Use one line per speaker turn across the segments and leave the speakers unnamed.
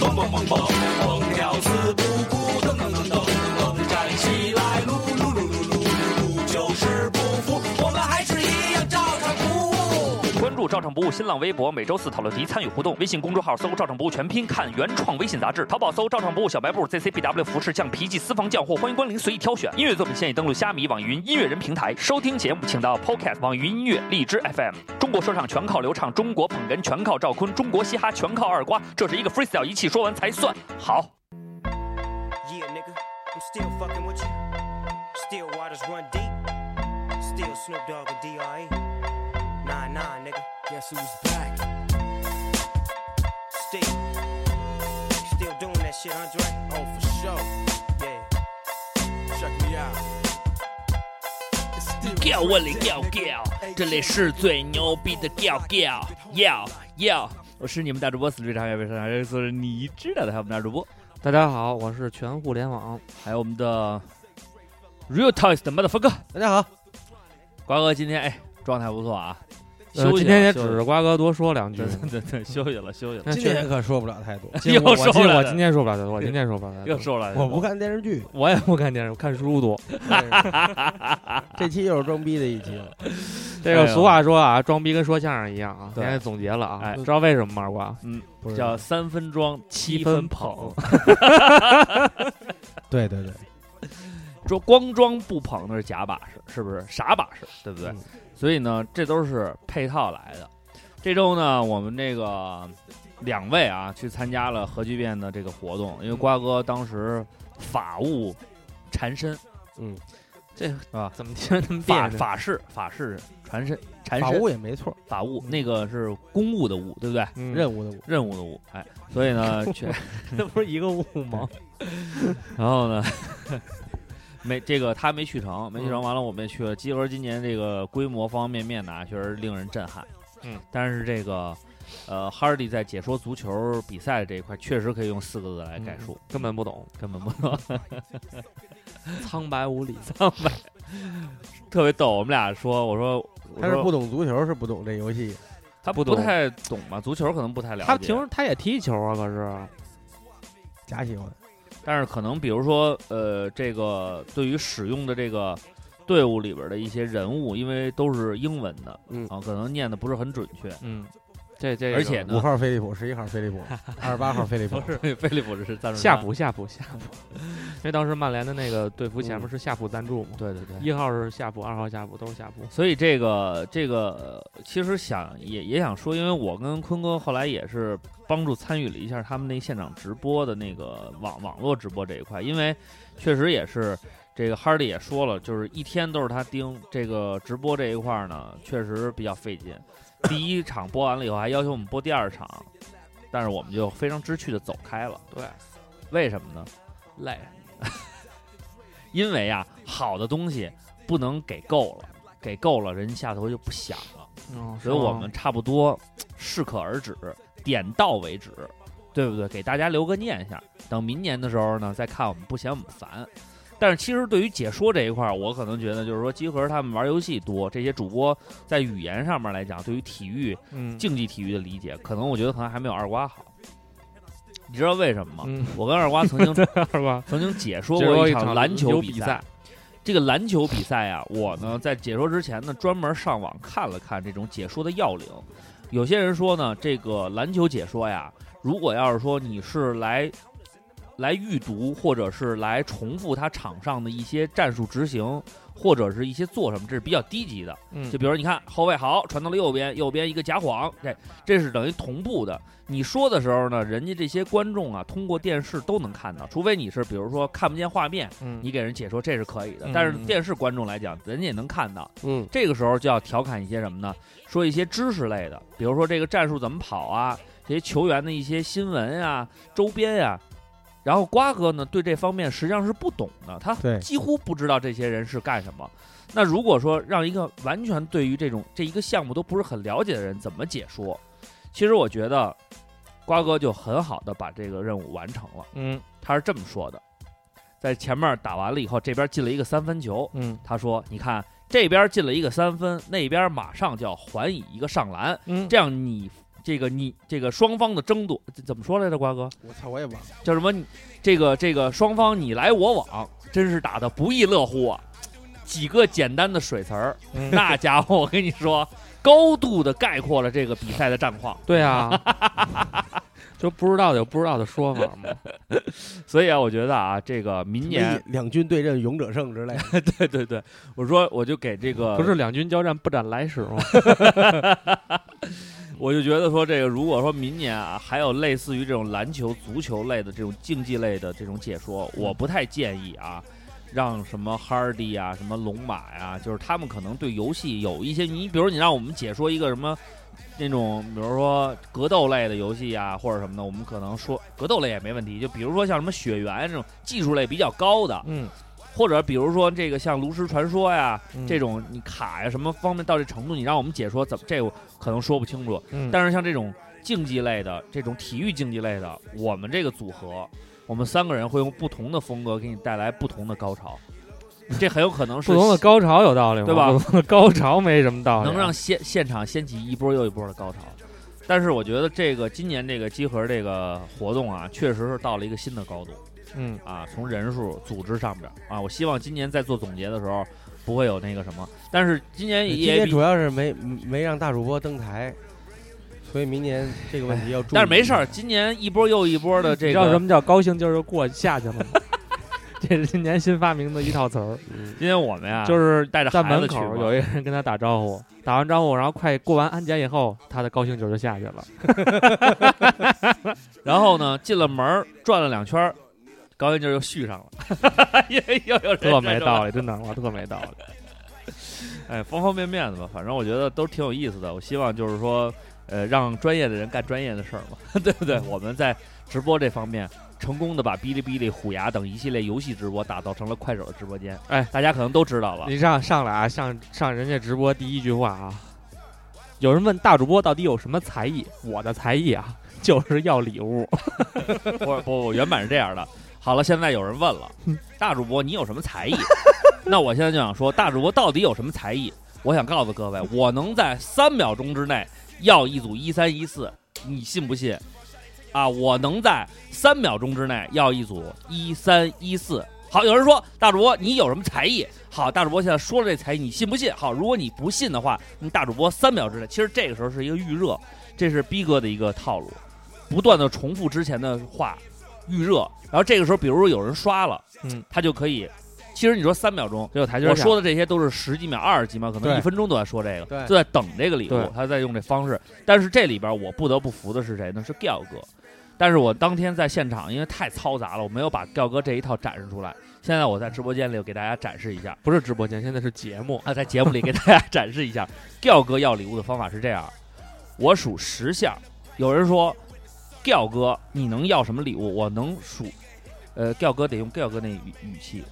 蹦蹦，蹦跳四不顾，噔噔噔噔噔噔，站起来，噜噜噜噜噜噜噜，就是不服，我们还是一样照常服务。
关注“照常不误”新浪微博，每周四讨论题参与互动。微信公众号搜“照常不误全拼”，看原创微信杂志。淘宝搜“照常不误小白布 ”，ZCBW 服饰匠、皮记私房匠货，欢迎光临，随意挑选。音乐作品现已登录虾米、网易云音乐人平台收听节目，请到 Podcast、网易云音乐、荔枝 FM。中国说唱全靠刘畅，中国捧哏全靠赵坤，中国嘻哈全靠二瓜。这是一个 freestyle，一气说完才算好。
Yeah, nigga, I'm still fucking with you. Still waters run deep. Still Snoop Dogg and D.R.E. Nah, nah, nigga. Guess who's back? Still. Still doing that shit, Andre? Oh, for sure. Yeah. Check me out.
叫我的叫叫，这里是最牛逼的叫叫要要，我是你们大主播死驴长月，为啥这是你知道的？还有我们大主播，
大家好，我是全互联网。
还有我们的 Real Toys 的 motherfucker
大家好，
瓜哥，今天哎状态不错啊，休息
呃、
了
今天也
休
只
息了
是瓜哥多说两句
对。 对对对，休息了休 息了，
那
今
确
天可说不了太多，
今天我
又瘦
我今
了
我今天说不了太多，我今天说不了太多。
又瘦了，
我不看电视剧。
我也不看电视，我看书多。
这期又是装逼的一期了，
这
哎
个
呦
俗话说啊，装逼跟说相声一样啊。
对
现在总结了啊，
哎
知道为什么吗？二瓜，
不是？
叫三分装七分捧，
对对对，
装光装不捧那是假把式，是不是傻把式？对不对？
嗯
所以呢，这都是配套来的。这周呢，我们这个两位啊去参加了核聚变的这个活动，因为瓜哥当时法务缠身，
这
啊
怎么听着那么别
法
扭？
法事法事缠身缠
法
身
务也没错，
法务那个是公务的务，对不对？
嗯
任务的务。
任务的务，哎，所以 呢，全
那不是一个物吗？
然后呢， 没这个他没去成，没去
嗯
成，完了我们也去了。集合今年这个规模方方面面呢，确实令人震撼。
嗯，
但是这个呃，哈迪在解说足球比赛这一块，确实可以用四个字来概述，
嗯根本不懂，
根本不能
苍白无理。
特别逗。我们俩说，我说我
他是
说
不懂足球，是不懂这游戏。
他
不
不
懂
太懂嘛，足球可能不太了解。
他平时他也踢球啊，可是
假喜欢，
但是可能比如说，呃，这个对于使用的这个队伍里边的一些人物，因为都是英文的，
嗯
啊，可能念的不是很准确。
嗯，这这个
而且
五
呢，
号菲利普，十一号菲利 普，二十八号菲利 普。
是 菲利普是赞助
夏
商
普夏普夏普，嗯因为当时曼联的那个队服前面是夏普赞助嘛，
对对对。
一号是夏普，二号夏普都是夏普。
所以这个这个呃其实想也也想说，因为我跟坤哥后来也是帮助参与了一下他们那现场直播的那个网网络直播这一块，因为确实也是这个哈利也说了，就是一天都是他盯这个直播这一块呢，确实比较费劲。第一场播完了以后，还要求我们播第二场，但是我们就非常知趣的走开了。
对，
为什么呢？
累，
因为啊，好的东西不能给够了，给够了人下头就不想了。
嗯，
所以我们差不多适可而止，点到为止，对不对？给大家留个念想，等明年的时候呢再看，我们不嫌我们烦。但是其实对于解说这一块儿，我可能觉得就是说，集合他们玩游戏多，这些主播在语言上面来讲，对于体育、
嗯
竞技体育的理解，可能我觉得可能还没有二瓜好。你知道为什么吗？
嗯，
我跟二瓜曾经
二瓜
曾经解说
结果
过一
一
场
场
篮球
有
比
比
赛
赛。
这个篮球比赛啊，我呢在解说之前呢，专门上网看了看这种解说的要领。有些人说呢，这个篮球解说呀，如果要是说你是来来预读或者是来重复他场上的一些战术执行，或者是一些做什么，这是比较低级的。
嗯
就比如你看后卫好传到了右边，右边一个假晃，这这是等于同步的。你说的时候呢，人家这些观众啊，通过电视都能看到，除非你是比如说看不见画面，
嗯
你给人解说这是可以的
嗯。
但是电视观众来讲，人家也能看到。
嗯，
这个时候就要调侃一些什么呢？说一些知识类的，比如说这个战术怎么跑啊，这些球员的一些新闻啊、周边啊。然后瓜哥呢，对这方面实际上是不懂的，他
对
几乎不知道这些人是干什么。那如果说让一个完全对于这种这一个项目都不是很了解的人怎么解说，其实我觉得瓜哥就很好的把这个任务完成了。
嗯
他是这么说的，在前面打完了以后，这边进了一个三分球，
嗯
他说：“你看这边进了一个三分，那边马上就要还以一个上篮，
嗯，
这样你这个你这个双方的争夺这怎么说来着？瓜哥
我操，我也忘了。
叫什么？你这个这个双方你来我往，真是打得不亦乐乎啊！几个简单的水词 儿，那家伙我跟你说，高度的概括了这个比赛的战况。
对啊， 就不知道有不知道的说法 嘛。
所以啊，我觉得啊，这个明年，
两军对阵，勇者胜之类 的。
对对对，我说我就给这个
不是两军交战不斩来 使吗？
我就觉得说，这个如果说明年啊，还有类似于这种篮球、足球类的这种竞技类的这种解说，我不太建议啊，让什么 Hardy 啊、什么龙马呀、就是他们可能对游戏有一些，你比如你让我们解说一个什么那种，比如说格斗类的游戏啊，或者什么的，我们可能说格斗类也没问题，就比如说像什么血缘这种技术类比较高的，
嗯，
或者比如说这个像炉石传说呀、
嗯
这种你卡呀什么方面到这程度，你让我们解说怎么这我可能说不清楚。
嗯
但是像这种竞技类的、这种体育竞技类的，我们这个组合，我们三个人会用不同的风格给你带来不同的高潮，这很有可能是
不同的高潮有道理吗？
对吧
不同的高潮没什么道理啊，
能让现现场掀起一波又一波的高潮。但是我觉得这个今年这个集合这个活动啊，确实是到了一个新的高度。
嗯
啊，从人数组织上边儿啊，我希望今年在做总结的时候不会有那个什么，但是今年也
今年
比
主要是没没让大主播登台，所以明年这个问题要注意。
但是没事儿，，今年一波又一波的
你
这
知道什
个，
么叫高兴劲儿就过下去了吗？ 这是今年新发明的一套 词儿，
今天我们呀，
就是是
啊带着
在
孩
门
子去
口
嘛
有一个人跟他打招呼，打完招呼，然后快过完安检以后，他的高兴劲儿就下 去了。
然后呢进了门儿转了两圈儿，高兴劲儿又续上了， 因为又有人
特没道
理，
理，真的，我特没道理。
哎，方方面面的吧，反正我觉得都挺有意思的。我希望就是说，呃，让专业的人干专业的事儿嘛， 对不对？我们在直播这方面。成功的把哔哩哔哩、虎牙等一系列游戏直播打造成了快手的直播间，
哎
大家可能都知道了。
你上上来啊，上上人家直播第一句话啊，有人问大主播到底有什么才艺？我的才艺啊， 就是要礼物。
不不不，原版是这样的。好了，现在有人问了，大主播你有什么才艺？ 那我现在就想说，大主播到底有什么才艺？我想告诉各位，我能在三秒钟之内要一组一三一四，你信不信？啊，我能在三秒钟之内要一组一三一四。好，有人说大主播你有什么才艺？好，大主播现在说了这才艺，你信不信？好，如果你不信的话，那大主播三秒之内，其实这个时候是一个预热，这是逼哥的一个套路，不断的重复之前的话，预热。然后这个时候，比如说有人刷了，
嗯，
他就可以。其实你说三秒钟，
就有台阶
我
下
说的这些都是十几秒、二十几秒，可能
对
一分钟都在说这个，
对
就在等这个礼
对
物，他在用这方式。但是这里边我不得不服的是谁呢？是 Giao 哥。但是我当天在现场，因为太嘈杂了，我没有把 Giao 哥这一套展示出来。现在我在直播间里给大家展示一下，
不是直播间，现在是节目。 ，
啊，在节目里给大家 展示一下，调哥要礼物的方法是这样：我数十下，有人说调哥你能要什么礼物？我能数，呃，调哥得用调哥那语语气，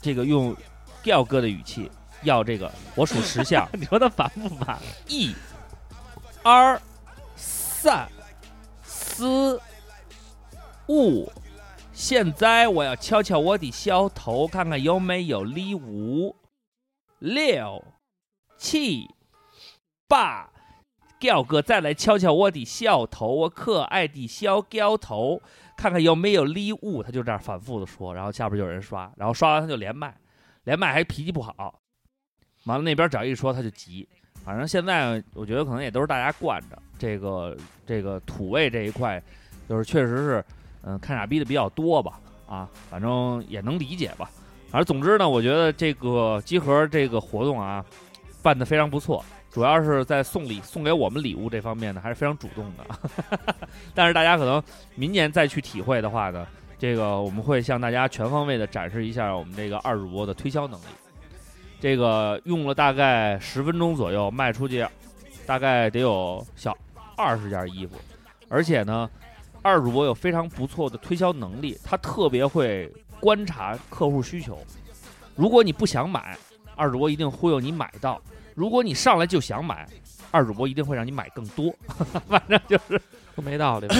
这个用调哥的语气要这个，我数十下
你说他烦不烦？
一、二、，E，R，三、四、五。现在我要敲敲我的小头，看看有没有礼物。六、七、八，吊哥再来敲敲我的小头，我可爱的小吊头，看看有没有礼物。他就这样反复的说，然后下边有人刷，然后刷完他就连麦，连麦还脾气不好。完了那边只要一说他就急，反正现在我觉得可能也都是大家惯着这个这个土味这一块，就是确实是，嗯、看傻逼的比较多吧，啊，反正也能理解吧。反正总之呢，我觉得这个集合这个活动啊，办得非常不错，主要是在送礼送给我们礼物这方面呢，还是非常主动的。 但是大家可能明年再去体会的话呢，这个我们会向大家全方位的展示一下我们这个二主播的推销能力。这个用了大概十分钟左右，卖出去大概得有小二十件衣服，而且呢，二主播有非常不错的推销能力，他特别会观察客户需求。如果你不想买，二主播一定忽悠你买到；如果你上来就想买，二主播一定会让你买更多。反正就是
都没道理吧。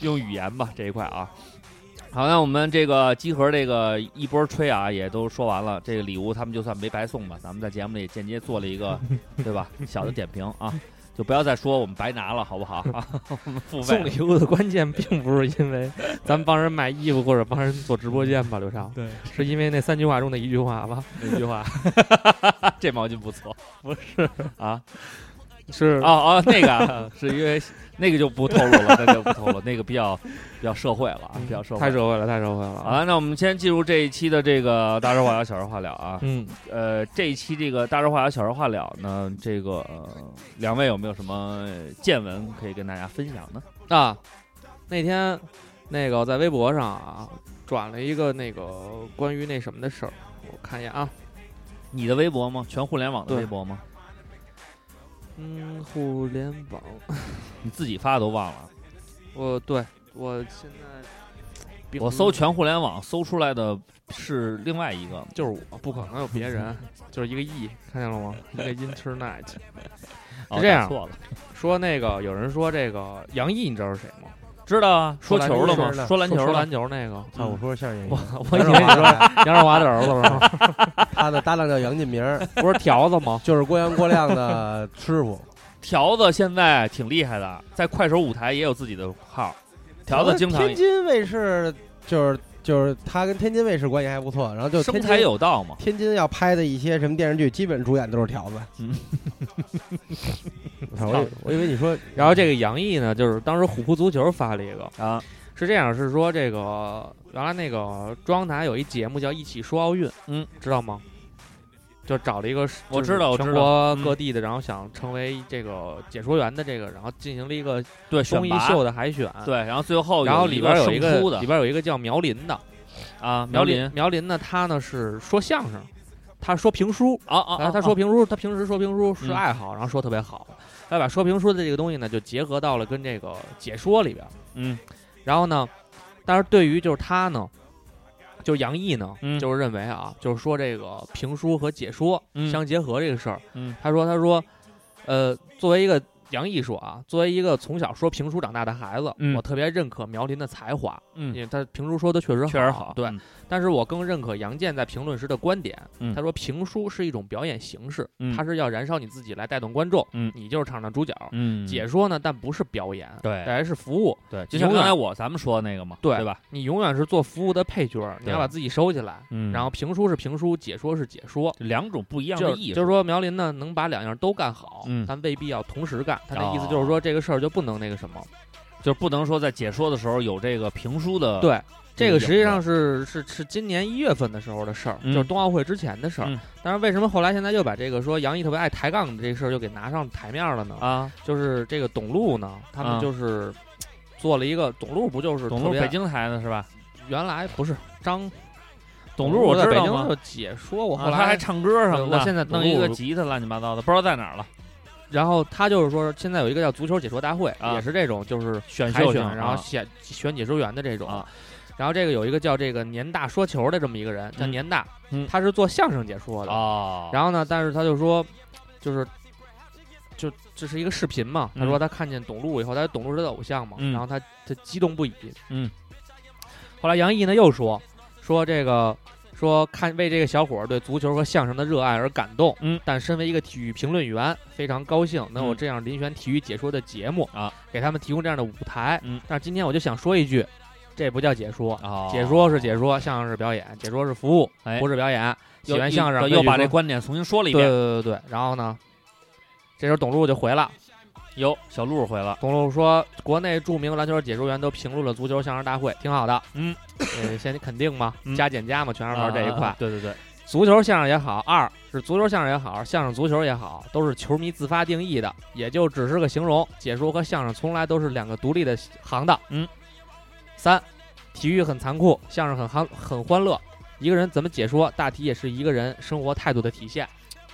用语言吧这一块啊。好，那我们这个集合这个一波吹啊，也都说完了。这 个礼物他们就算没白送吧，咱们在节目里间接做了一个，对吧？小的点评啊。就不要再说我们白拿了，好不 好？我们付费
送礼物的关键并不是因为咱们帮人卖衣服或者帮人做直播间吧，刘畅，
对，
是因为那三句话中的一句话吧？
那句话，这毛巾不错，不是啊？
是
哦
啊
哦，那个 是因为那个就不透露了，那就不透露，那个比较比较社会了啊，
嗯
比较社会。
太社会了，太社会了啊
好！了，那我们先进入这一期的这个大事化了，小事化了啊。
嗯，
呃，这一期这个大事化了，小事化了呢，这个、呃两位有没有什么见闻可以跟大家分享呢？
啊，那天那个我在微博上啊转了一个那个关于那什么的事儿，我看一眼啊，
你的微博吗？全互联网的
对
微博吗？
嗯，互联网，
你自己发都忘了？
我对我现在并
我
不
搜全互联网搜出来的是另外一个，
就是我，不可能有别 人，就是一个 E，看见了吗？一个 Internet。
哦
是这样
打错了。
说那个有人说这个杨毅，你知道是谁吗？
知道啊，说球了吗？
说
说篮球
说
了，
篮球那 个，
操，我说相声演
我
员，
我以为你说杨少华的儿子是吗？
他的搭档叫杨进明儿，
不是条子吗？
就是郭阳郭亮的师傅。
条子现在挺厉害的，在快手舞台也有自己的号。条子经常
天津卫视就是就是他跟天津卫视关系还不错，然后就
生
天
财
津
有道嘛，
天津要拍的一些什么电视剧，基本主演都是条子。
嗯
我以我以为你说
然后这个杨毅呢，就是当时虎扑足球发了一个，
啊，
是这样，是说这个原来那个中央台有一节目叫《一起说奥运》，
嗯，
知道吗？就找了一个是，
我
就是
知道我
全
知道
国
嗯
各地的，然后想成为这个解说员的这个，然后进行了一个
对，选
综艺
拔
秀的海选，
对，然后最后
然后
有
里边有一
胜出
个
的
里边有一个叫苗林的，
啊，苗林
苗林呢，他呢是说相声，他说评书，
啊啊
然
啊，
后他说评书，他平时说评书是
嗯
爱好，然后说特别好，他把说评书的这个东西呢，就结合到了跟这个解说里边。
嗯
然后呢，但是对于就是他呢，就是杨毅呢，
嗯
就是认为啊，就是说这个评书和解说
嗯
相结合这个事儿，
嗯
他说他说，呃，作为一个杨毅说啊，作为一个从小说评书长大的孩子，
嗯
我特别认可苗林的才华，因
嗯，
为他评书说的确实
确实好，
对，
嗯
但是我更认可杨健在评论时的观点，
嗯
他说评书是一种表演形式，
嗯
它是要燃烧你自己来带动观众，
嗯
你就是场上主角。
嗯，
解说呢，但不是表演，
对
但是服务，
对，哎就像
永远
刚才我咱们说的那个嘛，
对
对吧？
你永远是做服务的配角儿，你
对
要把自己收起来。
嗯
然后评书是评书，解说是解说，
就两种不一样
就
的
是
意
就
思，
是说苗林呢能把两样都干好，
嗯
但未必要同时干。他
哦
的意思就是说这个事儿就不能那个什么。
就是不能说在解说的时候有这个评书的，
对，这个
影
实际
子
上是是是今年一月份的时候的事儿，
嗯
就是冬奥会之前的事儿。
嗯
但是为什么后来现在又把这个说杨毅特别爱抬杠的这事儿又给拿上台面了呢？
啊，
就是这个董路呢，他
啊
们就是。做了一个董路不就是
董
特
路
别
北京台的是吧？
原来不是张
董路我
在
知
北
道
京
吗
就？解说，我
啊
后来
他还唱歌什么的，
我现在
弄
董
一
路
个吉他乱七八糟的，不知道在哪儿了。
然后他就是说，现在有一个叫足球解说大会，
啊
也是这种就是
选
海
秀
选
性，
然后
啊
选选解说员的这种。
啊
然后这个有一个叫这个年大说球的这么一个人，叫
嗯
年大，
嗯
他是做相声解说的。
哦，
然后呢，但是他就说，就是就这是一个视频嘛，他说他看见董路以后，他董路是他的偶像嘛，
嗯
然后他他激动不已。
嗯，
后来杨毅呢又说说这个。说看为这个小伙儿对足球和相声的热爱而感动，
嗯，
但身为一个体育评论员，非常高兴能有
嗯
这样遴选体育解说的节目
啊，
给他们提供这样的舞台，
嗯。
但是今天我就想说一句，这不叫解说，
哦
解说是解说，相声是表演，解说是服务，
哎
不是表演。喜
又
欢相声，
又又把这
关。
观点重新说了一
对
遍。
对对对，然后呢，这时候董路就回了，
哟，小鹿回了，
董路说，国内著名篮球解说员都评论了足球相声大会，挺好的。
嗯，
呃，先肯定嘛
嗯，
加减加嘛，全是玩这一块。
啊对对对，
足球相声也好，二是足球相声也好，相声足球也好，都是球迷自发定义的，也就只是个形容。解说和相声从来都是两个独立的行当。
嗯，
三，体育很残酷，相声很欢很欢乐。一个人怎么解说，大体也是一个人生活态度的体现。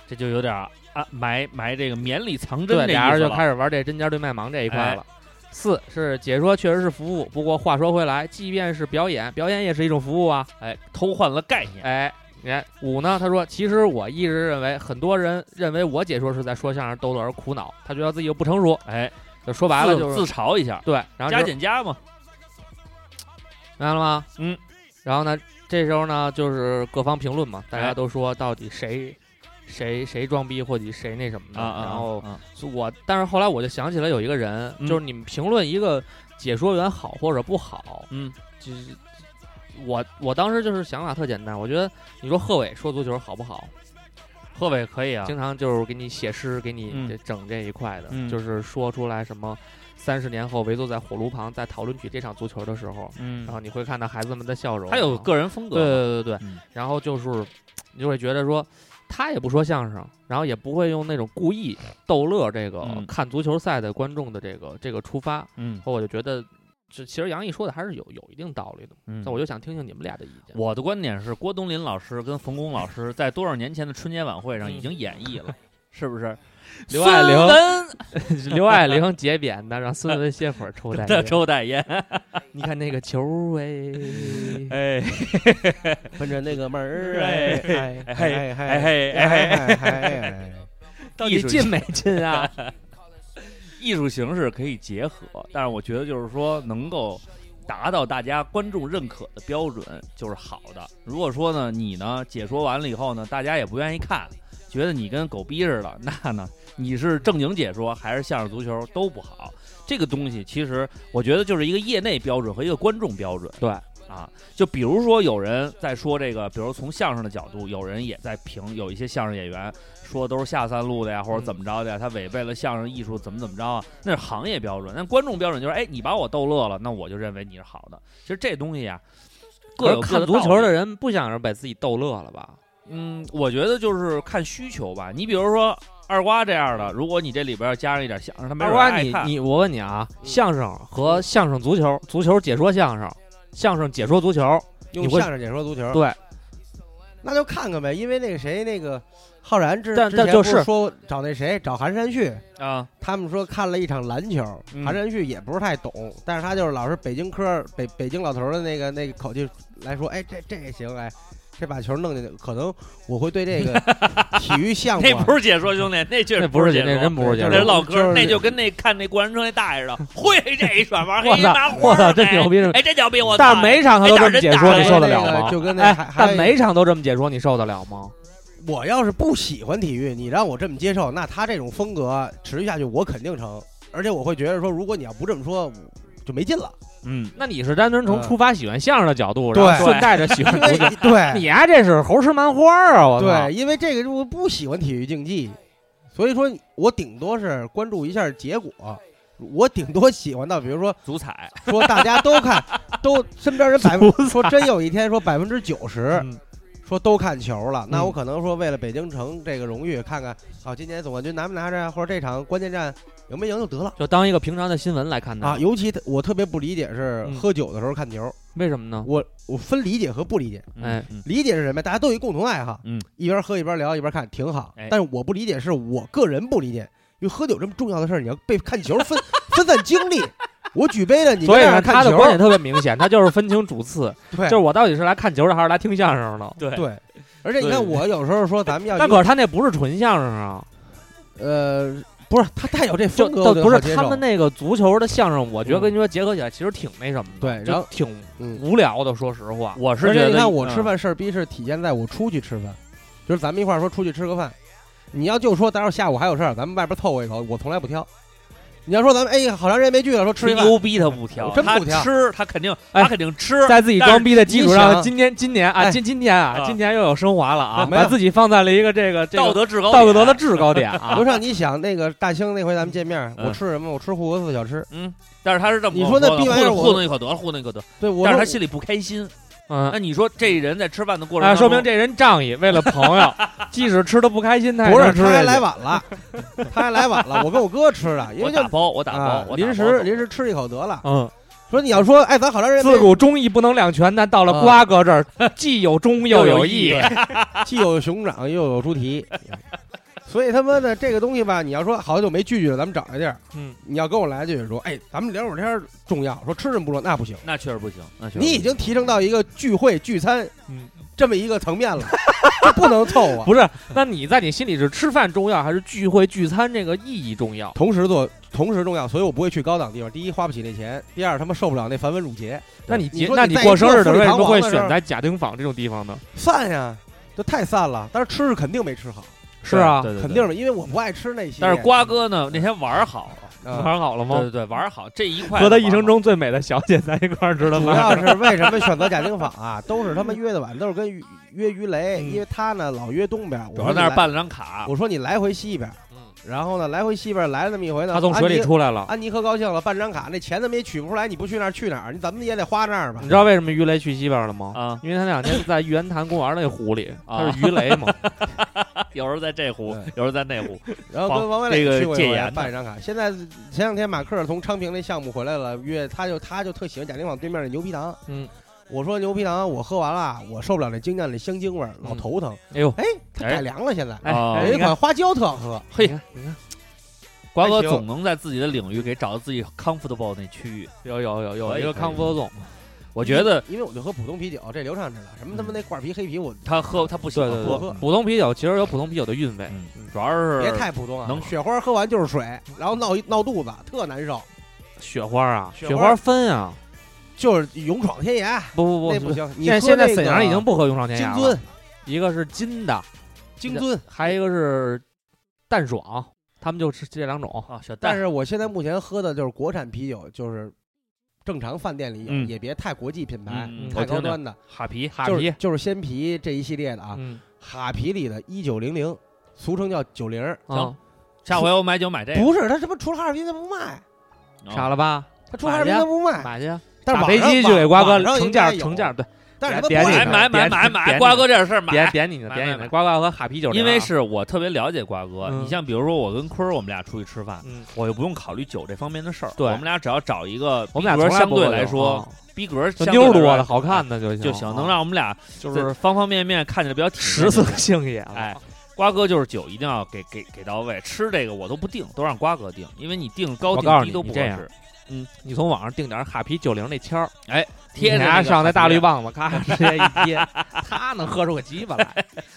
这就有点儿啊，埋埋这个绵里藏针
对，
这
俩
意
人
思
就
了
开始玩这针尖对麦芒这一
哎
块了。四是解说确实是服务，不过话说回来，即便是表演，表演也是一种服务啊。
哎，偷换了概念。
哎，你看五呢，他说其实我一直认为，很多人认为我解说是在说相声逗乐而苦恼，他觉得自己又不成熟，
哎，
就说白了
自
就是
自嘲一下，
对，然后
加
就是
减加嘛。
明白了吗？
嗯，
然后呢，这时候呢就是各方评论嘛，大
哎
家都说到底谁。谁谁装逼或者谁那什么的。
啊啊！
嗯然后
啊
所以我，但是后来我就想起来有一个人，
嗯
就是你们评论一个解说员好或者不好，
嗯，
就是我我当时就是想法特简单，我觉得你说贺炜说足球好不好，
贺炜可以啊，
经常就是给你写诗，给
嗯
你这整这一块的，
嗯
就是说出来什么三十年后围坐在火炉旁在讨论起这场足球的时候，
嗯
然，后你会看到孩子们的笑容，
他有
人
个人风
对
格，
对对对，
嗯
然后就是你就会觉得说。他也不说相声，然后也不会用那种故意逗乐这个、
嗯
看足球赛的观众的这个这个出发，
嗯
后我就觉得，这其实杨毅说的还是有有一定道理的。
嗯
那、我就想听听你们俩的意见。
我的观点是，郭冬临老师跟冯巩老师在多少年前的春节晚会上已经演绎了，
嗯
是不 是？
刘爱玲
玲
刘爱玲解扁的，让孙文歇会儿 抽
在
烟。
抽代烟，
你看那个球哎，
哎
奔着那个门儿，
哎
哎
哎
哎
哎
哎
嘿哎嘿，
哎哎，
到
艺
底
术
进没进啊？
艺术形式可以结合，但是我觉得就是说能够达到大家观众认可的标准就是好的。如果说呢你呢解说完了以后呢，大家也不愿意看，觉得你跟狗逼似的，那呢你是正经解说还是相声足球都不好。这个东西其实我觉得就是一个业内标准和一个观众标准。
对
啊，就比如说有人在说这个，比如从相声的角度，有人也在评有一些相声演员说都是下三路的呀，或者怎么着的呀，他违背了相声艺术怎么怎么着啊，那是行业标准。那观众标准就是，哎，你把我逗乐了，那我就认为你是好的。其实这东西呀、各
可
有
是
各
看
的
足
道
球
理
的人不想着把自己逗乐了吧？
嗯，我觉得就是看需求吧。你比如说二瓜这样的，如果你这里边加上一点相声，他没
二
准
瓜，
爱
你
看
你我问你啊，相声和相声足球，足球解说相声，相声解说足球，
用相声解说足球，
对，
那就看看呗，因为那个谁，那个浩然之
但
之
但
前
就
不
是
说找那谁找韩山旭，
啊，
他们说看了一场篮球，
嗯
韩山旭也不是太懂，但是他就是老是北京科北北京老头儿的那个那个口气来说，哎，这这也行，哎，这把球弄进去，可能我会对这 个体育项目
那
啊、
不是解说兄弟，那确实
那不是
解说，
那真不是解
那是
说。
唠嗑
就
儿，
是
那就跟那看那过山车那大爷 似的，会这一耍玩黑
我操
麻花，
我操，真牛！逼！
哎，真牛逼！我操！
但每场他都这么解说，
哎
你受得了
那
吗
个？就跟那还
哎，
还
但每场都这么解说，你受得了吗？
我要是不喜欢体育，你让我这么接受，那他这种风格持续下去，我肯定成，而且我会觉得说，如果你要不这么说，就没劲了。
嗯，
那你是单纯从
嗯
出发喜欢相声的角度，
对
然后顺带着喜欢
因
足
为
球。你
对
呀、这是猴吃蛮花儿啊！我操！
对，因为这个我不喜欢体育竞技，所以说我顶多是关注一下结果。我顶多喜欢到，比如说
足彩
说大家都看， 都身边人百分说真有一天说百分之九十
嗯，
说都看球了，那
嗯
我可能说为了北京城这个荣誉，看看啊今年总冠军拿没拿着呀，或者这场关键战赢没赢就得了
就当一个平常的新闻来看待
啊。尤其我特别不理解是
嗯
喝酒的时候看球，
为什么呢？
我我分理解和不理解。
哎，
嗯
理解是什么呀？大家都有一共同爱好，
嗯，
一边喝一边聊一边看，挺好
哎。
但是我不理解，是我个人不理解，因为喝酒这么重要的事儿，你要被看球分分散精力。我举杯了，你
所以
在那
呢，
儿
他
看
的
球，
观点特别明显，他就是分清主次，
对，
就是我到底是来看球的还是来听相声的。
对，
对。而且你看，
对
我有时候说咱们要
但
一个
可是他那不是纯相声啊，
呃，不是他带有这
就
风格，
就
我就
不是
好接
他
受
们那个足球的相声，我觉得
嗯
跟你说结合起来其实挺那什么的，
对
就
然后
挺
嗯。
无聊的。说实话，
我是
而
觉
且
得
你看，我吃
嗯
饭事儿逼是体现在我出去吃饭，就是咱们一块儿说出去吃个饭。你要就说待会儿下午还有事儿，咱们外边凑合一口，我从来不挑。你要说咱们哎，好长时间没聚了，说吃
吹
一饭，
牛逼他不挑，
我真不
他
挑
吃他肯定
哎
他肯定吃，
在自己装逼的基础
但是你
上，
想
今年今年啊，
哎
今今年啊
啊，
今年又有升华了啊，
啊没有
把自己放在了一个这个这个
道德制高
道
点
德
哎
的制高点 啊
不。是你想那个大兴那回咱们见面，
嗯
我吃什么？我吃护国寺小吃。
嗯，但是他是这么
你
跟
说
我
那
的
逼玩意儿
糊弄
我
糊弄一口得了，糊弄一口得了，
对，我
但是
说
他心里不开心。那
嗯，
你说这人在吃饭的过
啊
程
那
当
说
中，
明这人仗义，为了朋 友，即使吃的不开心，他也
不
能
是，
吃
他还
下
来
去
晚了，他还来晚了。我跟我哥吃的，因
我
为就
打包我打包
啊
我打包
临
走
时临时吃一口得了。
嗯，
说你要说哎，咱好长时间没
自古忠义不能两全，但
嗯
到了瓜哥这儿，既有忠又有义。
既有熊掌又有猪蹄，所以他妈的这个东西吧，你要说好久没聚聚了，咱们找一地儿。
嗯，
你要跟我来一句说，哎，咱们聊会儿天儿重要，说吃什么不重要，那不行。
那确实不行，那确实
你已
不行
经提升到一个聚会聚餐，
嗯，
这么一个层面了，这不能凑啊合。
不是，那你在你心里是吃饭重要，还是聚会聚餐这个意义重要？
同时做，同时重要，所以我不会去高档地方。第一，花不起那钱；第二，他妈受不了那繁文缛节。
那你
你
结
说
那
你
你
在
过
一
生
个
日的
富丽
时候，
堂
都
皇
会
的
选
时候
在假丁坊这种地方呢？
散呀，这太散了。但是吃是肯定没吃好，
是啊，
对对对
肯定的，因为我不爱吃那些。
但是瓜哥呢，那天玩儿好，
啊
玩好了
对
吗？
对对，玩儿好这一块
和他一
玩儿
生
好
中最美的小姐在 一块儿值 得
主
吗？
要是为什么选择贾丁坊啊？都是他
嗯
妈约的晚，都是跟于约于雷，因为他呢老约东边，我
主
说
要在那
你
儿
来
办了张卡，
我说你来回西边，然后呢来回西边来了那么一回呢，
嗯他从水
安
里
妮。
出来了。
安妮可高兴了，办张卡，那钱怎么也取不出来，你不去那儿去哪儿？你怎么也得花那儿吧
你？知道为什么鱼雷去西边了吗？
啊，
因为他那两天在玉渊潭公园那湖里，
啊
他是鱼雷嘛。
有时候在这壶
对，
有时候在那壶，
然后跟王伟
这个
磊去过一
戒
回
严的
办一张卡。现在前两天马克从昌平那项目回来了，约他就他就特喜欢贾丁坊对面那牛皮糖。
嗯，
我说牛皮糖我喝完了，我受不了那精酿那香精味儿，老
嗯
头疼。
哎呦，
哎，他
哎
改良了，现在
哎
哦
哎，
有
你
一
看
款花椒特好喝。
嘿
你看，你看，
瓜哥
还行
总能在自己的领域给找到自己 comfortable 那区域。
有有有
可
有
以
一个
可以
康波总，
我觉得
因为我就喝普通啤酒，这流畅着了。什么他
嗯
妈那挂啤、黑啤，我
他喝他不喜欢
对对
对
喝，
普通啤酒其实有普通啤酒的韵味。
嗯，主要是
别太普通啊。
能
雪花喝完就是水，然后闹一闹肚子，特难受，
雪花啊，
雪
雪
花
花分啊，
就是勇闯天涯，
不不
那
不
不，行。你
现
喝
在现在
那
沈
个
阳已经不喝勇闯天
金
涯
樽
了，，一个是金的，
金樽。
还有一个是淡爽，他们就吃这两种。
啊，小
但
蛋
是我现在目前喝的就是国产啤酒，就是正常饭店里有，
嗯
也别太国际品牌、
嗯嗯
太
我听
高
听
端的，
哈皮哈
就是就是鲜啤这一系列的啊。
嗯
哈啤里的一九零零，俗称叫九零，
啊，
下回我买酒买
哎
这个，嗯
不是他这不除了哈尔滨他不卖，
傻了吧？
他除了哈尔滨他不卖，
买去啊，
哎但是网
打飞
上
机去给瓜哥
网上
成
应
价
该有
成价，对，
但是他
点
不
你
会
买
呢
卖
买买
点
买
点
买，
你
瓜哥这事儿买
点。点你的，
买
点
买
你的，
买
瓜哥和哈啤酒这
因
样啊，
为是我特别了解瓜哥，
嗯
你像比如说我跟坤儿，我们俩出去吃饭，
嗯，
我就不用考虑酒这方面的事儿。
对
我们俩只要找一个
我们
逼
俩
格
从
相
不
对
喝
来
酒
说
啊
逼格相对
妞儿
来
多
说哎
的啊好看的就行，
就行，能让我们俩
就
在
是
方方面面看起来比较体面
食
就
色
行
性也了
哎，瓜哥就是酒一定要给给给到位，吃这个我都不定，都让瓜哥定，因为你定高
我告
定
诉
低
你
都不合
你这样
适。
嗯你从网上订点哈啤九零那签儿，
贴着
你
那
拿
个
上那
海
大
绵
绿，棒子，咔直接一贴，他能喝出个鸡巴来。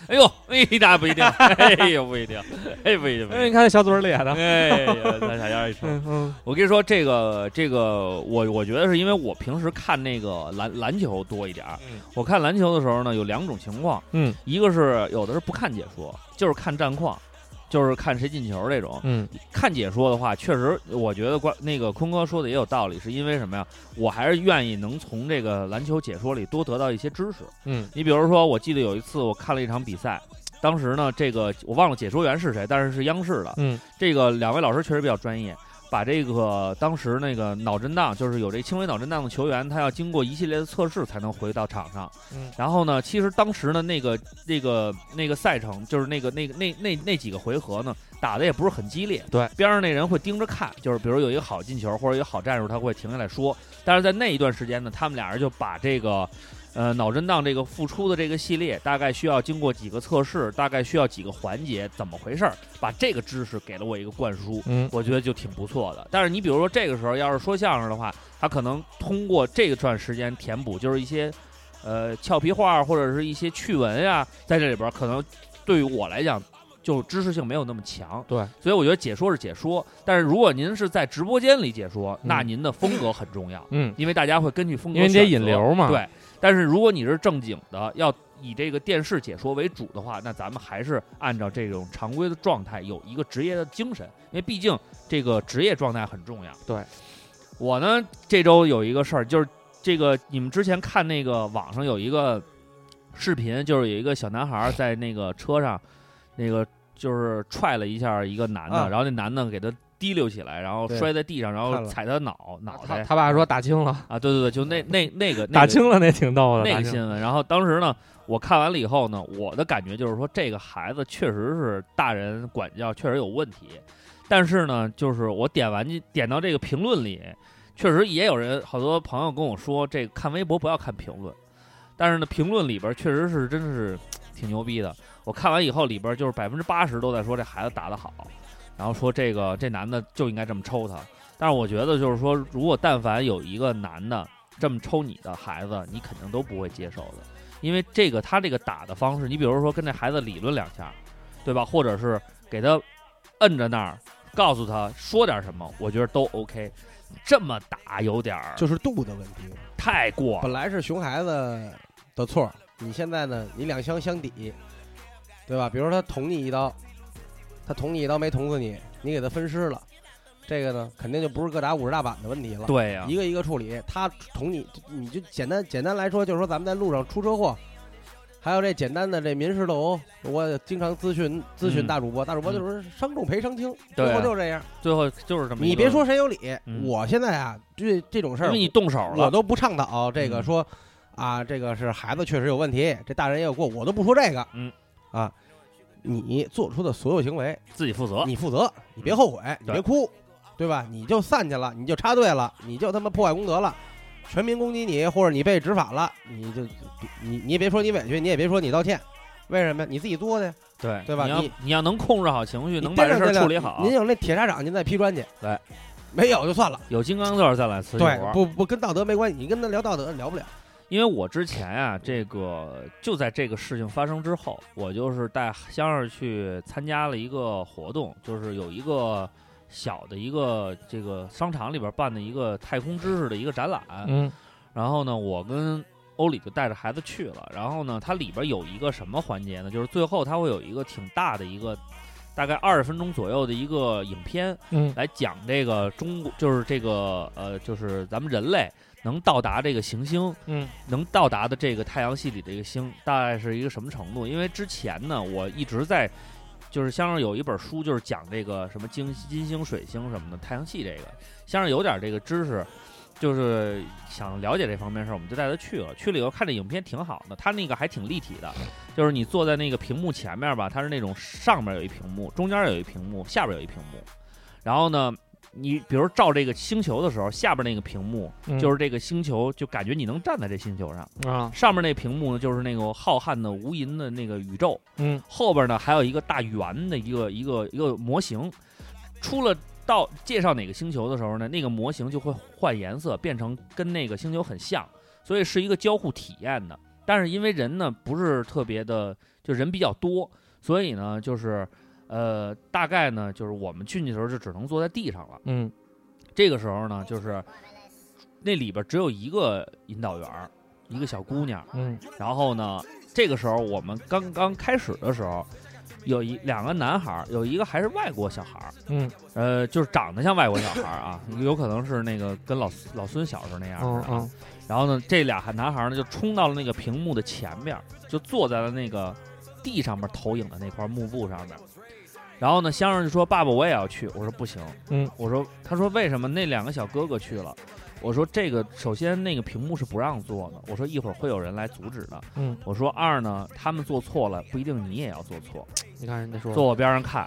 哎呦，哎那不一定，哎呦不一定，哎不一定，不一
哎，你
定
看那小嘴儿咧的，
哎呀，咱俩要一瞅。
嗯嗯，
我跟你说，这个这个，我我觉得是因为我平时看那个篮篮球多一点儿。
嗯
我看篮球的时候呢，有两种情况，
嗯，
一个是有的是不看解说，就是看战况，就是看谁进球这种。
嗯，
看解说的话，确实我觉得关那个坤哥说的也有道理，是因为什么呀？我还是愿意能从这个篮球解说里多得到一些知识。
嗯，
你比如说，我记得有一次我看了一场比赛，当时呢，这个我忘了解说员是谁，但是是央视的。
嗯，
这个两位老师确实比较专业。把这个当时那个脑震荡，就是有这轻微脑震荡的球员，他要经过一系列的测试才能回到场上。
嗯
然后呢，其实当时呢，那个那个那个赛程，就是那个那个那那那几个回合呢，打的也不是很激烈。
对，
边上那人会盯着看，就是比如有一个好进球或者有一个好战术，他会停下来说。但是在那一段时间呢，他们俩人就把这个。呃，脑震荡这个复出的这个系列，大概需要经过几个测试，大概需要几个环节，怎么回事儿？把这个知识给了我一个灌输，
嗯
我觉得就挺不错的。但是你比如说这个时候要是说相声的话，他可能通过这段时间填补，就是一些呃俏皮话儿或者是一些趣闻呀、在这里边儿可能对于我来讲。就知识性没有那么强，
对，
所以我觉得解说是解说，但是如果您是在直播间里解说，那
嗯
您的风格很重要，
嗯，
因为大家会根据风格，
因为你得引流嘛，，
对，但是如果你是正经的，要以这个电视解说为主的话，那咱们还是按照这种常规的状态，有一个职业的精神，因为毕竟这个职业状态很重要。
对，
我呢这周有一个事儿，就是这个你们之前看那个网上有一个视频，就是有一个小男孩儿在那个车上，那个就是踹了一下一个男的，
啊
然后那男的给他。提溜起来，然后
对
摔在地上，然后
看了
踩他脑脑
啊他
袋
他爸说打青了，
啊！对对对，就那那那个那
打
个
青了那挺逗的，
那
打
个
青
新闻。啊然后当时呢，我看完了以后呢，我的感觉就是说，这个孩子确实是大人管教确实有问题，但是呢，就是我点完点到这个评论里，确实也有人好多朋友跟我说，这个看微博不要看评论，但是呢，评论里边确实是真是挺牛逼的。我看完以后，里边就是百分之八十都在说这孩子打得好，然后说这个这男的就应该这么抽他。但是我觉得就是说，如果但凡有一个男的这么抽你的孩子，你肯定都不会接受的，因为这个他这个打的方式，你比如说跟这孩子理论两下，对吧？或者是给他摁着那儿，告诉他说点什么，我觉得都 OK。这么打有点儿
就是度的问题。
太过
本
了，
来是熊孩子的错儿，你现在呢？你两相相抵，对吧？比如说他捅你一刀，他捅你一刀没捅死你，你给他分尸了，这个呢肯定就不是各打五十大板的问题了。
对啊呀、
一个一个处理。他捅你，你就简单简单来说，就是说咱们在路上出车祸，还有这简单的这民事斗殴，我经常咨询咨询
嗯
大主播，大主播就是伤重赔伤轻，
对
最后
啊
就这样。
最后就是这么一
你
个
别说，谁有理，
嗯
我现在啊，这这种事
因
儿
为，你动手了，
我都不倡导这个
嗯
说啊，这个是孩子确实有问题，这大人也有过，我都不说这个。
嗯，
啊。你做出的所有行为，
自己负责。
你负责，你别后悔，
嗯
你别哭，对吧？你就散去了，你就插队了，你就他妈破坏功德了，全民攻击你，或者你被执法了，你就你你也别说你委屈，你也别说你道歉，为什么呀？你自己作的，
对
对吧
你要
你
你要能控制好情绪，
你
能把这事
逮
儿
着
处理好
您。有那铁砂掌，您再劈砖去，
对，
没有就算了，
有金刚钻再来瓷器
对，
活，
不不跟道德没关系，你跟他聊道德聊不了，
因为我之前啊，这个就在这个事情发生之后，我就是带香儿去参加了一个活动，就是有一个小的一个这个商场里边办的一个太空知识的一个展览，
嗯
然后呢，我跟欧里就带着孩子去了。然后呢，它里边有一个什么环节呢？就是最后它会有一个挺大的一个，大概二十分钟左右的一个影片，
嗯
来讲这个中国，就是这个呃，就是咱们人类能到达这个行星，
嗯
能到达的这个太阳系里的一个星，大概是一个什么程度？因为之前呢，我一直在。就是像是有一本书，就是讲这个什么金金星、水星什么的，太阳系这个，像是有点这个知识，就是想了解这方面事儿，我们就带他去了。去了以后看这影片挺好的，他那个还挺立体的，就是你坐在那个屏幕前面吧，它是那种上面有一屏幕，中间有一屏幕，下边有一屏幕。然后呢，你比如照这个星球的时候，下边那个屏幕
嗯
就是这个星球，就感觉你能站在这星球上；
啊
上面那屏幕呢，就是那个浩瀚的无垠的那个宇宙。
嗯
后边呢还有一个大圆的一个一个一个模型。出了到介绍哪个星球的时候呢，那个模型就会换颜色，变成跟那个星球很像，所以是一个交互体验的。但是因为人呢不是特别的，就人比较多，所以呢就是呃大概呢就是我们进去的时候就只能坐在地上了。
嗯
这个时候呢，就是那里边只有一个引导员儿，一个小姑娘。
嗯
然后呢，这个时候我们刚刚开始的时候，有一两个男孩儿，有一个还是外国小孩儿，
嗯
呃，就是长得像外国小孩儿啊，有可能是那个跟老老孙小时候那
哦
样似
嗯
的啊。
嗯
然后呢，这俩男孩儿呢就冲到了那个屏幕的前面儿，就坐在了那个地上面投影的那块幕布上面。然后呢，香儿就说：“爸爸，我也要去。”我说：“不行。”
嗯，
我说：“他说为什么那两个小哥哥去了？”我说：“这个首先那个屏幕是不让坐的，我说一会儿会有人来阻止的。
嗯，
我说二呢，他们做错了，不一定你也要做错。
你看人家说
坐我边上看。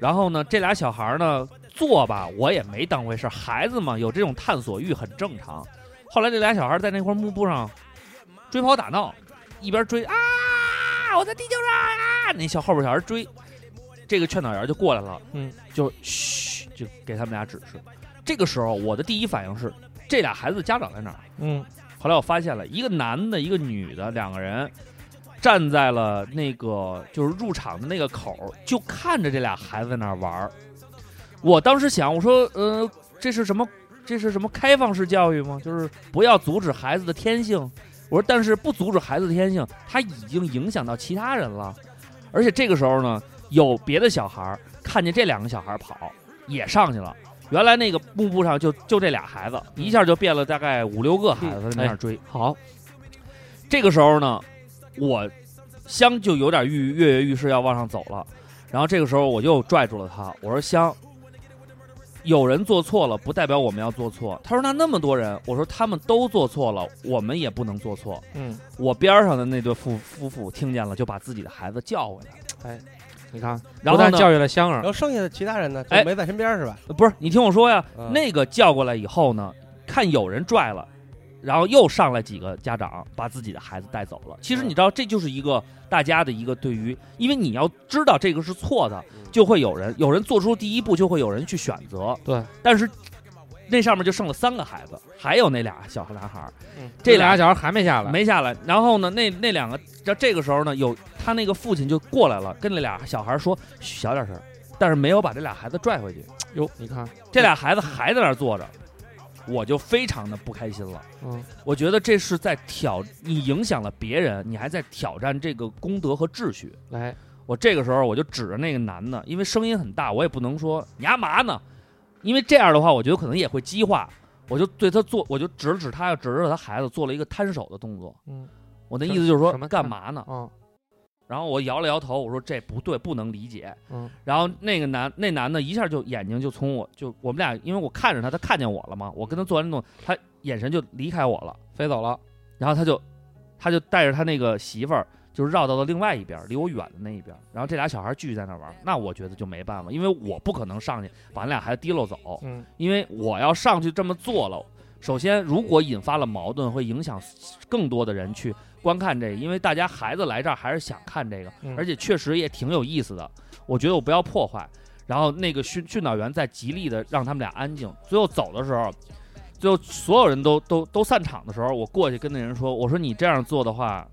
然后呢，这俩小孩儿呢坐吧，我也没当回事儿，孩子嘛有这种探索欲很正常。后来这俩小孩儿在那块幕布上追跑打闹，一边追啊，我在地球上啊，那小后边小孩儿追，这个劝导员就过来了，
嗯，
就嘘，就给他们俩指示。这个时候我的第一反应是，这俩孩子家长在哪儿？
嗯
后来我发现了一个男的，一个女的，两个人站在了那个就是入场的那个口儿，就看着这俩孩子在那儿玩儿。我当时想，我说，呃，这是什么？这是什么开放式教育吗？就是不要阻止孩子的天性。我说，但是不阻止孩子的天性，他已经影响到其他人了。而且这个时候呢，有别的小孩儿看见这两个小孩儿跑，也上去了。原来那个幕布上就就这俩孩子，一下就变了大概五六个孩子在那儿追。
哎好
这个时候呢，我香就有点欲跃跃欲试，要往上走了。然后这个时候我就拽住了他，我说：“香，有人做错了，不代表我们要做错。”他说：“那那么多人，我说他们都做错了，我们也不能做错。”
嗯
我边上的那对夫夫妇听见了，就把自己的孩子叫回来了。
你看，
然
不
后
但
呢，
教育了香
然
儿，
后剩下的其他人呢，就
嗯哎
没在身边是吧？
不是你听我说呀，
嗯
那个叫过来以后呢，看有人拽了，然后又上来几个家长把自己的孩子带走了。其实你知道，这就是一个大家的一个对于，因为你要知道这个是错的，就会有人有人做出第一步，就会有人去选择。
对，
但是那上面就剩了三个孩子，还有那俩小男孩儿
嗯
这
俩
俩
小孩还没下来，
没下来。然后呢，那那两个，这这个时候呢，有他那个父亲就过来了，跟那俩小孩说嘘小点声儿，但是没有把这俩孩子拽回去。
哟，你看，
这俩孩子还在那儿坐着，我就非常的不开心了。
嗯
我觉得这是在挑，你影响了别人，你还在挑战这个公德和秩序。
来，
我这个时候我就指着那个男的，因为声音很大，我也不能说你干嘛呢，因为这样的话，我觉得可能也会激化。我就对他做，我就指着指他，指着他孩子做了一个摊手的动作。
嗯，
我那意思就是说
什么
干嘛呢？
嗯
然后我摇了摇头，我说这不对，不能理解。
嗯，
然后那个男那男的一下就眼睛就从我就我们俩，因为我看着他，他看见我了嘛，我跟他做完动作，他眼神就离开我了，
飞走了。
然后他就他就带着他那个媳妇儿，就绕到了另外一边，离我远的那一边。然后这俩小孩继续在那玩，那我觉得就没办法，因为我不可能上去把那俩孩子提溜走，
嗯，
因为我要上去这么做了，首先如果引发了矛盾，会影响更多的人去观看这个，因为大家孩子来这儿还是想看这个，
嗯
而且确实也挺有意思的。我觉得我不要破坏。然后那个训训导员在极力的让他们俩安静。最后走的时候，最后所有人都都都散场的时候，我过去跟那人说：“我说你这样做的话，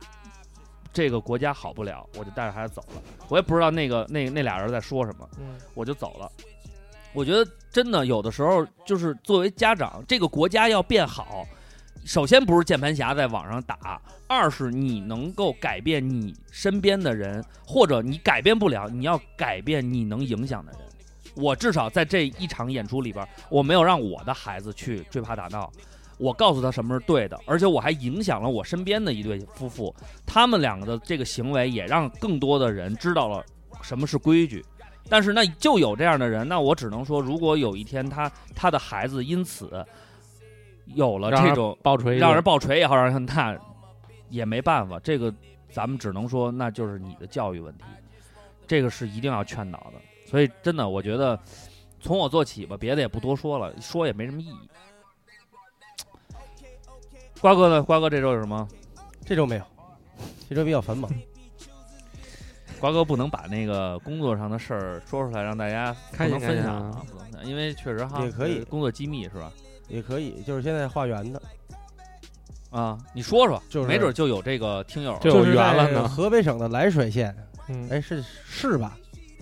这个国家好不了。”我就带着孩子走了。我也不知道那个那那俩人在说什么。
嗯，
我就走了。我觉得真的有的时候就是作为家长，这个国家要变好，首先不是键盘侠在网上打，二是你能够改变你身边的人，或者你改变不了，你要改变你能影响的人。我至少在这一场演出里边，我没有让我的孩子去追爬打闹，我告诉他什么是对的，而且我还影响了我身边的一对夫妇，他们两个的这个行为也让更多的人知道了什么是规矩。但是那就有这样的人，那我只能说，如果有一天他他的孩子因此有了
让
这
人
种
爆锤
让人爆锤也好，让人那也没办法，这个咱们只能说那就是你的教育问题，这个是一定要劝导的。所以真的，我觉得从我做起吧，别的也不多说了，说也没什么意义。瓜哥呢？瓜哥这周有什么？
这周没有，这周比较繁忙。
瓜哥不能把那个工作上的事儿说出来，让大家不
开
能
心开
分
心
享
啊
啊，不能分享，因为确实哈
也可以
这工作机密是吧？
也可以，就是现在化缘的，
啊，你说说，
就是
没准就有这个听友
就有
就是
缘了
在
呢
河北省的涞水县，
嗯，
哎，是是吧？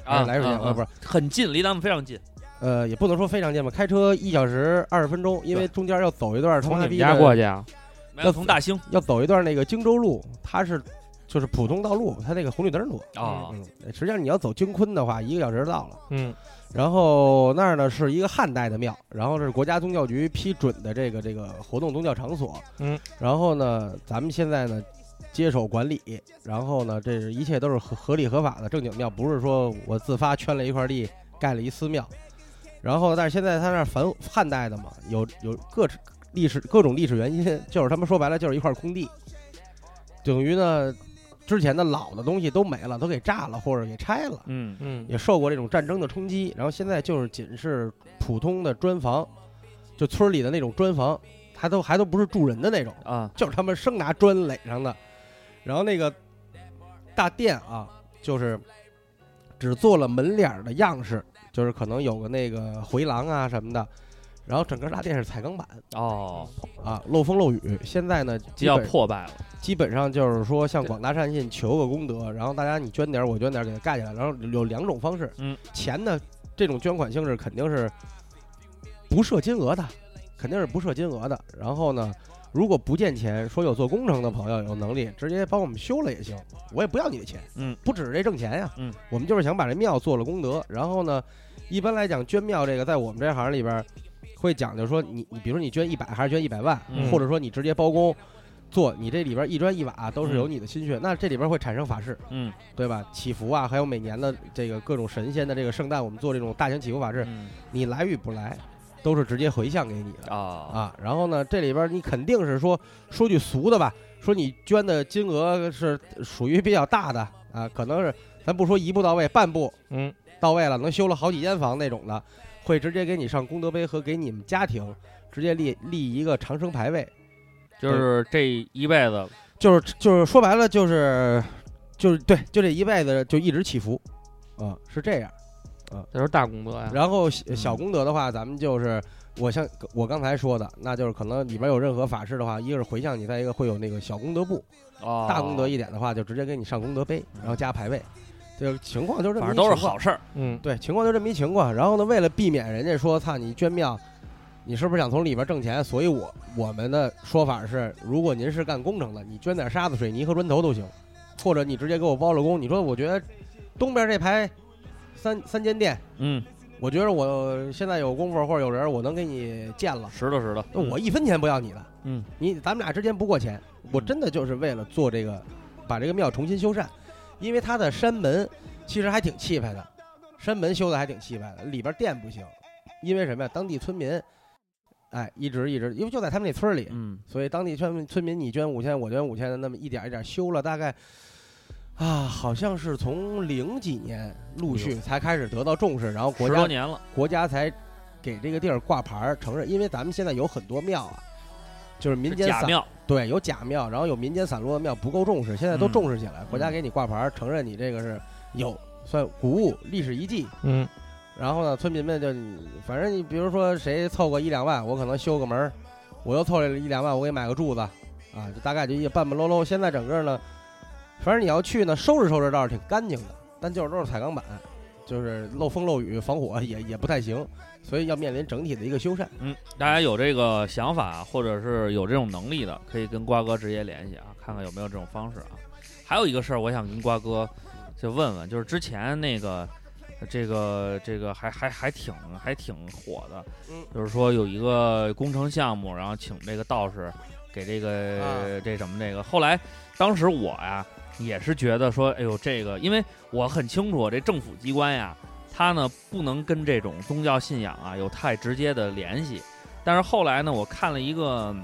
哎
啊，
来水县呃
啊
不是，
很近，离咱们非常近。
呃，也不能说非常近吧，开车一小时二十分钟，因为中间要走一段他
从
妈
你们
逼
家
的
过去啊？
没有从大兴
要走一段那个荆州路，它是就是普通道路，它那个红绿灯路。
哦
啊，
嗯，实际上你要走京昆的话，一个小时就到了。
嗯，
然后那儿呢是一个汉代的庙，然后这是国家宗教局批准的这个这个活动宗教场所。
嗯，
然后呢，咱们现在呢接手管理，然后呢，这是一切都是合合理合法的正经庙，不是说我自发圈了一块地盖了一寺庙。然后，但是现在他那儿反汉代的嘛，有有各历史各种历史原因，就是他们说白了就是一块空地，等于呢之前的老的东西都没了，都给炸了或者给拆了。
嗯
嗯，
也受过这种战争的冲击，然后现在就是仅是普通的砖房，就村里的那种砖房，还都还都不是住人的那种，
啊，
就是他们生拿砖垒上的。然后那个大殿啊，就是只做了门脸儿的样式，就是可能有个那个回廊啊什么的。然后整个大殿是彩钢板
嗯
哦，
啊，漏风漏雨。现在呢，
就
基
要
本
破败了。
基本上就是说向
对
广大善信求个功德，然后大家你捐点儿我捐点儿给它盖起来，然后有两种方式，
嗯，
钱呢这种捐款性质肯定是不设金额的，肯定是不设金额的，然后呢。如果不见钱，说有做工程的朋友有能力，直接帮我们修了也行，我也不要你的钱，
嗯，
不指着这挣钱呀，
嗯，
我们就是想把这庙做了功德。然后呢，一般来讲捐庙这个，在我们这行里边儿会讲究说你，你比如说你捐一百还是捐一百万，
嗯
或者说你直接包工，做你这里边一砖一瓦都是有你的心血，那这里边会产生法事，
嗯
对吧？祈福啊，还有每年的这个各种神仙的这个圣诞，我们做这种大型祈福法事，
嗯
你来与不来，都是直接回向给你的
啊
啊。然后呢，这里边你肯定是说说句俗的吧，说你捐的金额是属于比较大的啊，可能是咱不说一步到位，半步
嗯
到位了，能修了好几间房那种的，会直接给你上功德碑和给你们家庭直接立立一个长生牌位。
就是这一辈子
就是就是说白了就是就是对，就这一辈子就一直祈福，啊、是这样。
这是大功德
啊
呀。
然后小小功德的话，咱们就是我像我刚才说的，那就是可能里边有任何法事的话，一个是回向你，再一个会有那个小功德簿，
哦，
大功德一点的话，就直接给你上功德碑，然后加牌位。这个情况就这么一
反正都是
情况
好事儿。
嗯，
对，情况就这么一情况。然后呢，为了避免人家说“操你捐庙”，你是不是想从里边挣钱？所以我我们的说法是，如果您是干工程的，你捐点沙子、水泥和砖头都行，或者你直接给我包了工。你说我觉得东边这排三三间店，
嗯，
我觉得我现在有功夫或者有人，我能给你建了，
拾掇拾掇，
那我一分钱不要你的，
嗯，
你咱们俩之间不过钱，我真的就是为了做这个，把这个庙重新修缮，因为它的山门其实还挺气派的，山门修的还挺气派的，里边殿不行，因为什么呀？当地村民，哎，一直一直，因为就在他们那村儿里，
嗯
所以当地村村民你捐五千，我捐五千的，那么一点一点修了，大概啊，好像是从零几年陆续才开始得到重视，然后国
十多
家
年了，
国家才给这个地儿挂牌儿承认，因为咱们现在有很多庙啊，就是民
是
间
假
散
庙，
对有假庙，然后有民间散落的庙不够重视，现在都
嗯
重视起来，国家给你挂牌儿承认你这个是有算古物历史遗迹，
嗯，
然后呢，村民们就反正你比如说谁凑个一两万，我可能修个门儿，我又凑了一两万，我给买个柱子，啊，就大概就也半半喽喽。现在整个呢，反正你要去呢，收拾收拾倒是挺干净的，但就是都是彩钢板，就是漏风漏雨防火也也不太行，所以要面临整体的一个修缮。
嗯，大家有这个想法或者是有这种能力的，可以跟瓜哥直接联系啊，看看有没有这种方式啊。还有一个事儿，我想跟瓜哥就问问，就是之前那个这个这个还还还挺还挺火的，
嗯
就是说有一个工程项目，然后请这个道士给这个、
啊
这什么这个，后来当时我呀、也是觉得说，哎呦这个，因为我很清楚这政府机关呀。他呢不能跟这种宗教信仰啊有太直接的联系。但是后来呢，我看了一个，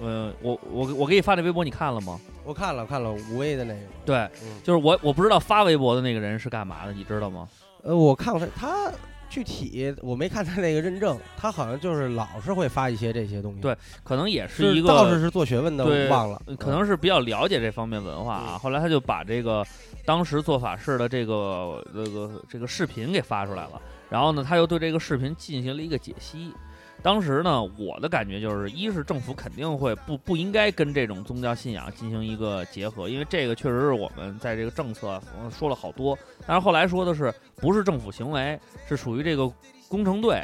呃，我我我给你发那微博，你看了吗？
我看了看了无畏的那个，
对，
嗯，
就是我我不知道发微博的那个人是干嘛的，你知道吗？
呃，我看过他他具体我没看他那个认证，他好像就是老是会发一些这些东西。
对可能也
是
一
道士
个，
是做学问的，
对
我忘了，
可能是比较了解这方面文化啊。后来他就把这个当时做法事的这个这个这个视频给发出来了，然后呢，他又对这个视频进行了一个解析。当时呢，我的感觉就是，一是政府肯定会不不应该跟这种宗教信仰进行一个结合，因为这个确实是我们在这个政策呃说了好多，但是后来说的是不是政府行为，是属于这个工程队，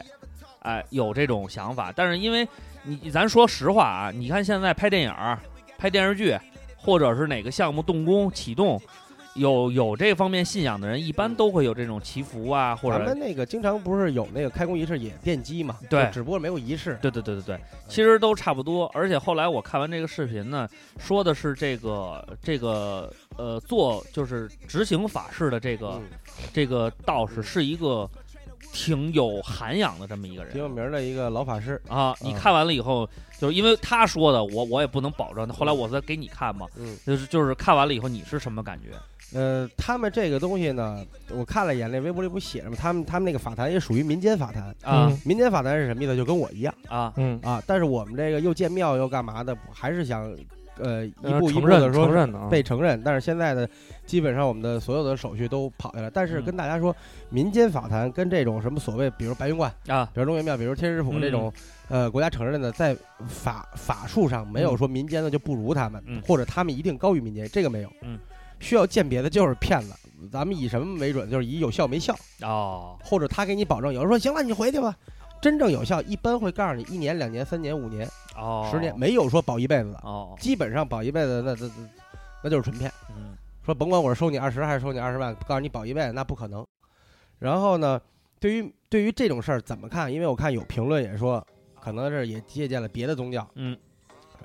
哎、有这种想法，但是因为你咱说实话啊，你看现在拍电影儿、拍电视剧，或者是哪个项目动工启动。有有这方面信仰的人，一般都会有这种祈福啊，或者
咱们那个经常不是有那个开工仪式也奠基嘛？
对
就只不过没有仪式。
对对对对
嗯
对，其实都差不多。而且后来我看完这个视频呢，说的是这个这个呃，做就是执行法事的这个、
嗯，
这个道士是一个挺有涵养的这么一个
挺有
人。
名儿的一个老法师。
啊，你看完了以后，就是因为他说的，我我也不能保证。后来我再给你看嘛，
嗯，
就是就是看完了以后你是什么感觉？
呃，他们这个东西呢，我看了一眼，那微博里不写着吗？他们他们那个法坛也属于民间法坛。
啊、
嗯
民间法坛是什么意思？就跟我一样
啊，
嗯，
啊，但是我们这个又建庙又干嘛的，还是想呃一
呃
步一
承
步
认
的说
承认的啊，
被承认。但是现在的基本上我们的所有的手续都跑下来。但是
嗯
跟大家说，民间法坛跟这种什么所谓，比如白云观。
啊，
比如中原庙，比如天师府
嗯
这种，呃，国家承认的，在法法术上没有说民间的就不如他们，
嗯
或者他们一定高于民间，这个没有。
嗯，
需要鉴别的就是骗子，咱们以什么为准？就是以有效没效，
哦，
或者他给你保证，有人说行了，你回去吧。真正有效，一般会告诉你一年、两年、三年、五年、
哦，
十年，没有说保一辈子的，
哦，
基本上保一辈子那那那那就是纯骗。
嗯
说甭管我是收你二十还是收你二十万，告诉你保一辈子，那不可能。然后呢，对于对于这种事儿怎么看？因为我看有评论也说，可能是也借鉴了别的宗教，
嗯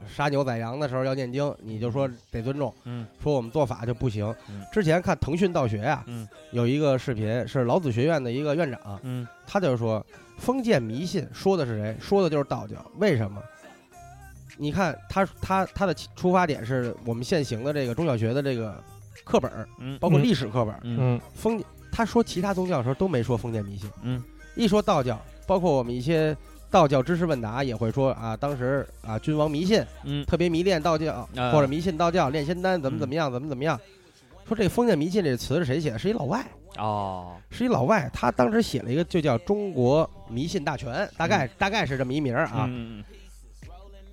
杀牛宰羊的时候要念经，你就说得尊重，
嗯
说我们做法就不行
嗯。
之前看腾讯道学呀、
嗯
有一个视频是老子学院的一个院长，
嗯，
他就说封建迷信说的是谁？说的就是道教。为什么？你看他他他的起出发点是我们现行的这个中小学的这个课本儿，
嗯
包括
嗯
历史课本儿，
嗯
嗯
封他说其他宗教的时候都没说封建迷信，
嗯，
一说道教，包括我们一些道教知识问答也会说啊，当时啊君王迷信，
嗯
特别迷恋道教，
啊嗯
或者迷信道教炼仙丹怎么怎么样，怎么怎么样。说这封建迷信这词是谁写的？是一老外，
哦，
是一老外，他当时写了一个就叫《中国迷信大全》，大概、大概是这么一名儿啊，
嗯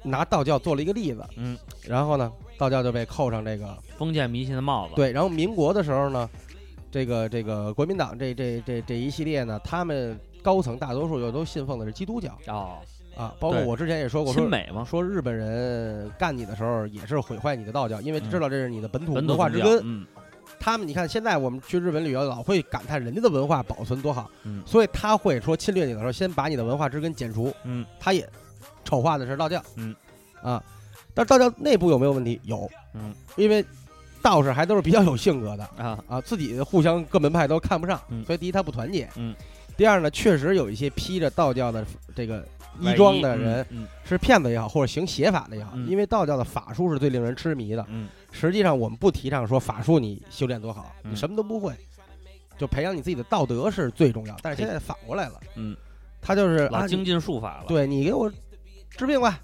拿道教做了一个例子，
嗯，
然后呢，道教就被扣上这个
封建迷信的帽子，
对，然后民国的时候呢，这个这个国民党这这这这一系列呢，他们高层大多数又都信奉的是基督教
哦，
啊，包括
对
我之前也说过
亲
说。
美嘛，
说日本人干你的时候也是毁坏你的道教，因为
嗯
知道这是你的本土文
本土
化
宗
之
教
根，
嗯
他们你看，现在我们去日本旅游，老会感叹人家的文化保存多好，
嗯
所以他会说侵略你的时候，先把你的文化之根剪除。
嗯，
他也丑化的是道教。
嗯，
啊，但是道教内部有没有问题？有。
嗯，
因为道士还都是比较有性格的
啊，
啊，自己互相各门派都看不上，
嗯
所以第一他不团结。
嗯，
第二呢，确实有一些披着道教的这个
外
衣
衣
装的人，
嗯
是骗子也好，或者行邪法的也好，
嗯
因为道教的法术是最令人痴迷的。
嗯
实际上，我们不提倡说法术你修炼多好，
嗯
你什么都不会，就培养你自己的道德是最重要。但是现在反过来了，
嗯，
他就是
老
啊
精
你
进术法了，
对你给我治病吧，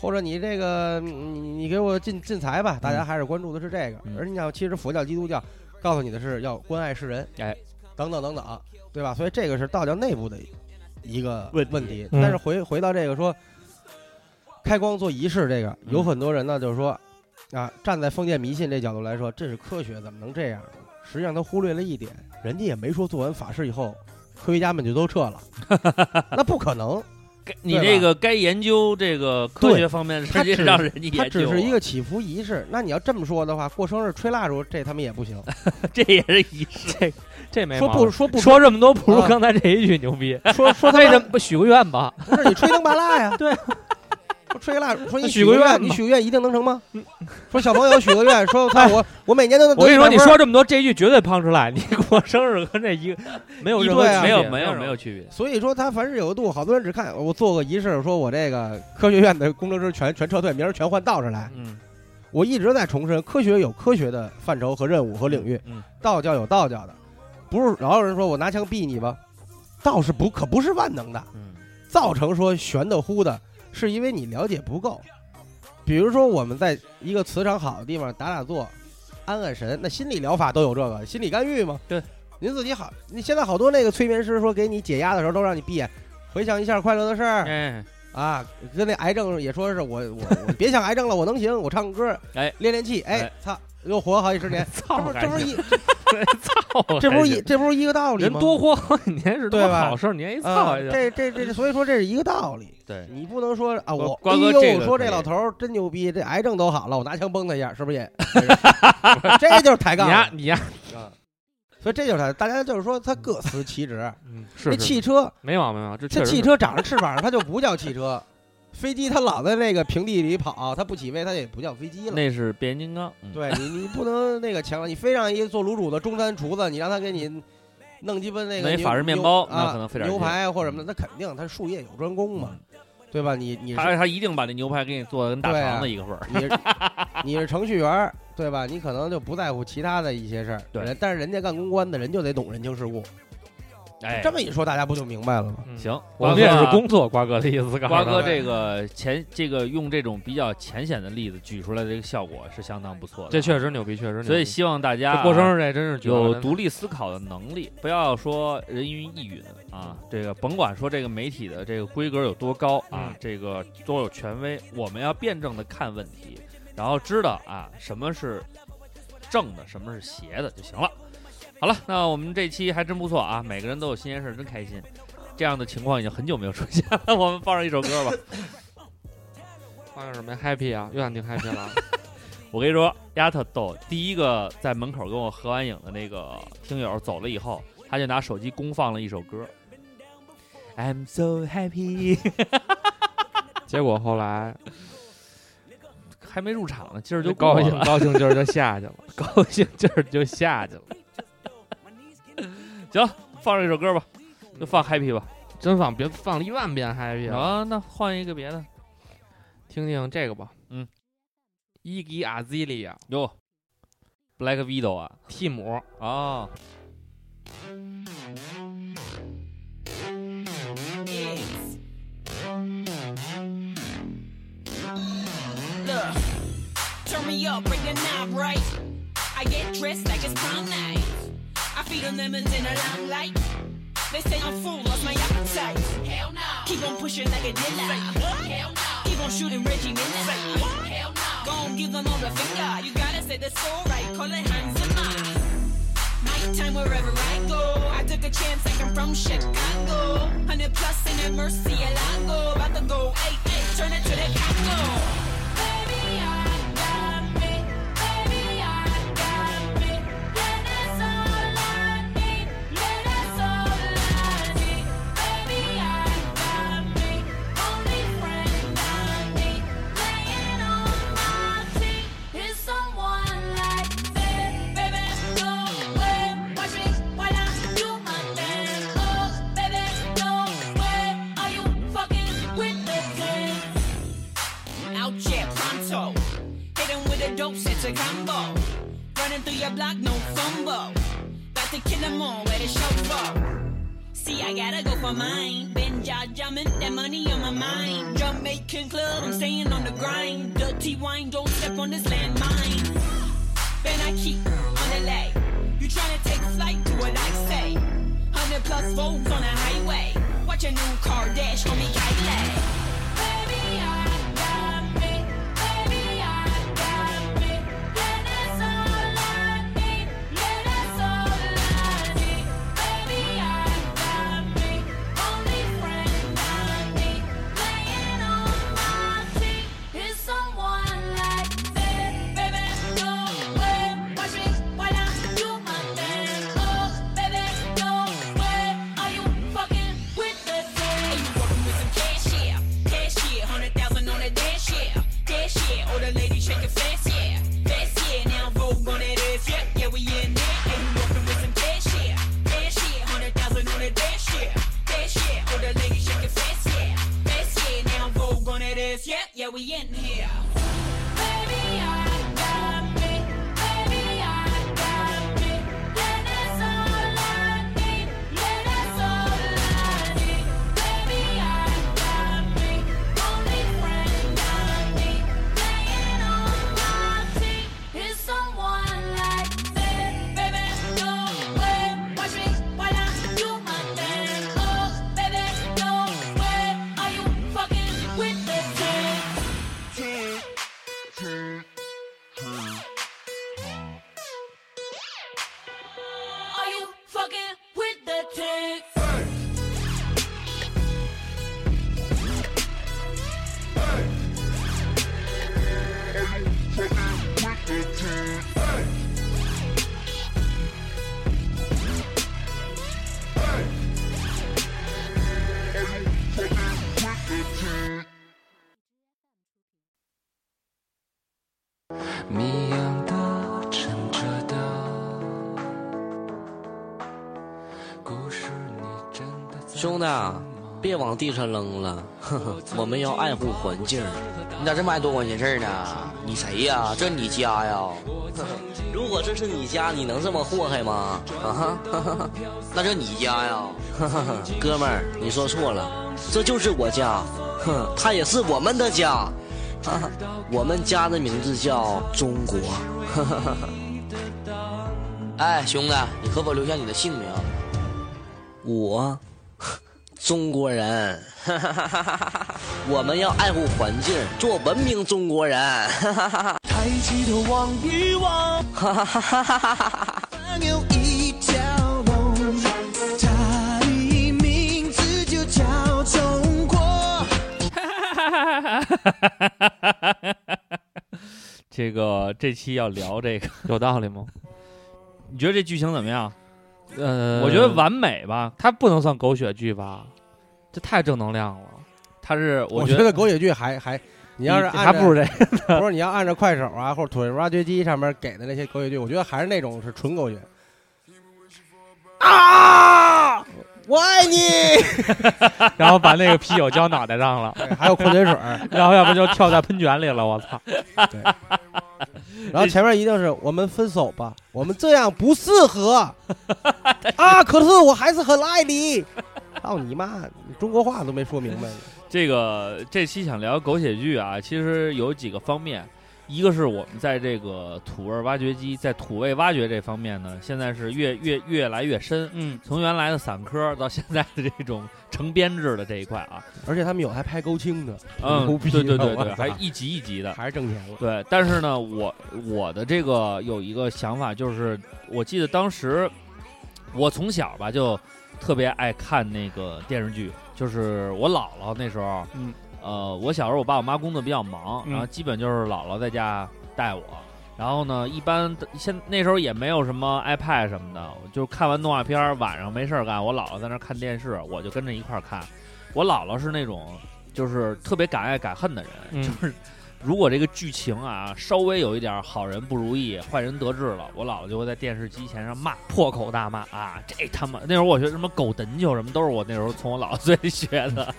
或者你这个嗯你你给我进进财吧，大家还是关注的是这个。
嗯
而你想，其实佛教、基督教告诉你的是要关爱世人，
哎，
等等等等，对吧？所以这个是道教内部的一个
问
问
题
题。
嗯
但是回回到这个说开光做仪式，这个有
嗯
很多人呢就是说啊，站在封建迷信这角度来说，这是科学，怎么能这样呢？实际上他忽略了一点，人家也没说做完法事以后，科学家们就都撤 了，那不可能。
该你
对吧
这个该研究这个科
对
学方面的事
它
情，
只
让人家研究
它
啊，
只是一个祈福仪式。那你要这么说的话，过生日吹蜡烛，这他们也不行。
这也是一
这这没
说
毛病
不说 不
说这么多，不如
啊
刚才这一句牛逼。
说说他
为
们
什么不许个愿吧？
不是你吹灯拔蜡呀？
对，
吹个蜡烛， 说你
那许
许
个愿
愿，
吧
你许个愿一定能成 吗？说小朋友许个愿，说他我我每年都能得
哎我跟
100
你说，你
分儿
说这么多，这一句绝对胖出来。 你过生日跟这一个 没有任何
对啊
区
没
别，
有没有没有区别，
所以说他凡事有个度，好多人只看我做个仪式，说我这个科学院的工程师全全撤退，明儿全换道士来。
嗯
我一直在重申，科学有科学的范畴和任务和领域，
嗯
道教有道教的，不是老有人说我拿枪毙你吧，道士不可不是万能的，
嗯
造成说玄的乎的，是因为你了解不够。比如说我们在一个磁场好的地方打打坐，安安神，那心理疗法都有这个心理干预嘛。
对，
您自己好，你现在好多那个催眠师说给你解压的时候都让你闭眼。回想一下快乐的事儿
哎
啊，跟那癌症也说是我我我别想癌症了，我能行，我唱歌，
哎，
练练气，哎
哎，
操，又活好几十年
操，
这不是
操，
这不是一这不是一这不
一
是一个道理
人
吗？
多活好几年是多
对吧
好事儿，你还一
啊
操，一下
这这这，所以说这是一个道理。
对
你不能说啊，
瓜
我
哎呃瓜哥
哎呦
这个
说
可
这
以
老头儿真牛逼，这癌症都好了，我拿枪崩他一下，是不是 也？这就是抬
你
杠
呀你呀，
啊！所以这就是他，大家就是说他各司其职。
嗯
这
是是
汽车，
没毛病没毛病，这
这
确实
汽
是
车长着翅膀，它就不叫汽车；飞机它老在那个平地里跑，它不起飞，它也不叫飞机了。
那是变形金刚，嗯
对你，你不能那个强了，你非让一做卤煮的中餐厨子，你让他给你弄鸡巴那个
弄一
牛
法式面
牛
包那
啊，
可能费点
牛
劲
排啊或者什么的，那肯定他术业有专攻
嗯
嘛，对吧？你你是
嗯他他一定把那牛排给你做的跟大
对啊
肠子一个味儿，
你是你是程序员儿，对吧？你可能就不在乎其他的一些事儿，
对
人但是人家干公关的人就得懂人情世故，
哎，
这么一说大家不就明白了吗？
嗯
行，
我
瓜
们
哥
也是
啊
工作，瓜哥的意 思。
瓜哥
这
这个前这个用这种比较浅显的例子举出来的这个效果是相当不错的，啊
这确实牛逼，确实牛逼。
所以希望大家
这
啊
过生日这真是绝了
有
真的
独立思考的能力，不要说人云亦云啊。这个甭管说这个媒体的这个规格有多高啊
嗯，
这个多有权威，我们要辩证的看问题，然后知道啊什么是正的，什么是邪的就行了。好了，那我们这期还真不错啊，每个人都有新鲜事儿，真开心。这样的情况已经很久没有出现了，我们放上一首歌吧。
放上什么呀 happy 啊，又想听 happy 了。
我跟你说，丫特逗。第一个在门口跟我合完影的那个听友走了以后，他就拿手机公放了一首歌，I'm so happy，
结果后来
还没入场呢，今儿
就
就
高
过
兴
了。
高兴劲儿就下去了，高兴劲儿就下去了，
放上一首歌吧，就放 happy 吧。
真放别放了一万遍 happy 了。
啊，那换一个别的。
听听这个吧，
嗯，
伊吉阿兹利亚
哟，Black Widow 啊，
蒂姆，
啊，
Look, turn me up, break the knob right. I get dressed like it's prom night. I feed on lemons in a limelight. They say I'm full, lost my appetite. Hell no. Keep on pushing like a deadline. Hell no. Keep on shooting Reggie Miller. Hell no. Gon' give them all the finger. You gotta say the soul right, call it Hans Zimmer. My time wherever I go. I took a chance like I'm from Chicago. 100 plus in that Mercy, and I go. About to go, hey, hey, turn it to the Congo. Baby, I got me. Baby, I got me. Hit 'em with a dope sense of combo. Running through your block, no fumble. About to kill 'em all with a shuffle. See, I gotta go for mine. Been jaw jumping, that money on my mind. Jamaican club, I'm staying on the grind. Dirty wine, don't step on this landmine. Then I keep on the lay. You tryna take flight to what I say. 100 plus volts on the highway. Watch a new car dash, homie, Kylie. Baby, I got me. Baby, I got me. Yeah, that's all I need. Yeah, that's all I need. Baby, I got me. Only friend I need. Laying on my teeth is someone like that. Baby, go away. Watch me while I do my thing. Oh, baby, go away. Are you fucking with the thing? You walking with some cash here, cash here. Hundred thousand on a dash here, dash here. Oh, the lady shaking fast, yeah, fast, yeah. Now roll on that ass, yeah, yeah, we in there. And you walking with some cash here, cash here. Hundred thousand on a dash here, dash here. Oh, the lady shaking fast, yeah, fast, yeah. Now roll on that ass, yeah, yeah, we in here. Baby, I got me. Baby, I got me. Yeah, that's all I need. Yeah, that's all I need. Baby, I got me. Only friend I need. Laying on my teeth is someone like that. Baby, go away. Watch me while I do my thing. Oh, baby, go away. Are you fucking with the thing? Are you fucking with the tick?
谜样的沉着的故事，你真的
兄弟啊，别往地上扔了，呵呵，我们要爱护环境。
你咋这么爱多管闲事儿呢？你谁呀？这你家呀？
如果这是你家，你能这么祸害吗？啊哈，哈哈哈
那这你家呀？
哈哈哈，哥们儿，你说错了，这就是我家，哼，它也是我们的家。哈哈，我们家的名字叫中国。哈哈哈哈，
哎，兄弟，你可否留下你的姓名？
我，中国人。哈哈哈哈哈哈，我们要爱护环境，做文明中国人。哈哈哈哈。
抬起头望一望，
哈哈哈哈哈哈！
翻有一条龙，它的名字就叫中国。
这个这期要聊这个，
有道理吗？
你觉得这剧情怎么样？
呃，
我觉得完美吧。
它不能算狗血剧吧，这太正能量了。
它是
我
觉
觉得狗血剧还还，你要是按
还
照
不如这 个，
不是你要按照快手啊或者土味挖掘机上面给的那些狗血剧，我觉得还是那种是纯狗血。啊！我爱你，
然后把那个啤酒浇脑袋上了，
对还有矿泉水儿，
然后要不就跳在喷泉里了。我操！
然后前面一定是我们分手吧，我们这样不适 合啊！可是我还是很爱你。操你妈！你中国话都没说明白呢。
这个这期想聊狗血剧啊，其实有几个方面，一个是我们在这个土味挖掘机在土味挖掘这方面呢，现在是越越越来越深，
嗯，
从原来的散科到现在的这种成编制的这一块啊，
而且他们有还拍高清的，
嗯，
牛逼啊
对对对
我
对，
操
还一集一集的，
还是挣钱了。
对，但是呢，我我的这个有一个想法，就是我记得当时我从小吧就特别爱看那个电视剧，就是我姥姥那时候，
嗯，
呃，我小时候我爸我妈工作比较忙，
嗯
然后基本就是姥姥在家带我。然后呢，一般现那时候也没有什么 iPad 什么的，我就看完动画片儿，晚上没事儿干，我姥姥在那儿看电视，我就跟着一块儿看。我姥姥是那种就是特别敢爱敢恨的人，
嗯
就是如果这个剧情啊稍微有一点好人不如意、坏人得志了，我姥姥就会在电视机前上骂，破口大骂 啊！这他妈那时候我学什么狗蹬球什么都是我那时候从我姥姥嘴里学的，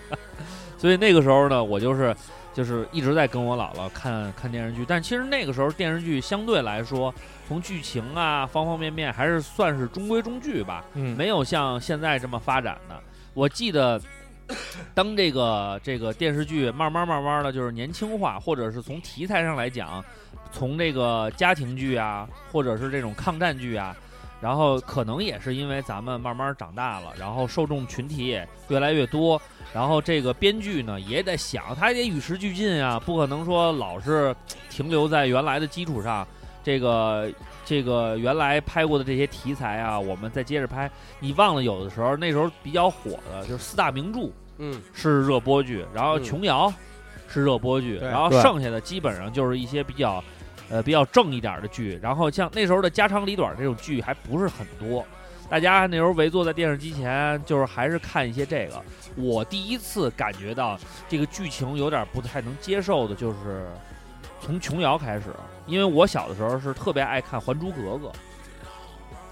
所以那个时候呢，我就是就是一直在跟我姥姥看看电视剧，但其实那个时候电视剧相对来说，从剧情啊方方面面还是算是中规中矩吧，
嗯
没有像现在这么发展的。我记得，当这个这个电视剧慢慢慢慢的就是年轻化，或者是从题材上来讲，从这个家庭剧啊，或者是这种抗战剧啊，然后可能也是因为咱们慢慢长大了，然后受众群体也越来越多，然后这个编剧呢也得想，他也得与时俱进啊，不可能说老是停留在原来的基础上。这个这个原来拍过的这些题材啊，我们再接着拍。你忘了有的时候那时候比较火的就是四大名著
嗯，
是热播剧，然后
嗯
琼瑶是热播剧，
对
然后
对
剩下的基本上就是一些比较呃比较正一点的剧。然后像那时候的家长里短这种剧还不是很多，大家那时候围坐在电视机前，就是还是看一些这个。我第一次感觉到这个剧情有点不太能接受的，就是从琼瑶开始，因为我小的时候是特别爱看《还珠格格》，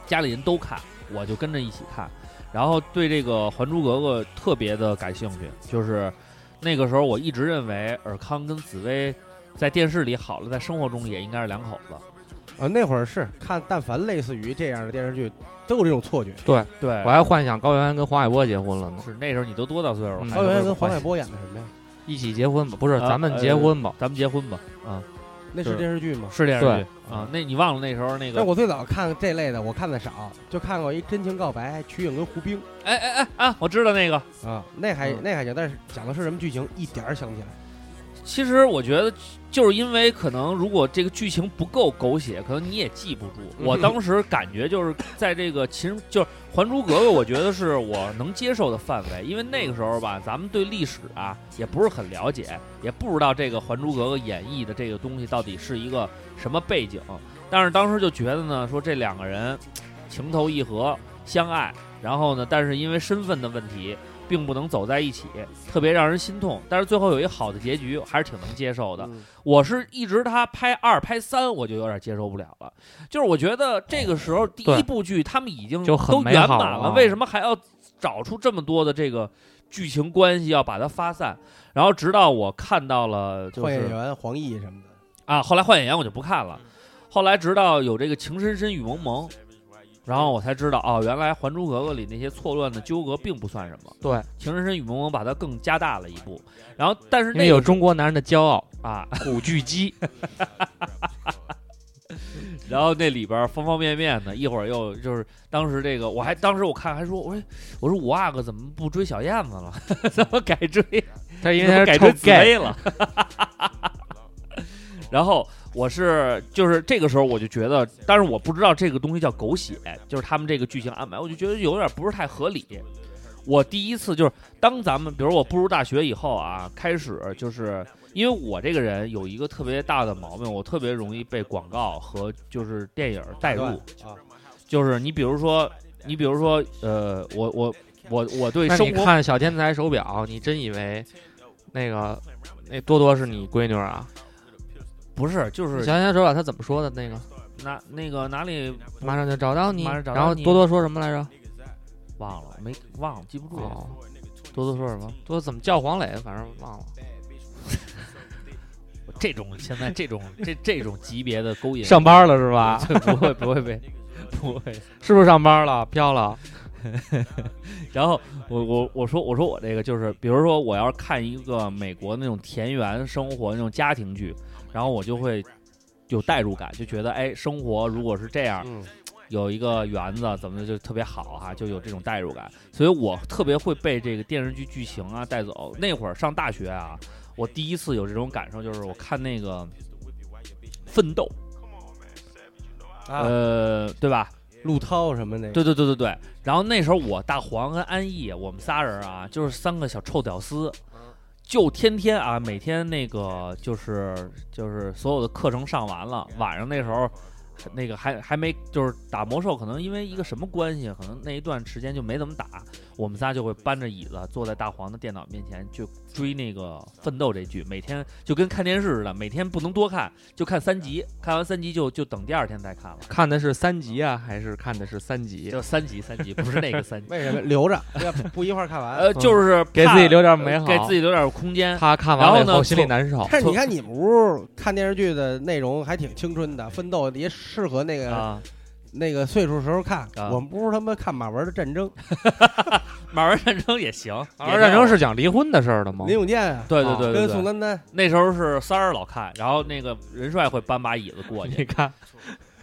家里人都看，我就跟着一起看，然后对这个《还珠格格》特别的感兴趣。就是那个时候，我一直认为尔康跟紫薇在电视里好了，在生活中也应该是两口子。
啊，那会儿是看，但凡类似于这样的电视剧，都有这种错觉。
对
我还幻想高圆圆跟黄海波结婚了呢，
是那时候你都多大岁数了？
嗯
还
高圆圆跟黄海波演的什么呀？
一起结婚吧？不是，
呃
咱们结婚吧？
咱们结婚吧？啊，
那呃是
是
电视剧吗？
是电视
对
剧啊。那你忘了那时候那
但
个？
嗯我最早看这类的，我看的少，就看过一《真情告白》，瞿颖跟胡兵
哎哎哎啊！我知道那个。
啊，那还
嗯
那还行，但是讲的是什么剧情，一点儿想不起来。
其实我觉得，就是因为可能如果这个剧情不够狗血，可能你也记不住。我当时感觉就是在这个其实就是《还珠格格》，我觉得是我能接受的范围，因为那个时候吧，咱们对历史啊也不是很了解，也不知道这个《还珠格格》演绎的这个东西到底是一个什么背景。但是当时就觉得呢，说这两个人情投意合，相爱，然后呢，但是因为身份的问题，并不能走在一起，特别让人心痛。但是最后有一个好的结局，还是挺能接受的。
嗯
我是一直他拍二拍三，我就有点接受不了了。就是我觉得这个时候第一
对
部剧他们已经
就很
都
美
圆
好
满
了嗯
了，为什么还要找出这么多的这个剧情关系要把它发散？然后直到我看到了就
换演
是
员黄奕什么的，
啊，后来换演员我就不看了。
嗯
后来直到有这个《情深深雨蒙蒙》，然后我才知道哦，原来《还珠格格》里那些错乱的纠葛并不算什么，
对，
《情深深雨蒙蒙》把它更加大了一步。然后，但是
因
那
为有
个
中国男人的骄傲，
啊，
古巨 基。
然后那里边方方面面的，一会儿又就是当时这个，我还当时我看还说，我说我说五阿哥怎么不追小燕子了？ 怎么改追？
他因
因
为他
为
是
改
臭
成紫
gay，
薇了。然后我是就是这个时候我就觉得，但是我不知道这个东西叫狗血，就是他们这个剧情安排，我就觉得有点不是太合理。我第一次就是当咱们，比如我步入大学以后啊，开始就是因为我这个人有一个特别大的毛病，我特别容易被广告和就是电影带入
啊，
就是你比如说，你比如说，呃，我我我我对
那
生
你
活
看小天才手表，你真以为那个那多多是你闺女啊？
不是就是
小天才手表他怎么说的？那个
哪那个哪里
马上就找到你，
马上找到
然后
你
多多说什么来着？
忘了，没忘了，记不住。
哦，
多多说什么？
多多怎么叫黄磊？反正忘了。
这种现在这 种这这种级别的勾引，
上班了是 吧？
不会不会被不会。
是不是上班了？飘了？
然后我我我说我说我这个就是，比如说我要是看一个美国那种田园生活那种家庭剧，然后我就会有代入感，就觉得哎，生活如果是这样，
嗯
有一个园子怎么的就特别好哈、就有这种代入感，所以我特别会被这个电视剧剧情啊带走。那会儿上大学啊，我第一次有这种感受，就是我看那个《奋斗》
啊，
呃，对吧？
陆涛什么那个，
对对对对对。然后那时候我大黄跟安逸，我们仨人啊，就是三个小臭屌丝，就天天啊，每天那个就是就是所有的课程上完了，晚上那时候那个还还没就是打魔兽，可能因为一个什么关系，可能那一段时间就没怎么打。我们仨就会搬着椅子坐在大黄的电脑面前，就追那个《奋斗》这剧，每天就跟看电视似的，每天不能多看，就看三集，看完三集就就等第二天再看了。
看的是三级啊，还是看的是三级？
就三集，三集不是那个三集，
为什么留着？要不一块儿看完。
呃，就是
嗯给
怕
自己留点美好，
给自己留点空间。
他看
然
完
后
了以
呢
后心里
从
难受。
但是你看你们屋看电视剧的内容还挺青春的，《奋斗》也适合那个、
啊，
那个岁数时候看。
啊
我们屋他妈看马文的《战争》，
马儿战争也 行，
而战争是讲离婚的事儿的吗
林？永健啊，
对对哦对对
跟宋
对，
丹丹，
那时候是三儿老看，然后那个任帅会搬把椅子过
你
去，
看，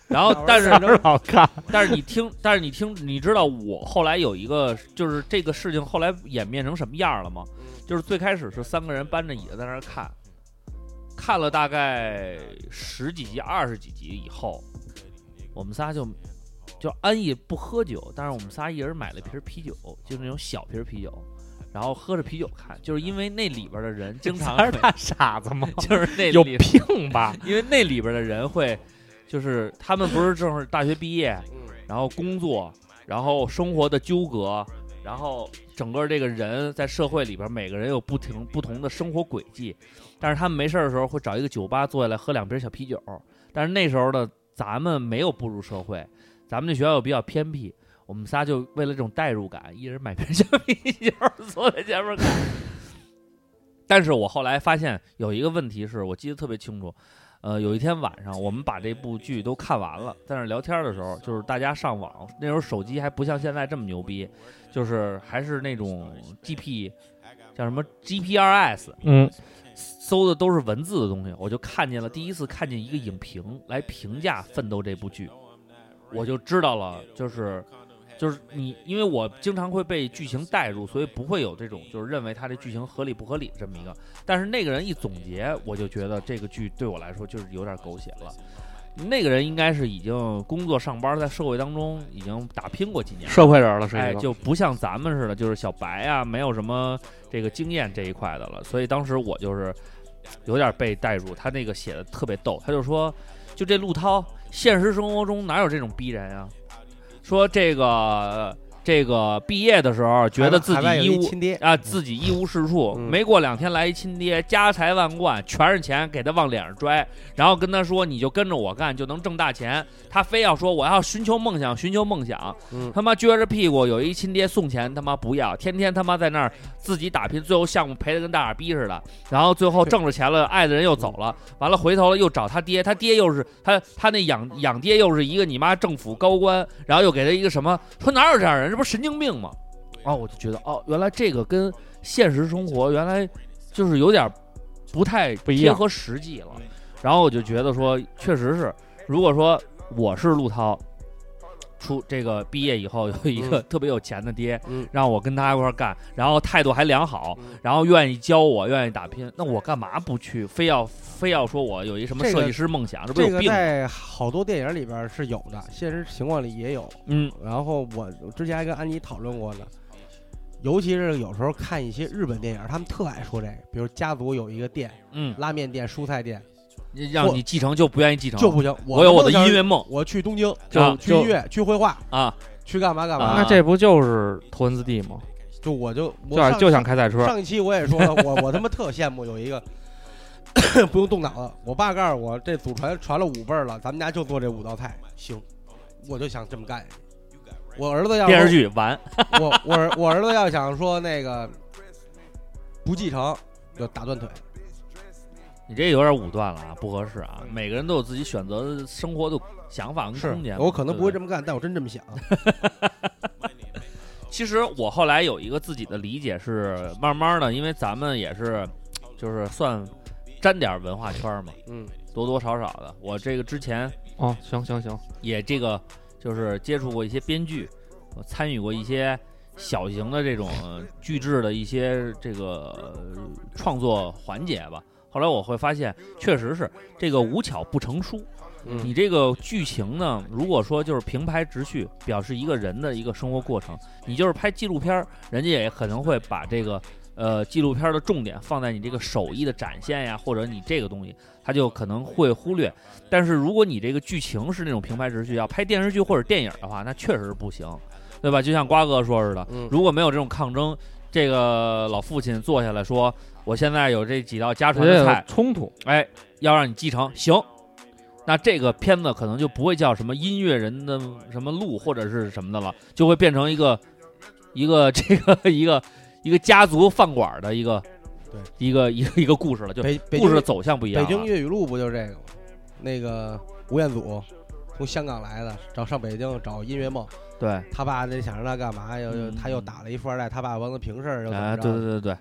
然后哦但是
真好看。
但是你听，但是你听，你知道我后来有一个，就是这个事情后来演变成什么样了吗？就是最开始是三个人搬着椅子在那儿看，看了大概十几集、二十几集以后，我们仨就就安逸不喝酒，但是我们仨一人买了瓶啤酒，就是那种小瓶啤酒，然后喝着啤酒看，就是因为那里边的人经常
还是大傻子吗？
就是那
有
里
病吧？
因为那里边的人会，就是他们不是正是大学毕业，然后工作，然后生活的纠葛，然后整个这个人在社会里边，每个人有不停不同的生活轨迹，但是他们没事儿的时候会找一个酒吧坐下来喝两瓶小啤酒，但是那时候的咱们没有步入社会，咱们这学校又比较偏僻。我们仨就为了这种代入感，一人买瓶 小啤酒坐在前面看。 但是我后来发现有一个问题是，我记得特别清楚，呃，有一天晚上，我们把这部剧都看完了，在那儿聊天的时候，就是大家上网，那时候手机还不像现在这么牛逼，就是还是那种 GP，叫什么 GPRS，
嗯，
搜的都是文字的东西，我就看见了，第一次看见一个影评来评价《奋斗》这部剧，我就知道了，就是就是你，因为我经常会被剧情带入，所以不会有这种就是认为它这剧情合理不合理这么一个。但是那个人一总结，我就觉得这个剧对我来说就是有点狗血了。那个人应该是已经工作上班，在社会当中已经打拼过几年了，
社会人了是一
哎，
个。
就不像咱们似的，就是小白啊，没有什么这个经验这一块的了。所以当时我就是有点被带入，他那个写的特别逗，他就说，就这陆涛，现实生活中哪有这种逼人啊？说这个这个毕业的时候觉得自
海外
己
有
一
一
无
亲爹，
啊，自己一无是处，
嗯
没过两天来一亲爹，家财万贯，全是钱给他往脸上拽，然后跟他说你就跟着我干就能挣大钱，他非要说我要寻求梦想，寻求梦想，
嗯
他妈撅着屁股有一亲爹送钱，他妈不要，天天他妈在那儿自己打拼，最后项目赔的跟大傻逼似的，然后最后挣着钱了，爱的人又走了，完了回头了又找他爹，他爹又是他他那养养爹又是一个你妈政府高官，然后又给他一个什么，说哪有这样人，这不是神经病吗？啊，我就觉得哦，原来这个跟现实生活原来就是有点不太
一
贴
样
合实际了。然后我就觉得说，确实是，如果说我是陆涛，出这个毕业以后有一个特别有钱的爹，
嗯
让我跟他一块儿干，然后态度还良好，然后愿意教我，愿意打拼，那我干嘛不去？非要非要说我有一什么
这个
设计师梦想，这不
这
有
个
病啊吗？
在好多电影里边是有的，现实情况里也有。
嗯
然后我之前还跟安妮讨论过呢，尤其是有时候看一些日本电影，他们特爱说这个，比如家族有一个店，
嗯，
拉面店、蔬菜店
让你继承就不愿意继承，
就不行。
啊我有我的音
乐，
乐梦
我去东京，
就
去音乐，去绘画，
啊，
去干嘛干
啊
嘛。
那这不就是头文字 D 吗？
就我就
就
我
想
上
就想开赛车，
上一期我也说了，我我他妈特羡慕有一个 不用动脑子。我爸告诉我，这祖传传了五辈儿了，咱们家就做这五道菜，行，我就想这么干。我儿子要
电视剧完，
我我儿我儿子要想说那个不继承，就打断腿。
你这有点武断了啊，不合适啊。每个人都有自己选择的生活的想法跟空间嘛，
我可能不会这
么。
么干，但我真这么想。
其实我后来有一个自己的理解是，慢慢的，因为咱们也是，就是算沾点文化圈嘛，
嗯，
多多少少的。我这个之前
哦，行行行，
也这个就是接触过一些编剧，我参与过一些小型的这种呃剧制的一些这个呃创作环节吧。后来我会发现，确实是这个无巧不成书。你这个剧情呢，如果说就是平拍直叙，表示一个人的一个生活过程，你就是拍纪录片儿，人家也可能会把这个呃纪录片的重点放在你这个手艺的展现呀，或者你这个东西，他就可能会忽略。但是如果你这个剧情是那种平白直叙，要拍电视剧或者电影的话，那确实不行，对吧？就像瓜哥说似的
嗯，
如果没有这种抗争，这个老父亲坐下来说，我现在有这几道家
我
传
觉得
的
有
菜，
冲突，
哎，要让你继承，行。那这个片子可能就不会叫什么音乐人的什么路或者是什么的了，就会变成一个一个这个一个一个家族饭馆的一个
对
一个一个一个故事了，就
北北
故
京
事的走向不一样
北
了。
京粤语录不就这个吗？那个吴彦祖从香港来的，找上北京找音乐梦，
对，
他爸那想让他干嘛，又又
嗯
他又打了一富二代他爸王德平事儿，又怎
啊，
么着？
对对对对，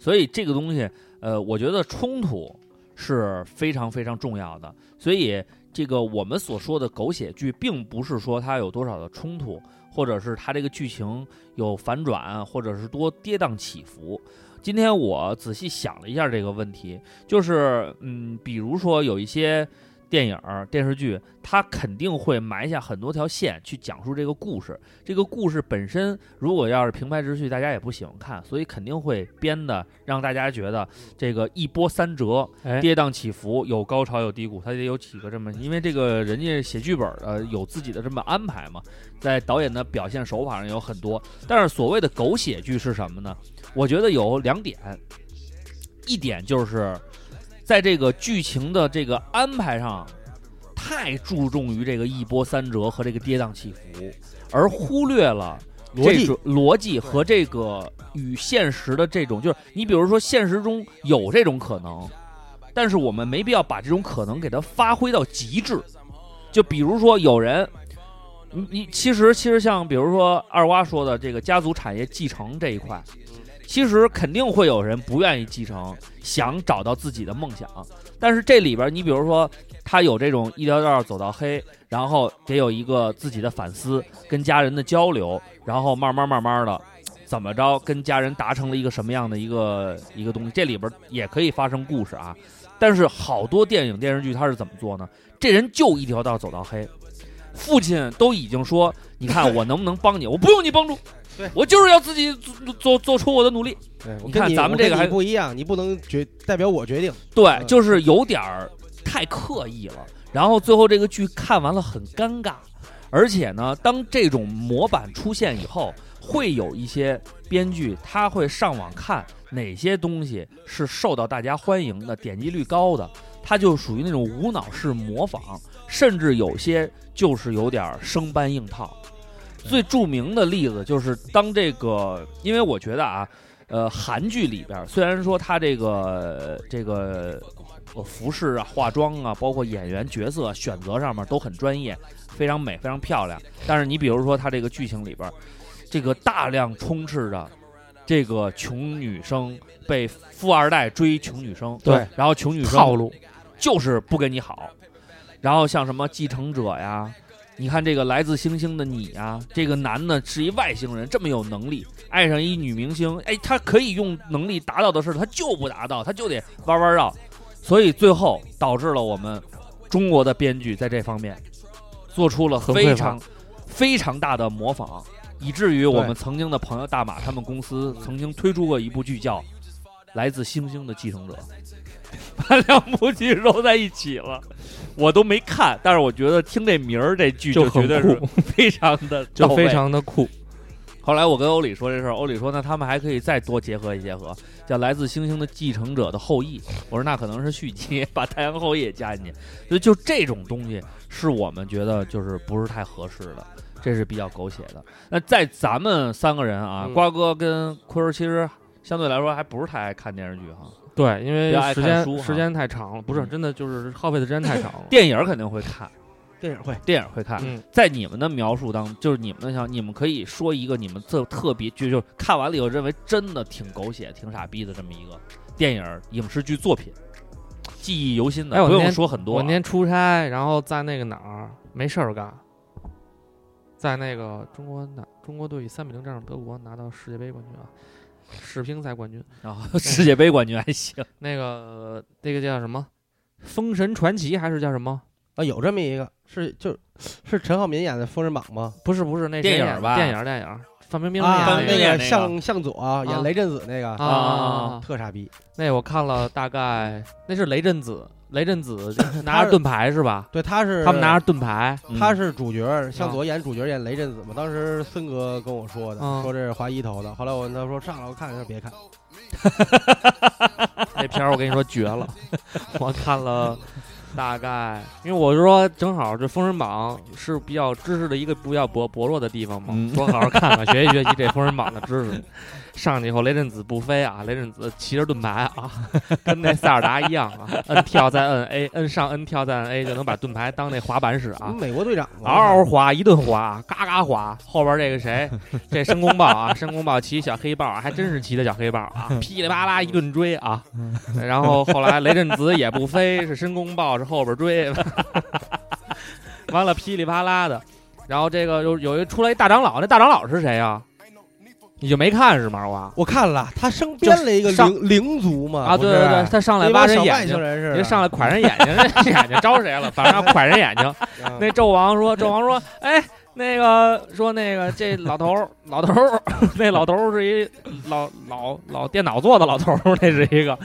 所以这个东西，呃，我觉得冲突是非常非常重要的。所以这个我们所说的狗血剧，并不是说它有多少的冲突，或者是它这个剧情有反转，或者是多跌宕起伏。今天我仔细想了一下这个问题，就是嗯，比如说有一些电影儿、电视剧，它肯定会埋下很多条线去讲述这个故事。这个故事本身如果要是平白直叙，大家也不喜欢看，所以肯定会编的让大家觉得这个一波三折、
哎，
跌宕起伏，有高潮有低谷，它得有几个这么，因为这个人家写剧本的有自己的这么安排嘛，在导演的表现手法上有很多。但是所谓的狗血剧是什么呢？我觉得有两点，一点就是在这个剧情的这个安排上。太注重于这个一波三折和这个跌宕起伏，而忽略了
逻辑
这种逻辑和这个与现实的这种，就是你比如说现实中有这种可能，但是我们没必要把这种可能给它发挥到极致。就比如说有人，你你其实其实像比如说二瓜说的这个家族产业继承这一块，其实肯定会有人不愿意继承，想找到自己的梦想。但是这里边儿，你比如说他有这种一条道儿走到黑，然后得有一个自己的反思，跟家人的交流，然后慢慢慢慢的。怎么着跟家人达成了一个什么样的一个一个东西？这里边儿也可以发生故事啊。但是好多电影电视剧它是怎么做呢？这人就一条道走到黑，父亲都已经说，你看我能不能帮你？我不用你帮助，
对
我就是要自己做做做出我的努力。
对，我
你
跟
看
你
咱们这个
我跟
还
你不一样，你不能决代表我决定。
对，
嗯
就是有点儿太刻意了。然后最后这个剧看完了很尴尬，而且呢，当这种模板出现以后，会有一些编剧他会上网看哪些东西是受到大家欢迎的、点击率高的，他就属于那种无脑式模仿，甚至有些就是有点儿生搬硬套。最著名的例子就是当这个，因为我觉得啊，呃，韩剧里边儿虽然说它这个这个呃服饰啊、化妆啊，包括演员角色选择上面都很专业，非常美、非常漂亮，但是你比如说它这个剧情里边儿，这个大量充斥着。这个穷女生被富二代追穷女生，
对，
然后穷女生
套路
就是不跟你好。然后像什么继承者呀，你看这个来自星星的你呀，这个男的是一外星人，这么有能力，爱上一女明星，哎，他可以用能力达到的事，他就不达到，他就得弯弯绕，所以最后导致了我们中国的编剧在这方面做出了非常非常大的模仿，以至于我们曾经的朋友大马他们公司曾经推出过一部剧叫《来自星星的继承者》， 把两部剧揉在一起了。我都没看，但是我觉得听这名儿，这剧
就
绝
很
对是
酷，
非常的
就非常的酷。
后来我跟欧里说这事儿，欧里说那他们还可以再多结合一结合，叫《来自星星的继承者的后裔》。我说那可能是续集， 把太阳后裔也加进去。所以就这种东西是我们觉得就是不是太合适的，这是比较狗血的。那在咱们三个人啊，
嗯
瓜哥跟坤儿其实相对来说还不是太爱看电视剧哈，
对，因为
比较爱
时
看书
间
哈
时间太长了，不是
嗯
真的就是耗费的时间太长了。
电影儿肯定会看，
电影会
电影会看。
嗯，
在你们的描述当中，就是你们的想，你们可以说一个你们特特别，就就看完了以后认为真的挺狗血、挺傻逼的这么一个电影儿、影视剧作品，记忆犹新的，
哎我
不
那
用
天
说很多
我
啊、
那天出差，然后在那个哪儿没事儿干，在那个中国拿中国队以三比零战胜德国，拿到世界杯冠军啊，世乒赛冠军。
然后世界杯冠军还 行，
那个那个叫什么《封神传奇》还是叫什么？
啊，有这么一个是就是是陈浩民演的《封神榜》吗？
不是不是，那谁
电影
演的
吧
电影儿电影儿《范冰冰演
啊，
的
范冰
那
那
冰演
个
那个
向向左啊演雷震子那个
个啊啊啊啊
特傻逼。
那我看了大概，那是雷震子，雷震子 拿
他
着
是
盾牌是吧？
对，他是
他们拿着盾牌，
他是主角，
啊
向左演主角演雷震子嘛。当时森哥跟我说的
嗯，
说这是华谊投的。后来我问他说上来我看，他说别看，
那片儿我跟你说 绝了，我看了大概，因为我是说正好这《封神榜》是比较知识的一个比较薄薄弱的地方嘛，
嗯
说好好看看学习学习这《封神榜》的知识。上去以后，雷震子不飞啊，雷震子骑着盾牌 啊，跟那塞尔达一样啊，摁跳再摁 A，摁上摁跳再摁 A 就能把盾牌当那滑板使啊。
美国队长嘛
嗷嗷滑，一顿滑，嘎嘎滑。后边这 个谁，这申公豹啊，申公豹骑小黑豹啊，还真是骑的小黑豹 啊，噼里啪啦一顿追啊。
嗯
然后后来雷震子也不飞，是申公豹是后边追， 完了噼里啪啦的。然后这个有有一出来一大长老，那大长老是谁啊？你就没看是吗？我
我看了，他生编了一个
就上
灵灵族嘛
啊，
不
对
是
对对，他上来
那
挖
帮
人
小
眼
外
睛
星，人似
别
的，
上来蒯人眼睛，这眼睛招谁了？反正要蒯人眼睛。
嗯
那纣王说，纣王说，哎，那个说那个这老头儿，老头儿， 那老头儿是一老老老电脑做的老头儿，那是一个，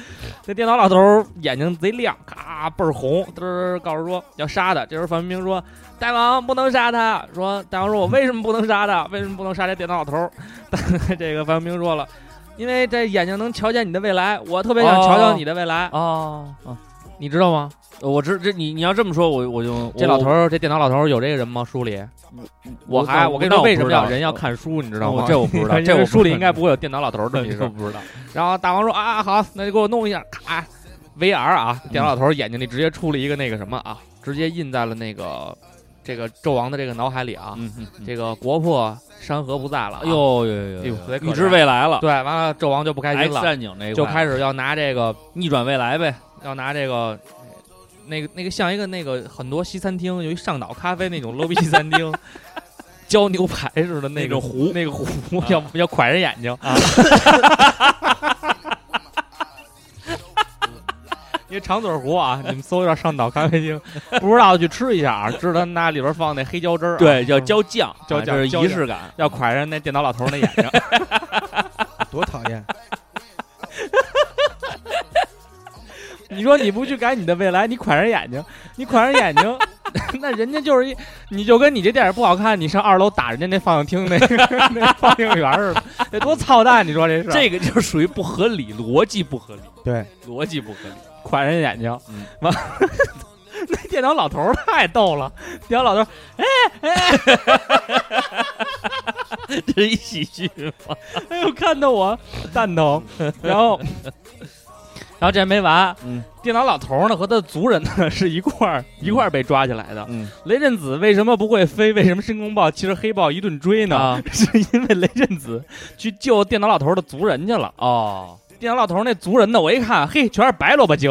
那电脑老头儿眼睛贼亮，咔倍儿红，嘚儿告诉说要杀他。这时候范冰冰说，大王不能杀他，说大王说我为什么不能杀他？为什么不能杀这电脑老头儿？ 这个范冰冰说了。因为这眼睛能瞧见你的未来，我特别想瞧瞧你的未来，
哦，哦
哦你知道吗？
我知这你你要这么说，我我就
这老头，儿，这电脑老头儿有这个人吗？书里，
我
我还
我
我跟你
那我
说，
不
为什么
知道
要人要看书，你知道吗？
这我不 知道，这
因为
我
书里应该不会有电脑老头儿这么一
这
说
我。不知道。
然后大王说啊，好，那就给我弄一下，咔，VR 啊，电脑老头儿眼睛里直接出了一个那个什么啊，直接印在了那个这个纣王的这个脑海里啊，
嗯嗯嗯，
这个国破山河不在了、啊，
哎，呦呦
哎呦
呦
特别，可
预知
怜
未来了
对，完了纣王就不开心
，X
了，
战警那一
就
块
开始要拿这个
逆转未来呗，
要拿这个。那个那个像一个那个很多西餐厅有一上岛咖啡那种 low 逼西餐厅，浇牛排似的那
那个
壶那个壶要要蒯人眼睛， 因为长嘴壶啊，你们搜一下上岛咖啡厅，不知道去吃一下啊，知道他们那里边放那黑椒汁儿、啊，
对，叫浇酱，
浇
啊
酱
就是
浇
仪
酱
式感。
要蒯人那电脑老头儿那眼睛，
多讨 厌。
你说你不去改你的未来，你蒯人眼睛，你蒯人眼睛， 那人家就是一，你就跟你这电影不好看，你上二楼打人家那放映厅那个 那放映员似的，得多操蛋！你说这是
这个就是属于不合理，逻辑不合理，
对，
逻辑不合理。
蒯人眼睛
嗯，
完、 那电脑老头儿太逗了，电脑老头儿哎
这是一喜剧吗？
哎呦，看得我蛋疼。然后，然后这还没完，
嗯
电脑老头儿呢和他的族人呢是一块儿一块儿被抓起来的。
嗯
雷震子为什么不会飞？为什么申公豹骑着黑豹一顿追呢？
啊
是因为雷震子去救电脑老头儿的族人去了。
哦，
电脑老头儿那族人呢，我一看，嘿，全是白萝卜精。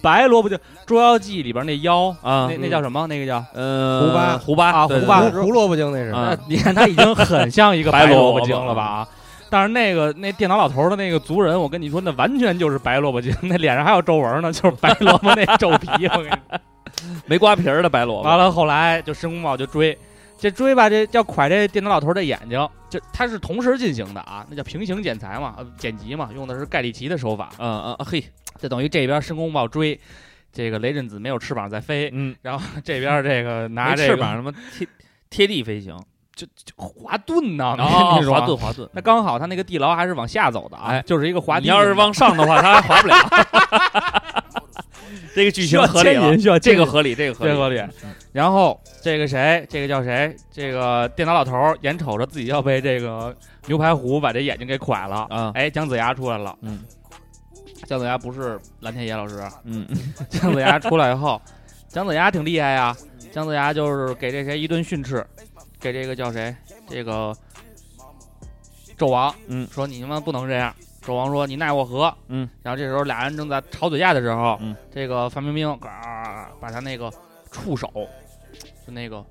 白萝卜精，《捉妖记》里边那妖
啊
那那叫什么？那个叫
呃，
胡巴
胡巴
啊
对
胡
对对
巴
胡胡萝卜精那是
啊
那你看他已经很像一个
白
嗯白
萝
萝
卜
卜精了吧？啊！但是那个那电脑老头的那个族人，我跟你说，那完全就是白萝卜精，那脸上还有皱纹呢，就是白萝卜那皱皮。我跟你说，
没瓜皮儿的白萝卜
完，了后来就申公豹就追，这追吧，这要蒯这电脑老头的眼睛，这他是同时进行的啊，那叫平行剪裁嘛，呃剪辑嘛，用的是盖里奇的手法。呃
嗯嗯啊嘿，
这等于这边申公豹追，这个雷震子没有翅膀在飞，
嗯，
然后这边这个拿
拿
这
翅
个
膀什么贴贴地飞行，
滑盾呢，
哦，
你说啊
滑盾滑盾。
那刚好他那个地牢还是往下走的啊，
哎
就是一个滑梯。
你要是往上的话，它还滑不了。 这个剧情合理了，
需要
这个合理，这个合
这
理，
个合理。然后这个谁，这个叫谁，这个电脑老头儿眼瞅着自己要被这个牛排糊把这眼睛给蒯了，
啊
哎，姜子牙出来了。
嗯，
姜子牙不是蓝天野老师，啊
嗯，
姜子牙出来以后，姜子牙挺厉害呀，姜子牙就是给这谁一顿训斥，给这个叫谁，这个纣王，
嗯
说你他妈不能这样。纣王说你奈我何，
嗯，
然后这时候俩人正在吵嘴架的时候，
嗯，
这个范冰冰嘎把他那个触手，就那个。啊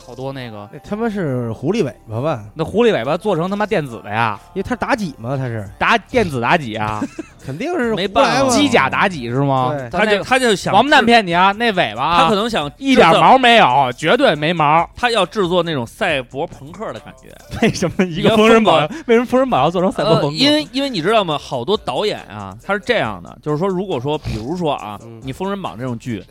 好多那个
那他妈是狐狸尾巴吧？
那狐狸尾巴做成他妈电子的呀，
因为他妲己嘛，他是
妲电子妲己 啊，
肯定是
没
胡来
办
嘛
法
机甲妲己是吗
对？
他
他就
这
他就想
王八蛋
制，
骗你啊，那尾巴
他可
啊，
能想
一点
制造，
毛没有，绝对没 毛。
他要制作那种赛博朋克的感觉。
为什么一
个封神榜
为什么封神榜要做成赛
呃，因为因为你知道吗？好多导演啊，他是这样的，就是说，如果说，比如说啊，
嗯
你《封神榜》这种剧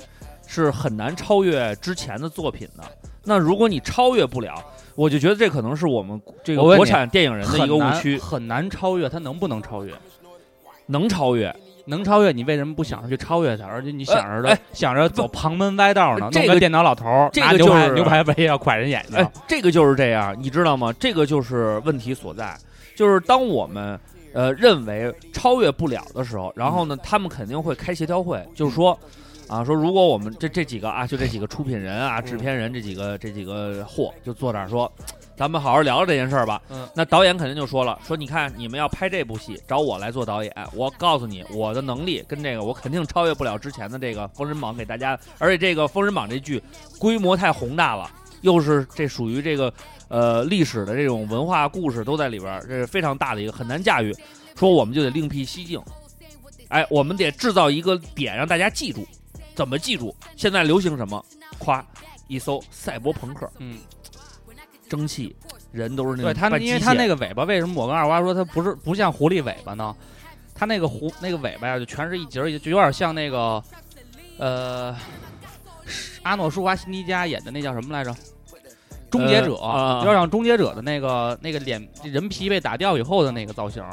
是很难超越之前的作品的。那如果你超越不了，我就觉得这可能是我们这个
我问你
国产电影人的一个误区，
很难超越，它能不能超越？
能超越。
能超越，你为什么不想着去超越它？而且你想着的、
呃哎呃
想着走旁门歪道呢？
这个
弄电脑老头儿
这
拿
个
牛排、
就是
牛排围要拐人眼睛。
哎，这个就是这样，你知道吗？这个就是问题所在，就是当我们呃认为超越不了的时候，然后呢，他们肯定会开协调会，就是说。啊，说如果我们这这几个啊，就这几个出品人啊、制片人这几个这几个货，就坐那儿说，咱们好好聊聊这件事儿吧。
嗯，
那导演肯定就说了，说你看你们要拍这部戏，找我来做导演，我告诉你我的能力跟这个我肯定超越不了之前的这个《封神榜》给大家，而且这个《封神榜》这剧规模太宏大了，又是这属于这个呃历史的这种文化故事都在里边儿，这是非常大的一个很难驾驭。说我们就得另辟蹊径，哎，我们得制造一个点让大家记住，怎么记住？现在流行什么？夸一搜赛博朋克，
嗯，
蒸汽，人都是那
对
种
它，
半
因为
机
它
械
那个尾巴，为什么我跟二瓜说它不是不像狐狸尾巴呢？它那个狐那个尾巴呀，就全是一节儿一节儿，就有点像那个呃，是阿诺舒华辛迪加演的那叫什么来着？终结者，
呃啊
有点像终结者的那个那个脸人皮被打掉以后的那个造型。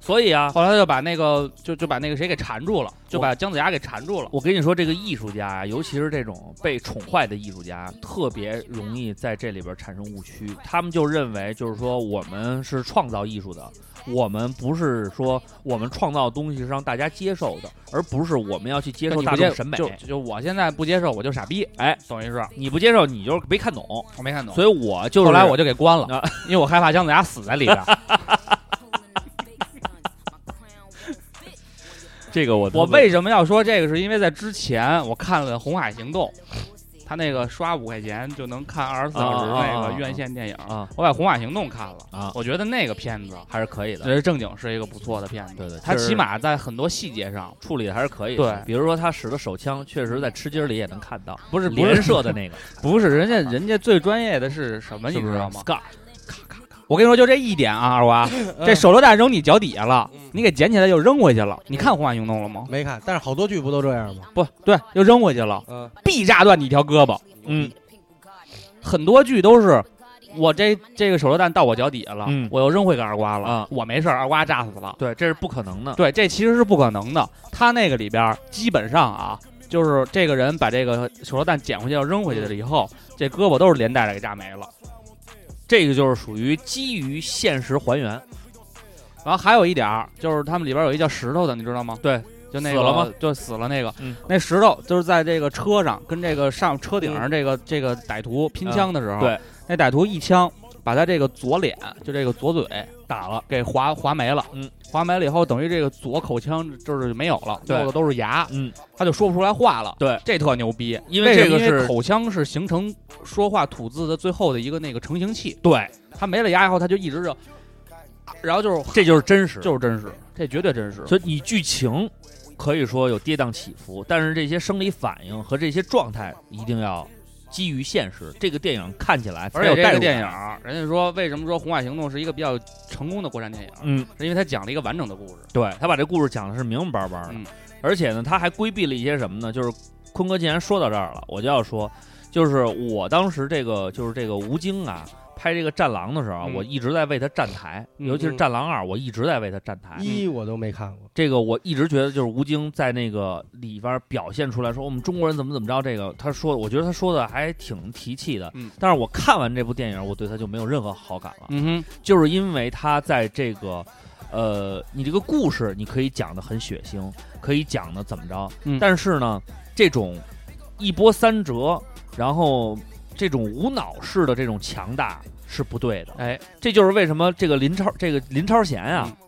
所以啊，
后来他就把那个就就把那个谁给缠住了，就把姜子牙给缠住了。
我跟你说，这个艺术家，尤其是这种被宠坏的艺术家，特别容易在这里边产生误区。他们就认为，就是说我们是创造艺术的，我们不是说我们创造的东西是让大家接受的，而不是我们要去接
就
受
你不
大
接
众审美。
就就我现在不接受，我就傻逼。
哎，
等于是
你不接受，你就是没看懂。
我没看懂，
所以我就是
后来我就给关了
啊，
因为我害怕姜子牙死在里边。
这个我
我为什么要说这个？是因为在之前我看了《红海行动》，他那个刷五块钱就能看二十四小时
啊啊啊
那
啊
个
啊
院线电影，
啊
我把《红海行动》看了
啊
我觉得那个片子
还是可以的，
这是正经是一个不错的片子，
对对，
它
就是
起码在很多细节上
处理的还是可以的。
对
比如说他使的手枪，确实在吃鸡儿里也能看到，
不是不
连
是
射的那个，
不是人家人家最专业的是什么，
是
你
不
知
是
道吗？
？Scar
我跟你说，就这一点啊，二瓜，
嗯
这手榴弹扔你脚底下了，你给捡起来又扔回去了。你看《红海行动》了吗？
没看，但是好多剧不都这样吗？
不对，又扔回去了，
嗯，
必炸断你一条胳膊。
嗯，
很多剧都是我这这个手榴弹到我脚底下了，
嗯
我又扔回给二瓜了，
啊
我没事儿，二瓜炸死了。
对，这是不可能的。
对，这其实是不可能的。他那个里边儿基本上啊，就是这个人把这个手榴弹捡回去要扔回去了以后，这胳膊都是连带着给炸没了。
这个就是属于基于现实还原。
然后还有一点儿，就是他们里边有一叫石头的，你知道吗？
对，
就那个
死了吗？
就死了那个，
嗯
那石头就是在这个车上跟这个上车顶上这个、这个歹徒拼枪的时候，
嗯对，
那歹徒一枪把他这个左脸，就这个左嘴打了，给划划没了。
嗯，
划没了以后，等于这个左口腔就是没有了，
对
露的都是牙，
嗯，
他就说不出来话了。
对，
这特牛逼，
因
为
为
什
这
么
个
因为
是
口腔是形成说话吐字的最后的一个那个成型器，
对，
他没了牙以后，他就一直就，啊然后就是
这就是真实。
就是真实，这绝对真实。
所以你剧情可以说有跌宕起伏，但是这些生理反应和这些状态一定要基于现实。这个电影看起来才
而
有
且
代
这
入
个
感
电影，儿，人家说为什么说《红海行动》是一个比较成功的国产电影儿，
嗯，
是因为它讲了一个完整的故事。
对他把这故事讲的是明明白白的，
嗯
而且呢，他还规避了一些什么呢？就是坤哥既然说到这儿了，我就要说，就是我当时这个就是这个吴京啊。拍这个《战狼》的时候啊，
嗯
我一直在为他站台，
嗯
尤其是《战狼二》，我一直在为他站
啊
台。
一我都没看过，
这个我一直觉得就是吴京在那个里边表现出来说我们中国人怎么怎么着，这个他说的，我觉得他说的还挺提气的。
嗯
但是我看完这部电影，我对他就没有任何好感了，
嗯
就是因为他在这个，呃，你这个故事你可以讲的很血腥，可以讲的怎么着，
嗯
但是呢，这种一波三折，然后这种无脑式的这种强大是不对的。
哼，哎，
这就是为什么这个林超这个林超贤啊
嗯，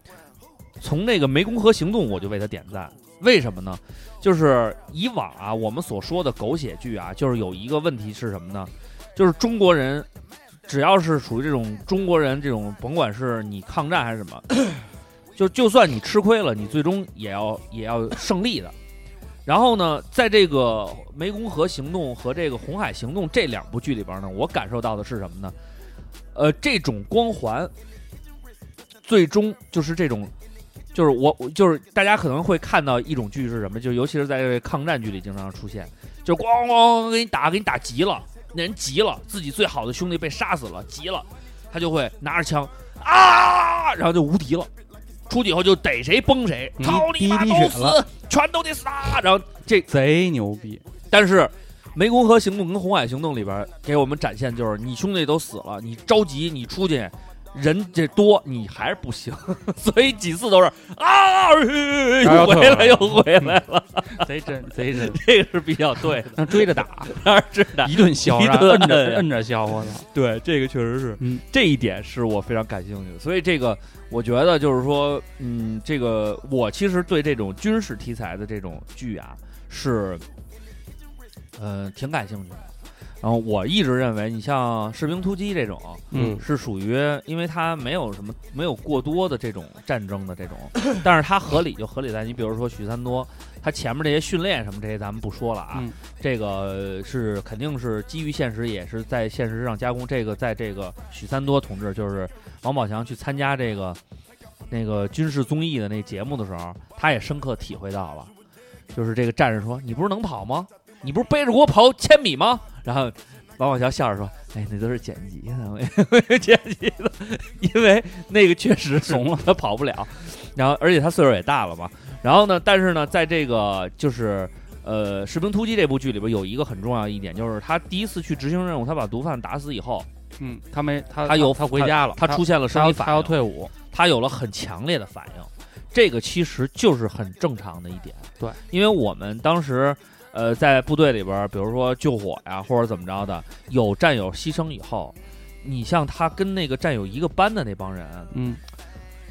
从那个湄公河行动我就为他点赞。为什么呢？就是以往啊，我们所说的狗血剧啊，就是有一个问题是什么呢？就是中国人，只要是属于这种中国人这种，甭管是你抗战还是什么，就就算你吃亏了，你最终也要也要胜利的。然后呢，在这个湄公河行动和这个红海行动这两部剧里边呢，我感受到的是什么呢？呃，这种光环，最终就是这种，就是我我就是大家可能会看到一种剧是什么，就尤其是在这抗战剧里经常出现，就是咣咣给你打，给你打急了，那人急了，自己最好的兄弟被杀死了，急了，他就会拿着枪啊，然后就无敌了。出去以后就逮谁崩谁，
嗯
操你妈
滴
都
滴血
死
了，
全都得死啊！然后这
贼牛逼，
但是湄公河行动跟红海行动里边给我们展现就是，你兄弟都死了，你着急，你出去。人这多，你还是不行， 所以几次都是啊，又回来又回来了，
贼真 贼真，
这个是比较对的，
那追着打，
当然是的，
一顿削，
一
然后
顿
摁着
呀
摁着削，我操！
对，这个确实是，
嗯
这一点是我非常感兴趣的。所以这个，我觉得就是说，嗯，这个我其实对这种军事题材的这种剧啊，是，呃，挺感兴趣的。然后我一直认为，你像《士兵突击》这种，
嗯
是属于，因为它没有什么没有过多的这种战争的这种， 但是它合理就合理在你比如说许三多，他前面这些训练什么这些咱们不说了啊，
嗯
这个是肯定是基于现实，也是在现实上加工。这个在这个许三多同志就是王宝强去参加这个那个军事综艺的那节目的时候，他也深刻体会到了，就是这个战士说：“你不是能跑吗？你不是背着给我跑千米吗？”然后王宝强笑着说：“哎，那都是剪辑的，我也 剪辑的，因为那个确实怂了，他跑不了。然后，而且他岁数也大了嘛。然后呢，但是呢，在这个就是呃《士兵突击》这部剧里边有一个很重要的一点，就是他第一次去执行任务，他把毒贩打死以后，
嗯，他没他
他有
他回家了，
他出现了
他
生理
要
反应，
他要退伍，
他有了很强烈的反应，这个其实就是很正常的一点。
对，
因为我们当时呃在部队里边儿，比如说救火呀或者怎么着的，有战友牺牲以后，你像他跟那个战友一个班的那帮人，
嗯，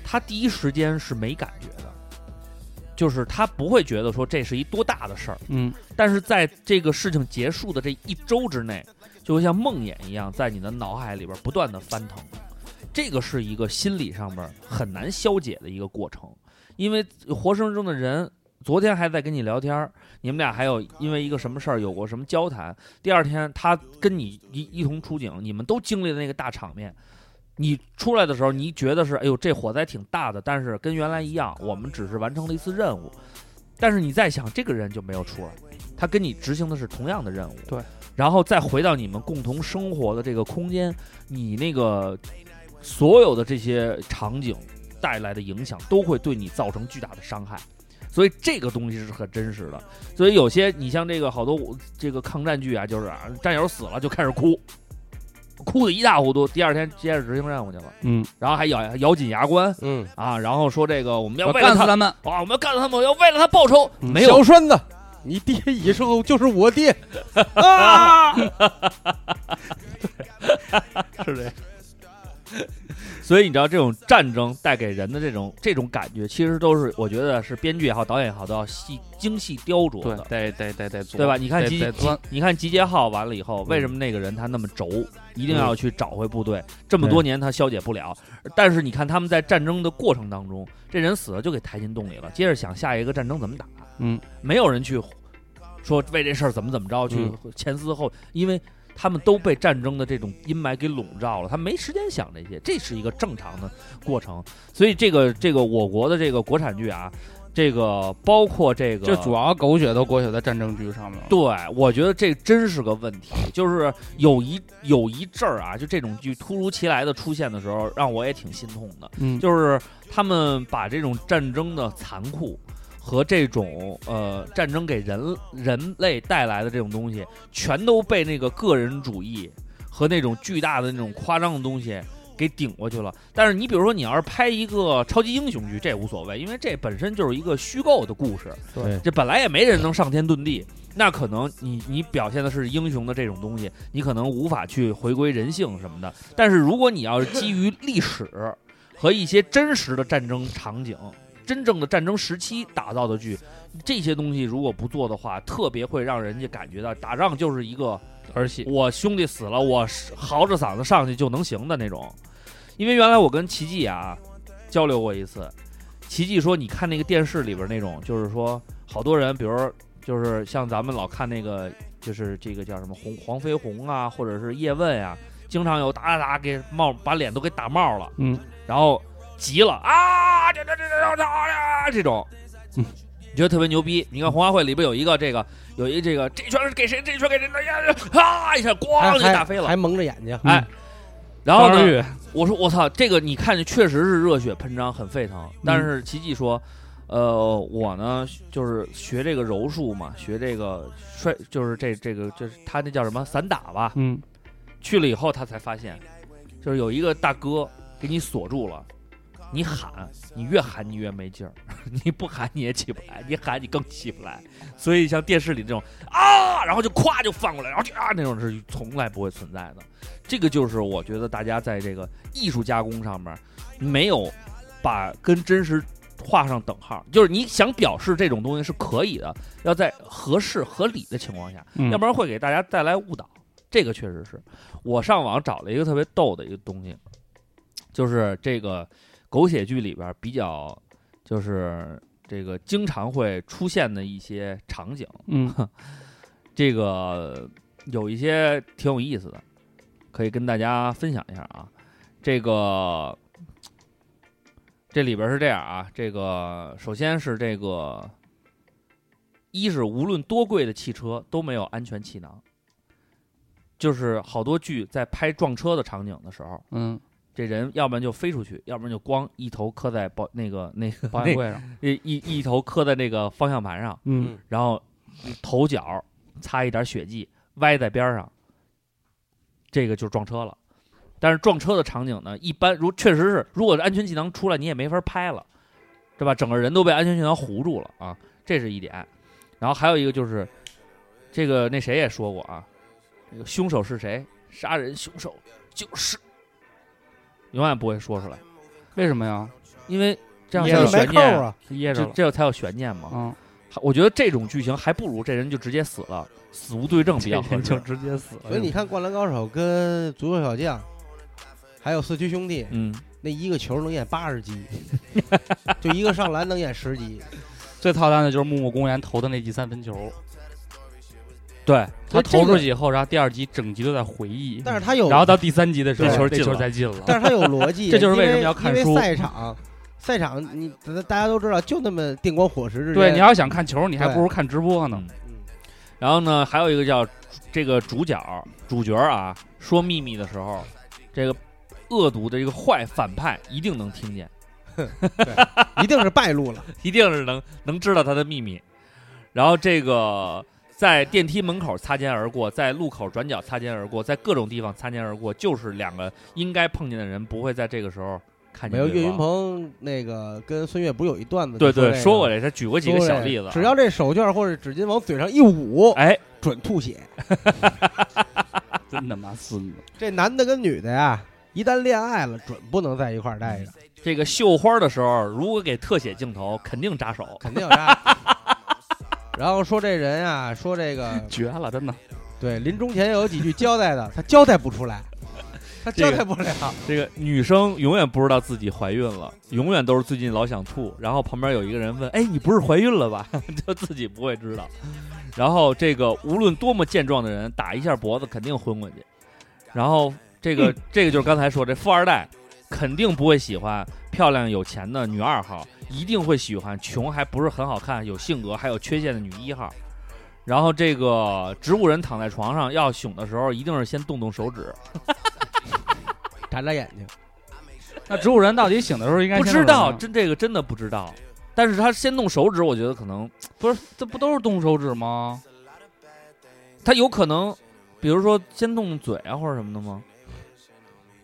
他第一时间是没感觉的，就是他不会觉得说这是一多大的事儿，
嗯，
但是在这个事情结束的这一周之内，就会像梦魇一样，在你的脑海里边不断的翻腾。这个是一个心理上面很难消解的一个过程，因为活生生中的人，昨天还在跟你聊天儿，你们俩还有因为一个什么事儿有过什么交谈，第二天他跟你一一同出警，你们都经历了那个大场面。你出来的时候，你觉得是，哎呦，这火灾挺大的，但是跟原来一样，我们只是完成了一次任务。但是你再想，这个人就没有出来，他跟你执行的是同样的任务。
对，
然后再回到你们共同生活的这个空间，你那个所有的这些场景带来的影响，都会对你造成巨大的伤害。所以这个东西是很真实的。所以有些你像这个好多我这个抗战剧啊，就是啊，战友死了就开始哭，哭的一塌糊涂，第二天接着执行任务去了，
嗯，
然后还咬咬紧牙关
嗯，
啊，然后说这个我们要
我
为了
干死
他
他嗯们，
啊，我们要干死他们，我要为了他报仇，没有
小栓子，你爹以后就是我 爹，啊
所以你知道这种战争带给人的这种这种感觉，其实都是我觉得是编剧也好，导演也好，都要细精细雕琢
对
的，，
得得得得做，嗯
对吧？你看
得
集
得
集
钻，
你看集结号完了以后，为什么那个人他那么轴，一定
嗯
要去找回部队？这么多年他消解不了，但是你看他们在战争的过程当中，这人死了就给抬进洞里了，接着想下一个战争怎么打，
嗯，
没有人去说为这事儿怎么怎么着去
嗯
前思后，因为。他们都被战争的这种阴霾给笼罩了，他没时间想这些，这是一个正常的过程。所以这个这个我国的这个国产剧啊，这个包括这个
这主要狗血都狗血在战争剧上面了，
对，我觉得这真是个问题，就是有一有一阵儿啊，就这种剧突如其来的出现的时候，让我也挺心痛的。
嗯，
就是他们把这种战争的残酷和这种呃战争给人人类带来的这种东西，全都被那个个人主义和那种巨大的那种夸张的东西。给顶过去了，但是你比如说，你要是拍一个超级英雄剧，这无所谓，因为这本身就是一个虚构的故事，
对
这本来也没人能上天遁地，那可能你你表现的是英雄的这种东西，你可能无法去回归人性什么的。但是如果你要是基于历史和一些真实的战争场景、真正的战争时期打造的剧，这些东西如果不做的话，特别会让人家感觉到打仗就是一个
儿戏，
我兄弟死了，我是嚎着嗓子上去就能行的那种。因为原来我跟奇迹啊交流过一次，奇迹说你看那个电视里边那种，就是说好多人，比如就是像咱们老看那个，就是这个叫什么红黄飞鸿啊，或者是叶问啊，经常有打打打给帽把脸都给打帽了，
嗯，
然后急了啊，这这这这这啊这种，
嗯
你觉得特别牛逼。你看红花会里边有一个这个，有一这个这拳是给谁，这拳给谁，哎呀啊一下咣就给打飞了
还，蒙着眼睛，
哎，然后
张
呢，
玉
我说我操，这个你看着确实是热血喷张，很沸腾。但是奇迹说，呃，我呢就是学这个柔术嘛，学这个摔，就是这这个就是他那叫什么散打吧，
嗯，
去了以后，他才发现，就是有一个大哥给你锁住了，你喊，你越喊你越没劲儿， 你不喊你也起不来，你喊你更起不来。所以像电视里这种啊，然后就咵就翻过来，然后就啊那种是从来不会存在的。这个就是我觉得大家在这个艺术加工上面没有把跟真实。画上等号，就是你想表示这种东西是可以的，要在合适合理的情况下，
嗯
要不然会给大家带来误导。这个确实是我上网找了一个特别逗的一个东西，就是这个狗血剧里边比较就是这个经常会出现的一些场景，
嗯，
这个有一些挺有意思的，可以跟大家分享一下啊。这个这里边是这样啊，这个首先是这个，一是无论多贵的汽车都没有安全气囊，就是好多剧在拍撞车的场景的时候，
嗯，
这人要不然就飞出去，要不然就光一头磕在保那个那 个
保险柜上，
那一一头磕在那个方向盘上，
嗯，
然后头角擦一点血迹，歪在边上，这个就撞车了。但是撞车的场景呢，一般如确实是，如果是安全气囊出来，你也没法拍了，对吧？整个人都被安全气囊糊住了啊， 这是一点。然后还有一个就是，这个那谁也说过啊，那个凶手是谁？杀人凶手就是，永远不会说出来，
为什么呀？
因为这样
噎
才有
着
没
悬
扣
念，
啊，
噎着
这
了，
这才有悬念嘛。
嗯，
还我觉得这种剧情还不如这人就直接死了，死无对证比较合适。
直接死了
所以你看《灌篮高手》跟《足球小将》，还有《四驱兄弟》，
嗯，
那一个球能演八十集，就一个上篮能演十集，
最操蛋的就是木木公园投的那记三分球，
对，
他
所以这
投出
个
去以后，然后第二集整集都在回忆，
但是他有，
然后到第三集的时候，
这球
这
进
球
了
才进了。
但是他有逻辑，
这就是为什么要看
因为
书
因为赛场，赛场你大家都知道，就那么电光火石之间，
对，你要想看球，你还不
对
如看直播呢。
嗯
然后呢，还有一个叫这个主角主角啊，说秘密的时候，这个恶毒的这个坏反派一定能听见，
一定是败露了，
一定是能能知道他的秘密。然后这个在电梯门口擦肩而过，在路口转角擦肩而过，在各种地方擦肩而过，就是两个应该碰见的人不会在这个时候看
没
见
有
对方。
岳云鹏那个跟孙越不是有一段子，
对对，
说
说过这，他举过
这
几
个
个
说
小
这
例
个
子啊，
只要这手绢或者纸巾往嘴上一 捂，
哎。
准吐血。
真他妈孙子！
这男的跟女的呀，一旦恋爱了，准不能在一块儿待着，
这个绣花的时候，如果给特写镜头，肯定扎手。
肯定有渣。 然后说这人啊，说这 个
绝了，真的。
对，临终前有几句交代的，他交代不出 来，他交代不了。
这个女生永远不知道自己怀孕了，永远都是最近老想吐，然后旁边有一个人问：“哎，你不是怀孕了吧？” 就自己不会知道。然后这个无论多么健壮的人，打一下脖子肯定昏过去。然后这个、这个就是刚才说这富二代，肯定不会喜欢漂亮有钱的女二号，一定会喜欢穷还不是很好看、有性格还有缺陷的女一号。然后这个植物人躺在床上要醒的时候，一定是先动动手指，
眨眨眼睛，
那植物人到底醒的时候应该
不
先
知
干
道，
嘛
真这个真的不知道。但是他先动手指，我觉得可能
不是这不都是动手指吗？
他有可能，比如说先动嘴啊或者什么的吗？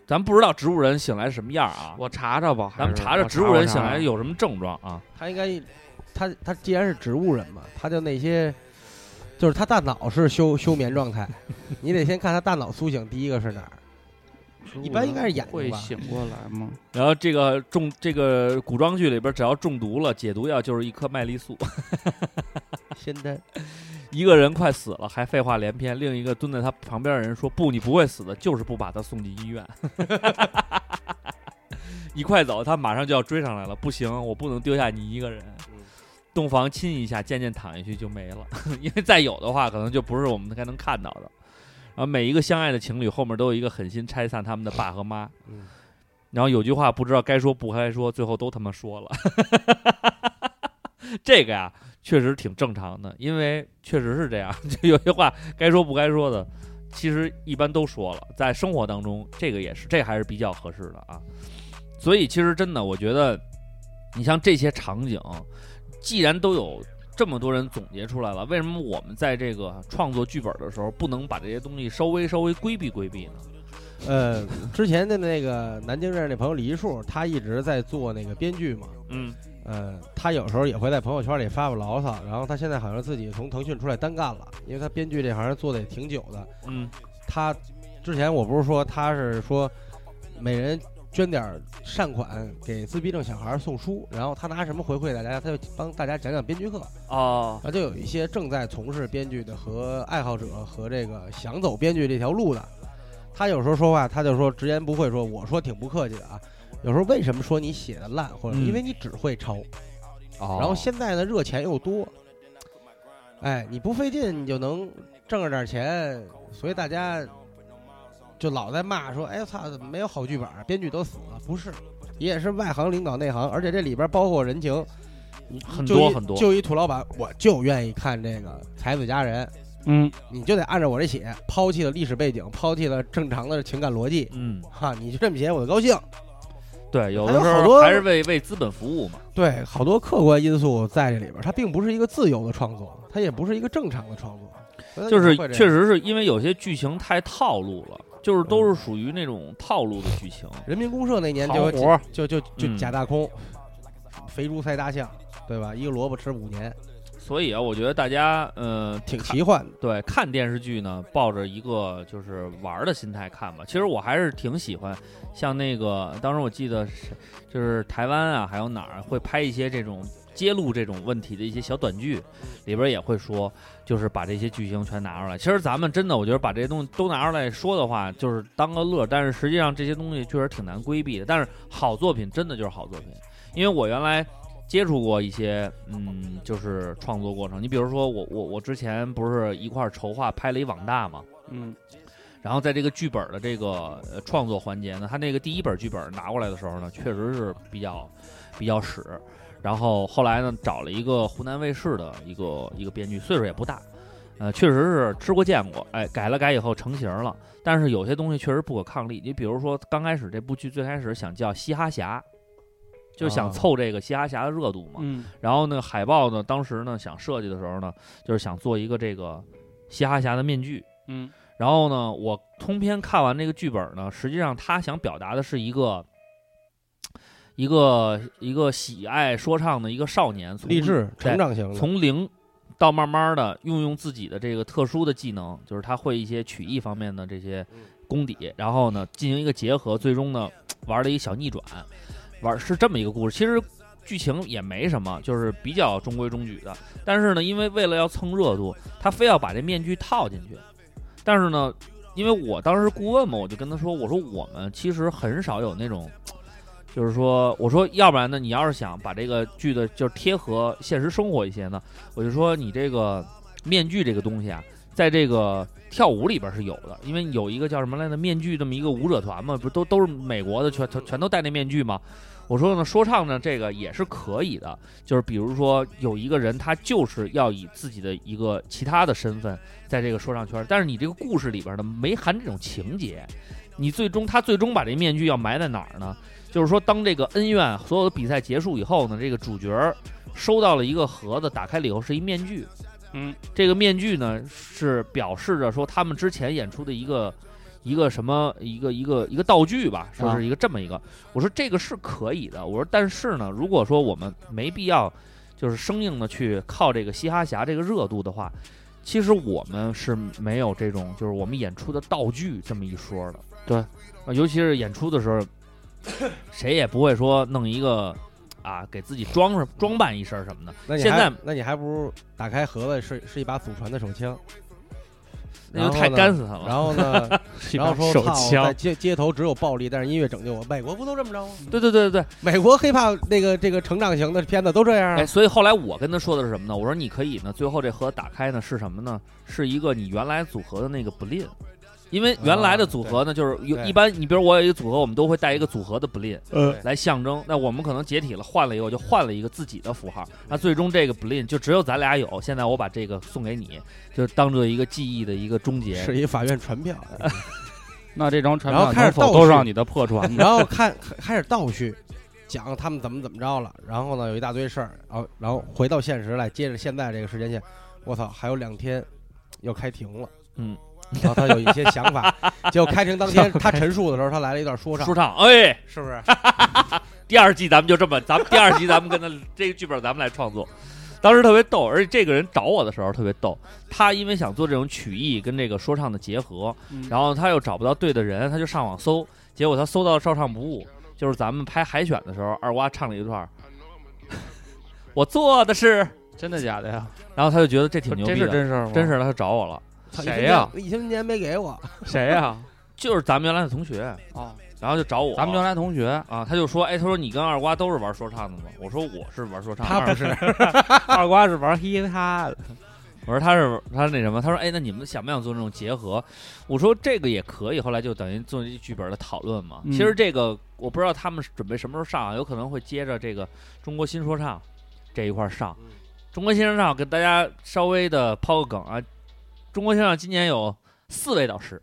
咱不知道植物人醒来什么样啊？
我查查吧，
咱们
还是
查查
我
植物人
查
醒来有什么症状啊？
他应该，他他既然是植物人嘛，他就那些，就是他大脑是休休眠状态，你得先看他大脑苏醒，第一个是哪儿？
植物
一般
人
应该是眼睛
会
吧
醒过来吗？
然后这个中这个古装剧里边，只要中毒了，解毒药就是一颗麦丽素。
仙丹，
一个人快死了还废话连篇，另一个蹲在他旁边的人说：“不，你不会死的，就是不把他送进医院。”你快走，他马上就要追上来了。不行，我不能丢下你一个人。洞房亲一下，渐渐躺下去就没了， 因为再有的话，可能就不是我们该能看到的。然后每一个相爱的情侣后面都有一个狠心拆散他们的爸和妈。
嗯
然后有句话不知道该说不该说，最后都他妈说了。 这个呀，确实挺正常的，因为确实是这样， 就有些话该说不该说的，其实一般都说了。在生活当中，这个也是，这还是比较合适的啊。所以其实真的，我觉得，你像这些场景，既然都有这么多人总结出来了，为什么我们在这个创作剧本的时候，不能把这些东西稍微稍微规避规避呢？
呃，之前的那个南京认识那朋友李一树，他一直在做那个编剧嘛，
嗯，
呃，他有时候也会在朋友圈里发发牢骚，然后他现在好像自己从腾讯出来单干了，因为他编剧这行做的也挺久的，
嗯，
他之前我不是说他是说每人捐点儿善款给自闭症小孩儿送书，然后他拿什么回馈大家，他就帮大家讲讲编剧课，
哦
啊然后就有一些正在从事编剧的和爱好者和这个想走编剧这条路的，他有时候说话他就说直言不讳说，我说挺不客气的啊。有时候为什么说你写的烂，或者
嗯
因为你只会抄，
哦
然后现在呢热钱又多，哎，你不费劲你就能挣着点钱，所以大家就老在骂说，哎操，怎么没有好剧本儿，编剧都死了，不是，也是外行领导内行，而且这里边包括人情，你
很
就
多
一
很多
就一土老板，我就愿意看这个《才子佳人》，
嗯，
你就得按照我这写，抛弃了历史背景，抛弃了正常的情感逻辑，
嗯，
哈，你就这么写我就高兴。
对，有
还
的
有
时
好
候
多
还是为为资本服务嘛。
对，好多客观因素在这里边儿，它并不是一个自由的创作，它也不是一个正常的创作，
就是
所以它
确
会这样
实是因为有些剧情太套路了，就是都
嗯
是属于那种套路的剧情。
人民公社那年就
好
有
活儿
几就就就
嗯
假大空，肥猪赛大象，对吧？一个萝卜吃五年，
所以啊，我觉得大家呃
挺
看
奇幻的。
对看电视剧呢，抱着一个就是玩儿的心态看吧。其实我还是挺喜欢，像那个当时我记得是就是台湾啊，还有哪儿会拍一些这种揭露这种问题的一些小短剧，里边也会说，就是把这些剧情全拿出来。其实咱们真的，我觉得把这些东西都拿出来说的话，就是当个乐儿。但是实际上这些东西确实挺难规避的。但是好作品真的就是好作品，因为我原来接触过一些，嗯，就是创作过程。你比如说我我我之前不是一块儿筹划拍了一网大嘛，
嗯，
然后在这个剧本的这个呃创作环节呢，他那个第一本剧本拿过来的时候呢，确实是比较比较屎。然后后来呢，找了一个湖南卫视的一个一个编剧，岁数也不大，呃，确实是吃过见过，哎，改了改以后成型了。但是有些东西确实不可抗力，你比如说刚开始这部剧最开始想叫《嘻哈侠》，就想
啊
凑这个《嘻哈侠》的热度嘛。
嗯，
然后呢，海报呢，当时呢想设计的时候呢，就是想做一个这个嘻哈侠的面具。
嗯，
然后呢，我通篇看完这个剧本呢，实际上他想表达的是一个。一个一个喜爱说唱的一个少年，从
励志
对
成长型的，
从零到慢慢的运用自己的这个特殊的技能，就是他会一些曲艺方面的这些功底，然后呢进行一个结合，最终呢玩了一小逆转，玩是这么一个故事。其实剧情也没什么，就是比较中规中矩的。但是呢，因为为了要蹭热度，他非要把这面具套进去。但是呢，因为我当时是顾问嘛，我就跟他说，我说我们其实很少有那种。就是说，我说，要不然呢？你要是想把这个剧的，就是贴合现实生活一些呢，我就说你这个面具这个东西啊，在这个跳舞里边是有的，因为有一个叫什么来着面具这么一个舞者团嘛，不都都是美国的全全全都戴那面具吗？我说呢，说唱呢这个也是可以的，就是比如说有一个人他就是要以自己的一个其他的身份在这个说唱圈，但是你这个故事里边呢没含这种情节，你最终他最终把这面具要埋在哪儿呢？就是说，当这个恩怨所有的比赛结束以后呢，这个主角儿收到了一个盒子，打开了以后是一面具。
嗯，
这个面具呢是表示着说他们之前演出的一个一个什么一个一个一个道具吧，说是一个这么一个。我说这个是可以的，我说但是呢，如果说我们没必要就是生硬的去靠这个嘻哈侠这个热度的话，其实我们是没有这种就是我们演出的道具这么一说的。啊对，尤其是演出的时候，谁也不会说弄一个啊，给自己装上装扮一身什么
那
的。
你
现在
还那你还不如打开盒子是是一把祖传的手枪，
那
然
就
后
太
呢
干死他了，
然后呢
是一
然后
哦把
说
手
操
枪
在街街头只有暴力，但是音乐拯救我。美国不都这么着吗？
对对对对对，
美国 hiphop 那个这个成长型的片子都这样啊
哎，。所以后来我跟他说的是什么呢？我说你可以呢，最后这盒打开呢是什么呢？是一个你原来组合的那个 Blin，因为原来的组合呢、就是有
啊对
一般，你比如我有一个组合，我们都会带一个组合的 Blin，
呃
来象征。那我们可能解体了，换了以后就换了一个自己的符号。那最终这个 Blin 就只有咱俩有。现在我把这个送给你，就当做一个记忆的一个终结。
是一法院传票，
那这张传
然后
票
开始
能否
倒
都
叙
让你的破船呢？
然后看开开始倒叙，讲他们怎么怎么着了，然后呢有一大堆事儿，然后然后回到现实来，接着现在这个时间线，我操，还有两天要开庭了，
嗯，
然后他有一些想法，结果开庭当天他陈述的时候，他来了一段说唱，
舒畅，哎，
是不是？
第二季咱们就这么，咱们第二集咱们跟他这个剧本咱们来创作。当时特别逗，而且这个人找我的时候特别逗。他因为想做这种曲艺跟这个说唱的结合，然后他又找不到对的人，他就上网搜，结果他搜到照唱不误，就是咱们拍海选的时候，二瓜唱了一段儿，我做的是，
真的假的呀？
然后他就觉得这挺牛
这
逼
是
的，
真事儿吗？
真是的他就找我了，
操
谁呀？
一千年没给我，
谁呀？
就是咱们原来的同学，
哦，
然后就找我，
咱们原来同 学，
啊，他就说，哎，他说你跟二瓜都是玩说唱的吗？我说我是玩说唱的，
他不是，
二瓜是玩 hiphop 的，
我说他是他那什么？他说哎，那你们想不想做这种结合？我说这个也可以。后来就等于做一剧本的讨论嘛。
嗯
其实这个我不知道他们准备什么时候上啊，有可能会接着这个中国新说唱这一块儿上。中国新说唱跟大家稍微的抛个梗啊，中国新说唱今年有四位导师，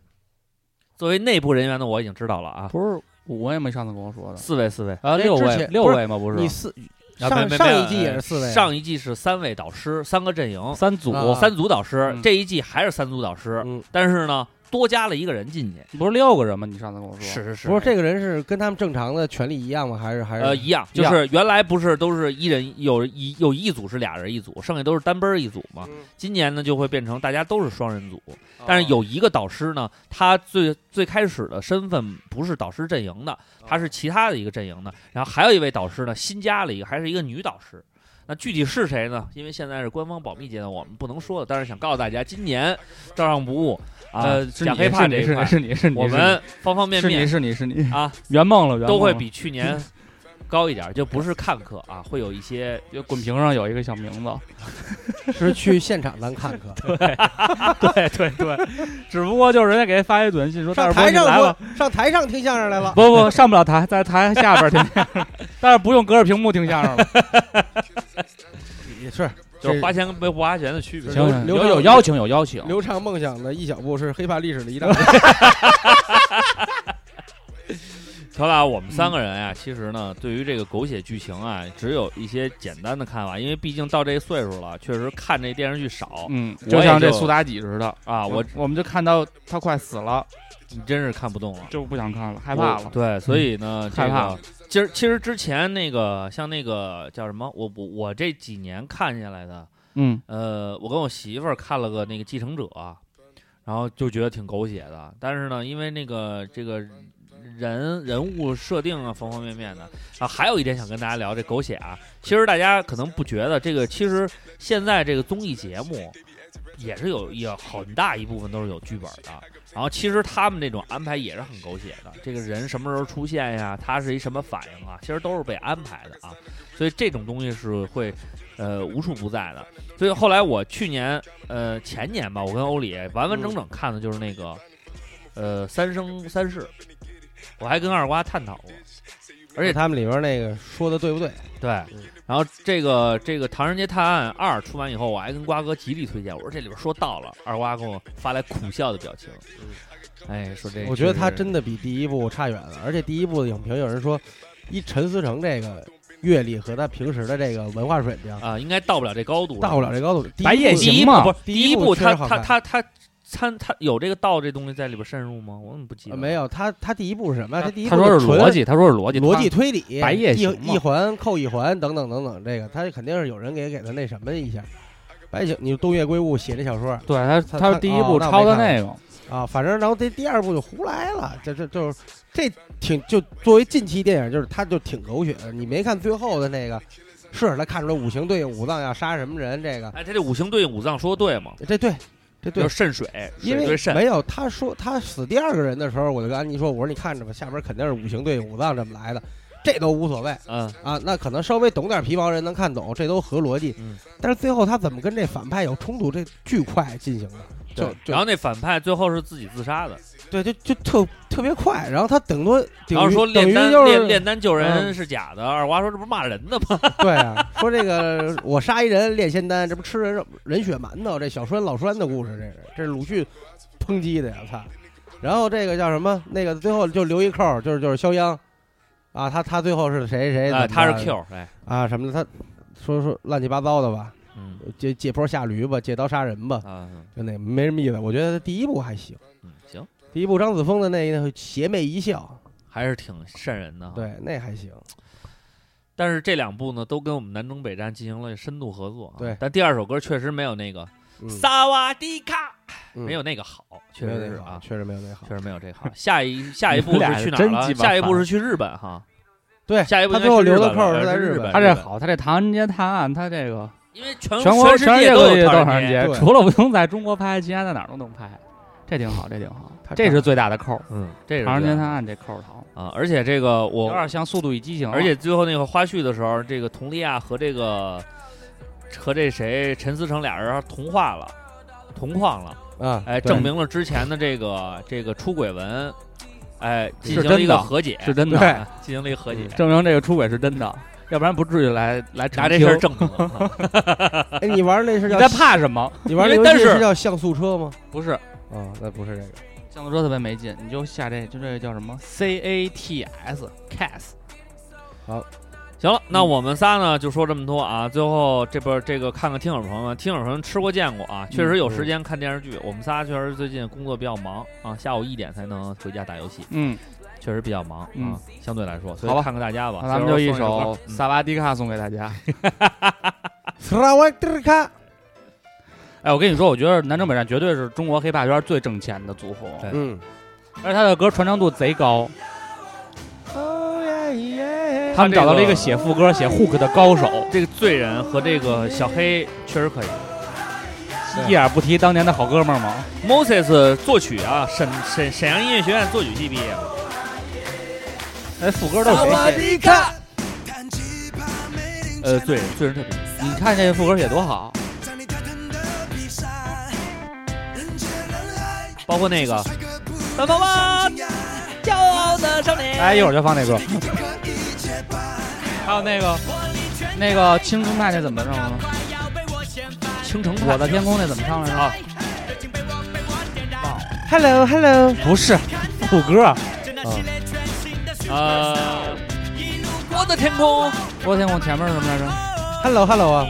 作为内部人员的我已经知道了啊，
不是我也没上次跟我说的
四位四位。
啊，
这
六
之
位
前
六
不是
位吗？不
你
是
四
啊
上
没没没
上一季也是四位，
上一季是三位导师，三个阵营，
三组，
啊
三组导师，
嗯
这一季还是三组导师，
嗯
但是呢，多加了一个人进去。
不是六个人吗？你上次跟我说
是是
不是这个人是跟他们正常的权利一样吗？还是还是
呃，一样，
一
就
样
是原来不是都是一人有一有一组是俩人一组，剩下都是单奔儿一组嘛。今年呢就会变成大家都是双人组，
哦
但是有一个导师呢，他最最开始的身份不是导师阵营的，他是其他的一个阵营的。然后还有一位导师呢，新加了一个，还是一个女导师。那具体是谁呢？因为现在是官方保密阶段，我们不能说的。但是想告诉大家，今年照上不误啊，
呃，是
假
你
黑怕
是
这
你
一
是
块
你，是你是你，
我们方方面
是你嗯
面
是你是你
啊，
圆梦了，圆梦了
都会比去年高一点儿，就不是看客啊，会有一些
就滚屏上有一个小名字，
是去现场咱看看。
对对对，只不过就是人家给发一短信说大
上台
耳波你
上
来了，
说上台上听相声来了，
不不上不了台，在台下边听相 声，但是不用隔着屏幕听相声了。
也是
就是
这
花钱跟没花钱的区别。
行行
有
刘
有
畅
邀请有邀请，
流畅梦想的一小步是黑怕历史的一大步。
乔大，我们三
嗯
个人啊，其实呢，对于这个狗血剧情啊，只有一些简单的看法，因为毕竟到这岁数了，确实看这电视剧少
嗯，
我
就
也
像这
就
苏妲己似的，
啊。我
我们就看到他快死了，
你真是看不动了，
就不想看了，害怕
我
了。嗯
对，所以呢，
害怕
这个
了。
今儿其实之前那个像那个叫什么，我我我这几年看下来的，
嗯，
呃，我跟我媳妇儿看了个那个《继承者》，然后就觉得挺狗血的。但是呢，因为那个这个人人物设定啊，方方面面的啊，还有一点想跟大家聊这狗血啊。其实大家可能不觉得这个，其实现在这个综艺节目也是有也很大一部分都是有剧本的。然后其实他们这种安排也是很狗血的，这个人什么时候出现呀，他是一什么反应啊，其实都是被安排的啊。所以这种东西是会呃无处不在的。所以后来我去年呃前年吧，我跟欧里完完整整看的就是那个、呃三生三世，我还跟二瓜探讨过。而且
他们里边那个说的对不对？
对，
嗯
然后这个这个《唐人街探案二》出完以后，我还跟瓜哥极力推荐，我说这里边说到了，二瓜跟我发来苦笑的表情。哎，说这
我觉得他
是
真的比第一部差远了，而且第一部的影评有人说，一陈思诚这个阅历和他平时的这个文化水平
啊、应该到不了这高度，
到不了这高度。
白夜
第一
行
部
嘛
不是
第
第
一
一
部
部
确实
他，
好
他
看
他他参他有这个道这东西在里边渗入吗？我怎么不记
呃
得？
没，有他，他第一部是什么呀？他第一部
他说是
纯
逻辑，他说是逻辑，
逻辑推理，
白夜
一
行嘛
一环扣一环等等等等，这个他肯定是有人给给他那什么一下。白夜行，你东野圭吾写这小说，
对
他
他，他
他
是第一
哦
部
那我
抄
没
的
看
那个，
啊，反正然后这第二部就胡来了，这这就是这挺就作为近期电影，就是他就挺狗血的。你没看最后的那个，是他看出来五行对应五脏要杀什么人，这个
哎，他这五行对应五脏说对吗？
这对，这对
就是肾水，
因
水
为
对肾。
没有他说他死第二个人的时候，我就跟安妮说，我说你看着吧，下边肯定是五行对应五脏这么来的，这都无所谓。
嗯
啊，那可能稍微懂点皮毛人能看懂，这都合逻辑。
嗯
但是最后他怎么跟这反派有冲突，这巨快进行的，就
对
就
然后那反派最后是自己自杀的，
对，就就特特别快。然后他顶多顶
然后
于
说
等
炼
于
丹
就是
炼炼丹救人
嗯
是假的。二娃说这不是骂人的吗？
对啊，说这个我杀一人炼仙丹，这不吃人肉人血馒头？这小栓老栓的故事，这是这是鲁迅抨击的呀，操！然后这个叫什么？那个最后就留一扣儿，就是就是肖央啊，他他最后是谁谁？
啊，
怎么
他
着
是 Q，哎，
啊什么的，他说说乱七八糟的吧，
嗯
借借坡下驴吧，借刀杀人吧，
啊，
就那没什么意思。我觉得第一部还行，
嗯，行，
第一部张子枫的那个邪魅一笑，
还是挺瘆人的。，
对，那还行。
但是这两部呢，都跟我们南征北战进行了深度合作、啊。
对
但第二首歌确实没有那个
嗯
萨瓦迪卡，
嗯
没有那个好，确
没有
实
那
是
个好
啊，
确实没有那个好。
确实没有这好。下一下一步
你们俩
是去哪儿
真
了？
鸡巴
下一步
烦
是去日本哈。
对，
下一步
他
应该
最后
去日
留的
本
扣儿
了
是在
是
日
日
本
本
他这好，他这《唐人街探案》，他这个
因为全
全国
世
全世
界
界
都
地
有
都
唐
是唐人
街。
街，除了不能在中国拍，其他在哪儿都能拍，这挺好，这挺好，这是最大的扣儿。
嗯，这是
《唐人街
这样
探案》这扣儿好，
啊，而且这个
有
我
点像《速度与激情》，
而且最后那个花絮的时候，这个佟丽娅和这个和这谁陈思诚俩人同化了，同框了，
啊，
哎，
对
证明了之前的这个这个出轨文，哎，进
是
行了一
真
个
的
和解，
是真的，嗯
哎进行了一个和解，
证明这个出轨是真的，要不然不至于来来
拿
查
这事儿。证明了。
哎，你玩那是
你
叫
在怕什么？
你玩那游
因为但
戏
是
是叫像素车吗？
不是，
啊，那不是这个
像素车特别没劲，你就下这就这叫什么 C A T S CAS，
行了，那我们仨呢就说这么多啊。最后这边这个看看听友朋友们，听友朋友们吃过见过啊，确实有
嗯
时间看电视剧。我们仨确实最近工作比较忙啊，下午一点才能回家打游戏，
嗯，
确实比较忙
嗯
啊，相对来说，所
好
以
吧
看看大家吧。
那咱们就
最
一
后送
首
歌
《萨瓦迪卡》送给大家。
斯拉瓦迪卡，
哎，我跟你说，我觉得南征北战绝对是中国黑怕圈最挣钱的组合，
对
嗯，
而且他的歌传唱度贼高，
哦耶耶，
他们
这
找到了一
个
个写副歌、写 hook 的高 手，
这个罪人和这个小黑确实可以。
一点不提当年的好哥们儿吗？
Moses 作曲啊，沈沈沈阳音乐学院作曲系毕业的。
哎，副歌都是谁写？
迪卡，
呃，罪人，罪人特别，你看这副歌写多好，
包括那个，爸爸妈，骄傲的少年。
哎，一会儿就放那歌。还有那个，那个《青春派》那怎么唱啊？
倾城
我
派
的天空那怎么唱来着？啊
Hello Hello，
不是副
啊
歌，
呃，我的天空，
我的天空前面是什么来着？
Hello Hello 啊！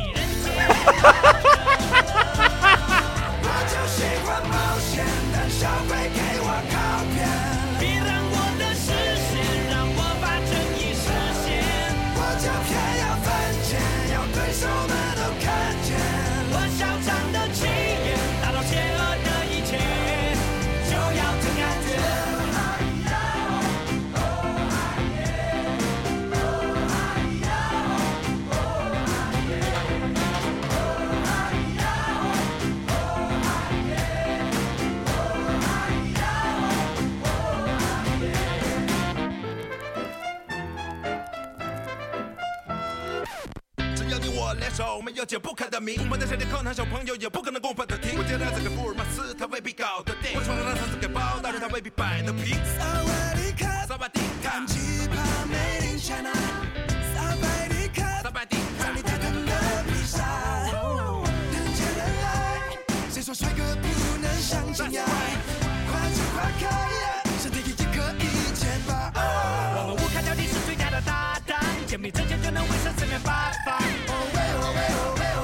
只要你我联手，没有解不开的谜。我们在山里抗糖，小朋友也不可能过分的听。我就让这个福尔摩斯，他未必搞得定。我从让他死给包，但是他未必摆得平。萨瓦迪卡，萨瓦迪卡，奇葩 made in China。萨瓦迪卡，萨瓦迪卡，你带他们的比赛。人见人爱，谁说帅哥不能相亲呀？快去花开，身体已经可以前吧。我们无看到你是最佳的搭档，见面之前就能卫生四面八方。哦喂哦喂哦喂哦，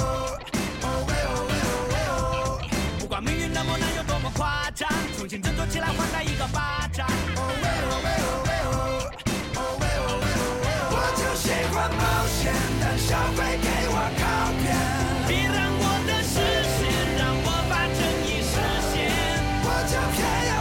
哦喂哦喂哦喂哦，不管命运的磨难有多么夸张，重新振作起来，还他一个巴掌。哦喂哦喂哦喂哦，哦喂哦喂哦喂哦，我就喜欢冒险，胆小鬼给我靠边，别让我的视线让我把正义实现，我就偏要。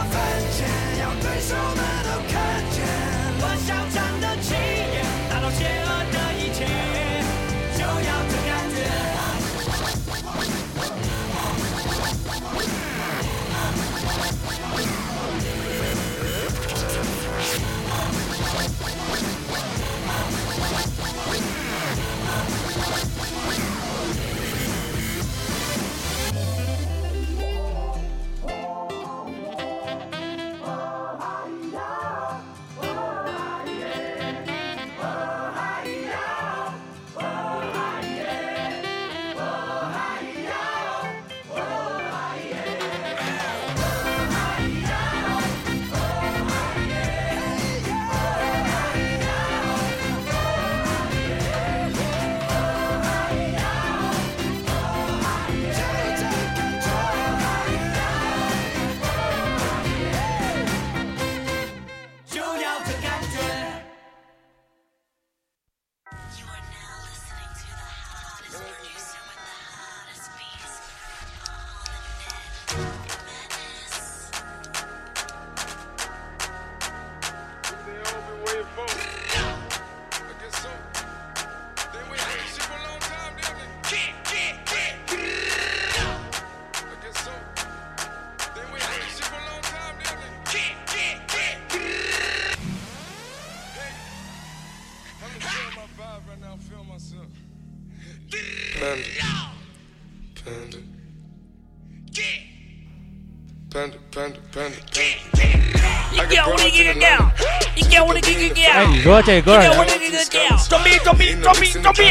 哎，
你说这歌儿
装逼装逼装逼装逼！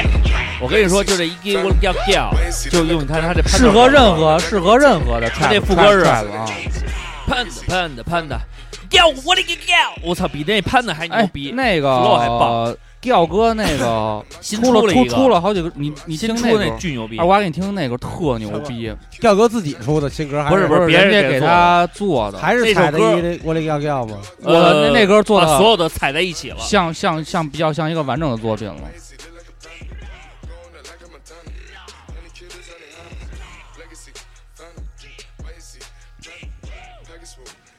我跟你说，就这一给我掉掉，就用你看他这拍
适合任何适合任何的 trap，
他这副歌是
trap 啊，
潘的潘的潘的，掉我的个掉！我操，比那潘的还牛
哎
逼，，
那
flow 还棒。
个调哥那个
新
出
出了
了
一
出
个
出了好几个，你你
新
听
出
那
那
个
巨牛逼
二，瓜给你听那个特牛逼，
调哥自己出的新歌还
不是
是
不是别人
人家
给
给
做
他做的，
还是
那首
踩的
歌
一的我的要要吗？
我的
呃
那那歌做
把所
的
有的踩在一起了。
像像像比较像一个完整的作品了。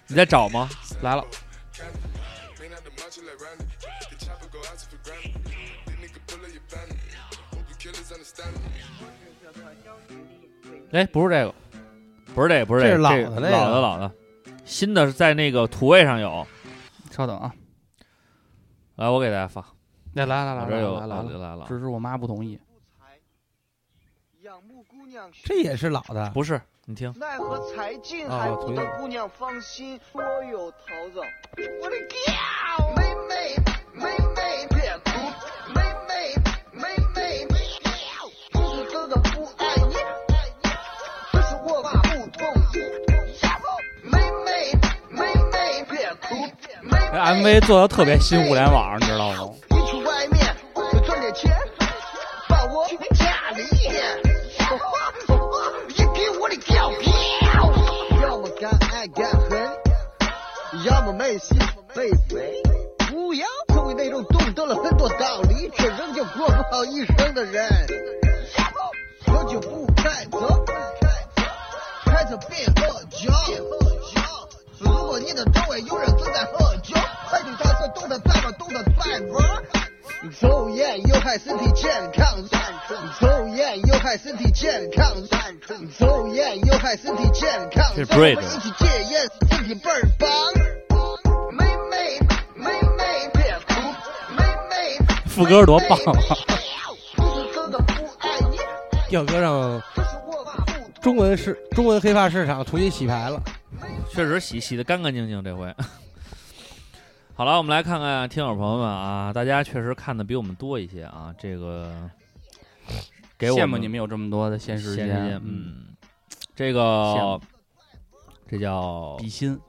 你在找吗？
来了，哎，不是这个，
不是这个，不是
这
这
是
个，
老
这
的
个
那个
老的老的，新的是在那个土味上有。
稍等啊，
来，我给大家发，
来来
我
来来
这
来
有
来来
我这
来，
来了，
只是我妈不同意。
仰慕姑娘学，
这也是老的，
不是你听，
奈何才尽
啊
还不
同
得
样
姑娘芳心。我有桃子，我的喵，妹妹妹妹变哭，妹妹妹妹喵，不是哥哥不爱你，这是我爸不同意。妹妹妹妹别哭，妹
这 MV 哎做的特别新互联网，你知道吗？
你去外面赚点钱，把我去家里面。一给我的屌屌，要么敢爱敢恨，要么没心没肺。不要成为那种懂得了很多道理，却仍旧过不好一生的人。我就不开车，开车别喝酒。如果你的周围有人正在喝酒，快对他说懂得怎么懂得怎么。抽烟有害身体健康，抽烟有害身体健康，抽烟有害身体健康。
这是
让我们
Braid
一起戒烟，身体倍儿棒。妹妹，妹妹别哭，妹妹，
副歌多棒啊！
不是哥哥不爱你，
调哥让
这是我爸不
中文市中文黑发市场重新洗牌了。
确实洗洗的干干净净这回。 好了，我们来看看听友朋友们啊，大家确实看的比我们多一些啊，这个给我
羡慕你们有这么多的闲
闲时
时
间，
嗯，
嗯，这
羡
个这叫
比心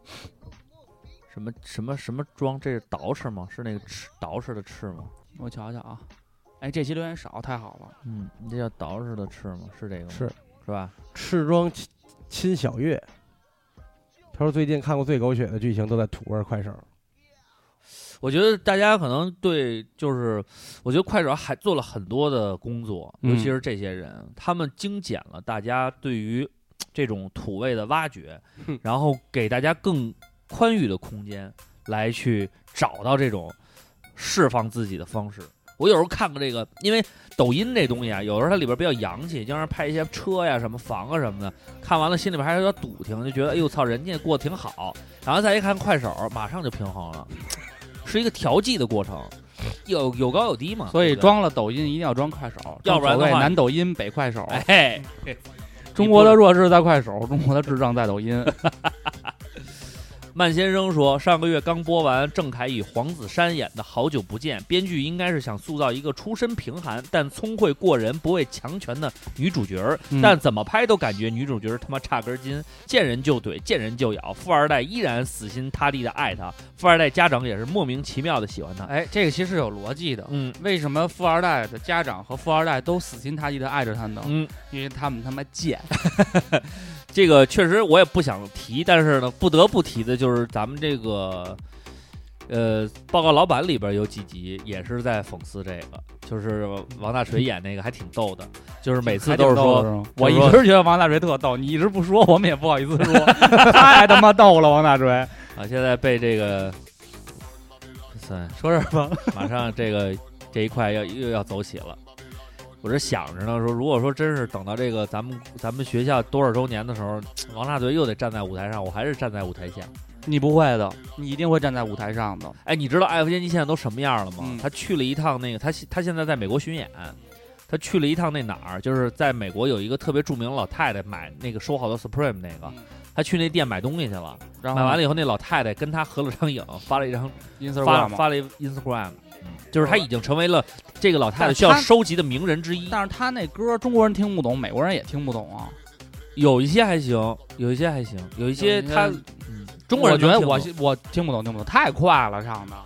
什么什么什么装？这是捯饬吗？是那个饬捯饬的饬吗？
我瞧瞧啊，哎，这期留言少，太好了，
嗯，你这叫捯饬的饬吗？是这个吗？
是
是吧？
赤装亲亲小月，他说最近看过最狗血的剧情都在土味快手。
我觉得大家可能对，就是我觉得快手还做了很多的工作，
嗯
尤其是这些人，他们精简了大家对于嘖这种土味的挖掘
哼，
然后给大家更宽裕的空间来去找到这种释放自己的方式。我有时候看过这个，因为抖音这东西啊，有时候它里边比较洋气，经常拍一些车呀、什么房啊什么的，看完了心里边还是有点堵挺，就觉得哎呦操，人家过得挺好。然后再一看快手，马上就平衡了，是一个调剂的过程，有有高有低嘛。
所以
对不对，
装了抖音一嗯定要装快手，
要不然的话
正所谓南抖音北快手，
哎，
中国的弱智在快手，中国的智障在抖音。
曼先生说，上个月刚播完郑恺与黄子珊演的《好久不见》，编剧应该是想塑造一个出身贫寒但聪慧过人、不畏强权的女主角儿，
嗯
但怎么拍都感觉女主角儿他妈差根筋，见人就怼，见人就咬。富二代依然死心塌地的爱她，富二代家长也是莫名其妙的喜欢她。
哎，这个其实有逻辑的。
嗯
为什么富二代的家长和富二代都死心塌地的爱着他呢？
嗯，
因为他们他妈 贱。
这个确实我也不想提，但是呢，不得不提的就是咱们这个呃，报告老板里边有几集也是在讽刺这个，就是王大锤演那个还挺逗的，就是每次都是
还挺逗的是
说
吗，我一
就是说
直觉得王大锤特逗，你一直不说，我们也不好意思 说，太他妈逗了，王大锤。
啊，现在被这个，算说这儿吧，马上这个这一块要又要走起了。我是想着呢，说如果说真是等到这个咱们咱们学校多少周年的时候，王大锤又得站在舞台上，我还是站在舞台下。
你不会的，你一定会站在舞台上的。
哎，你知道艾弗杰尼现在都什么样了吗？
嗯
他去了一趟那个，他现他现在在美国巡演，他去了一趟那哪儿，就是在美国有一个特别著名的老太太买那个收好的 Supreme 那
嗯
个，他去那店买东西去了，
然后
买
呢
完了以后，那老太太跟他合了张影，发了一张
Instagram
发
吗
发了一 Instagram，就是他已经成为了这个老太
嗯但
太
是
需要
她
收集的名人之一。
但是他那歌中国人听不懂，美国人也听不懂啊。
有一些还行，有一些还行，有一些他嗯中国人
我觉
能
得
听
我
懂
我听不懂，听不懂，太快了唱的。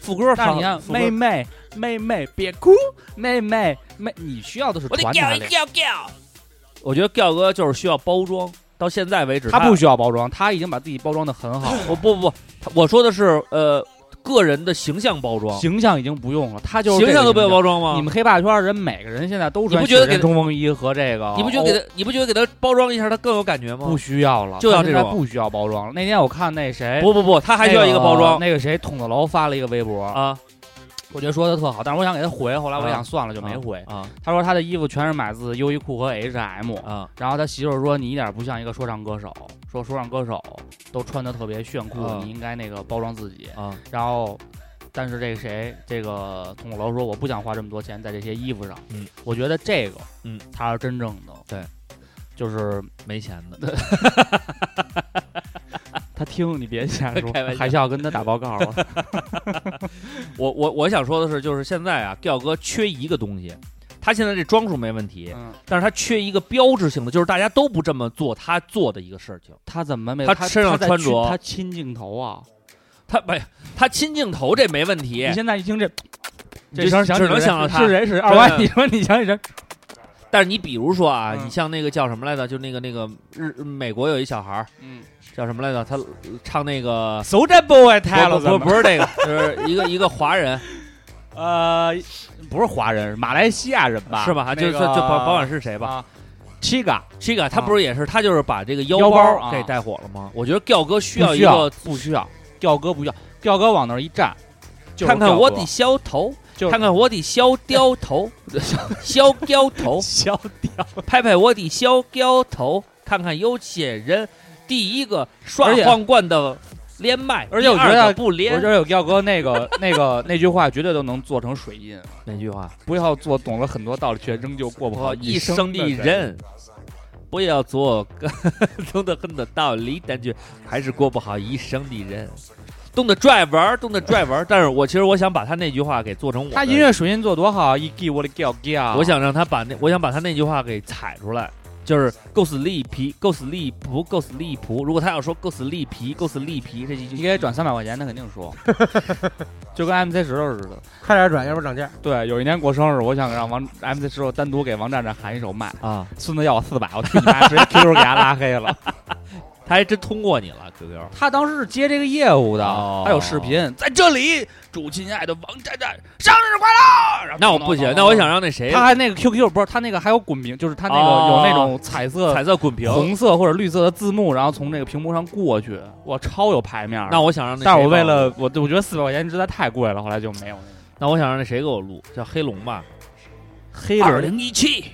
副歌
但是
放
你看，
副歌
妹妹妹妹别哭，妹妹妹，你需要的是
我得
传
叫
达
一
力。
叫我觉得调哥就是需要包装，到现在为止
他
他
不需要包装，他已经把自己包装的很好了。
我不不不，他我说的是呃个人的形象包装，
形象已经不用了，他就是
形
这个
象都不
形
要包装吗？
你们黑怕圈人每个人现在都穿
你不觉得
雪
给
人
他
冲锋衣和这个，
你不觉得给他、你不觉得给他包装一下，他更有感觉吗？
哦不需要了，
就要
他
这
现在
种
不需要包装了。那天我看那谁，
哎不不不他还需要一个包装
那个、那个谁，筒子楼发了一哦个微博
啊，
我觉得说的特好，但是我想给他回，后来我
啊
想算了就没
啊
回。
啊
他说他的衣服全是买自优衣库和 H&M
啊，
然后他媳妇儿说你一点不像一个说唱歌手，说说唱歌手都穿的特别炫酷，
啊
你应该那个包装自己
啊。
然后，但是这个谁，这个筒子楼说我不想花这么多钱在这些衣服上，
嗯，
我觉得这个，
嗯，
才是真正的，
对，
就是
没钱的。
他听你别瞎 说
开玩，笑
还是要跟他打报告啊 了。
我我我想说的是，就是现在啊，调哥缺一个东西，他现在这装束没问题，
嗯
但是他缺一个标志性的，就是大家都不这么做，他做的一个事情。
他怎么没有
他
他
身上
在
穿
去
着
他亲镜头啊？
他没他亲镜头这没问题
你，现在一听这，
你
这声儿
只
想
只能想到
到
他
是谁是谁
真
二
的
歪，你说你想起谁？
但是你比如说啊，
嗯
你像那个叫什么来着？就那个那个日美国有一小孩儿，
嗯，
叫什么来着？他呃唱那个
Soulja Boy 太了
不不
咱们
不是这个，就是一个一个华人，
呃，不是华人，是马来西亚人 吧？
是吧？就
那
就
个啊
就甭甭管是谁吧。
Chiga
Chiga，他不是也是他就是把这个腰
腰包
包
啊
给带火了吗？我觉得调哥需
不
一个
不需要，调哥不需要，调哥往那儿一站，就是
看看
调
我
哥
的削头，
就是
看看我的削雕 头，削雕头，
削雕，
拍拍我的削雕头，看看有些人第一个刷
而且
皇冠的连麦，
而且我
第
觉
二
得
个不连
我觉得有调哥那个 那个那句话绝对都能做成水印。
哪句话？
不要做懂了很多道理却仍旧过不好
我一生
生
的人。不要做个 懂得很多道理，但却还是过不好一生的人。懂得拽玩儿，懂得拽玩儿，但是我其实我想把他那句话给做成我的
他音乐水印做多好，一 g 我的 g g
我想让他把那，我想把他那句话给踩出来，就是够死力皮，够死力不够死力普。如果他要说够死力皮，够死力皮，这几
你
句
给他转三百块钱，他肯定说，就跟 MC 石头似的。
快点转，要不然涨价。
对，有一年过生日，我想让王 MC 石头单独给王站站喊一首麦
啊，
孙子要我四百，我去你妈，直接 QQ 给他拉黑了。
他还哎真通过你了，QQ。哦
他当时是接这个业务的，他有视频，在这里祝亲爱的王站站生日快乐。然后
那我不行，那我想让那谁，
他还那个 QQ 不是他那个还有滚屏，就是他那个
哎哦
有那种彩色
彩色滚屏
红色或者绿色的字幕，然后从那个屏幕上过去，我超有排面儿的。
那我想让那谁
但是我为
帮我
了我我觉得四百块钱实在太贵了，后来就没有那个。
那我想让那谁给我录，叫黑龙吧，
黑
二零一七，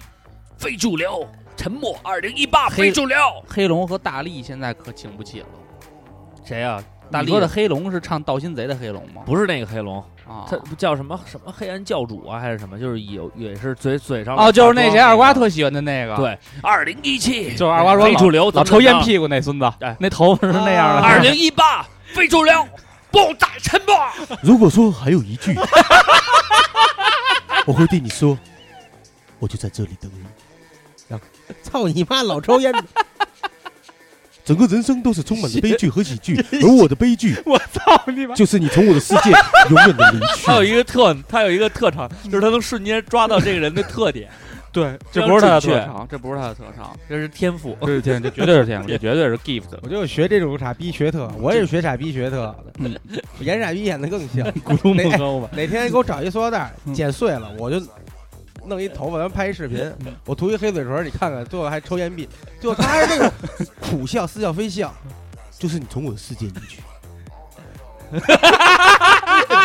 非主流，沉默；二零一八，非
黑
主流。
黑龙和大力现在可请不起了。
谁呀？大
你
力啊
说的黑龙是唱《盗心贼》的黑龙吗？
不是那个黑龙，
啊
他不叫什么什么黑暗教主啊，还是什么？就是有也是嘴嘴上
哦，就是那谁
化妆
二瓜特喜欢的那个，
对，
二零一七，
就是二瓜说
非
老
主流
老
怎么
抽烟
着
屁股那孙子
哎，
那头发是那样的。
二零一八，非主流，不打沉默。
如果说还有一句，我会对你说，我就在这里等你。
操你妈，老抽烟！
整个人生都是充满了悲剧和喜剧，而我的悲剧，我操你妈，就是你从我的世界永远的离去
他。有一个特，他有一个特长，就是他能瞬间抓到这个人的特点。
对，
这不是他的特
正确
长，
这不是他的特长，
这是天赋，
这是天这绝对是天赋这绝对是 gift
我就学这种傻逼学特，我也是学傻逼学特的，
嗯
演傻逼演的更 像，咕噜
不高 吧
哪天给我找一塑料袋
嗯
儿剪碎了，我就弄一头发，咱拍一视频，
嗯
我涂一黑嘴唇，你看看，最后还抽烟 币，最后他还是那种苦笑似笑非笑，
就是你从我的世界里去。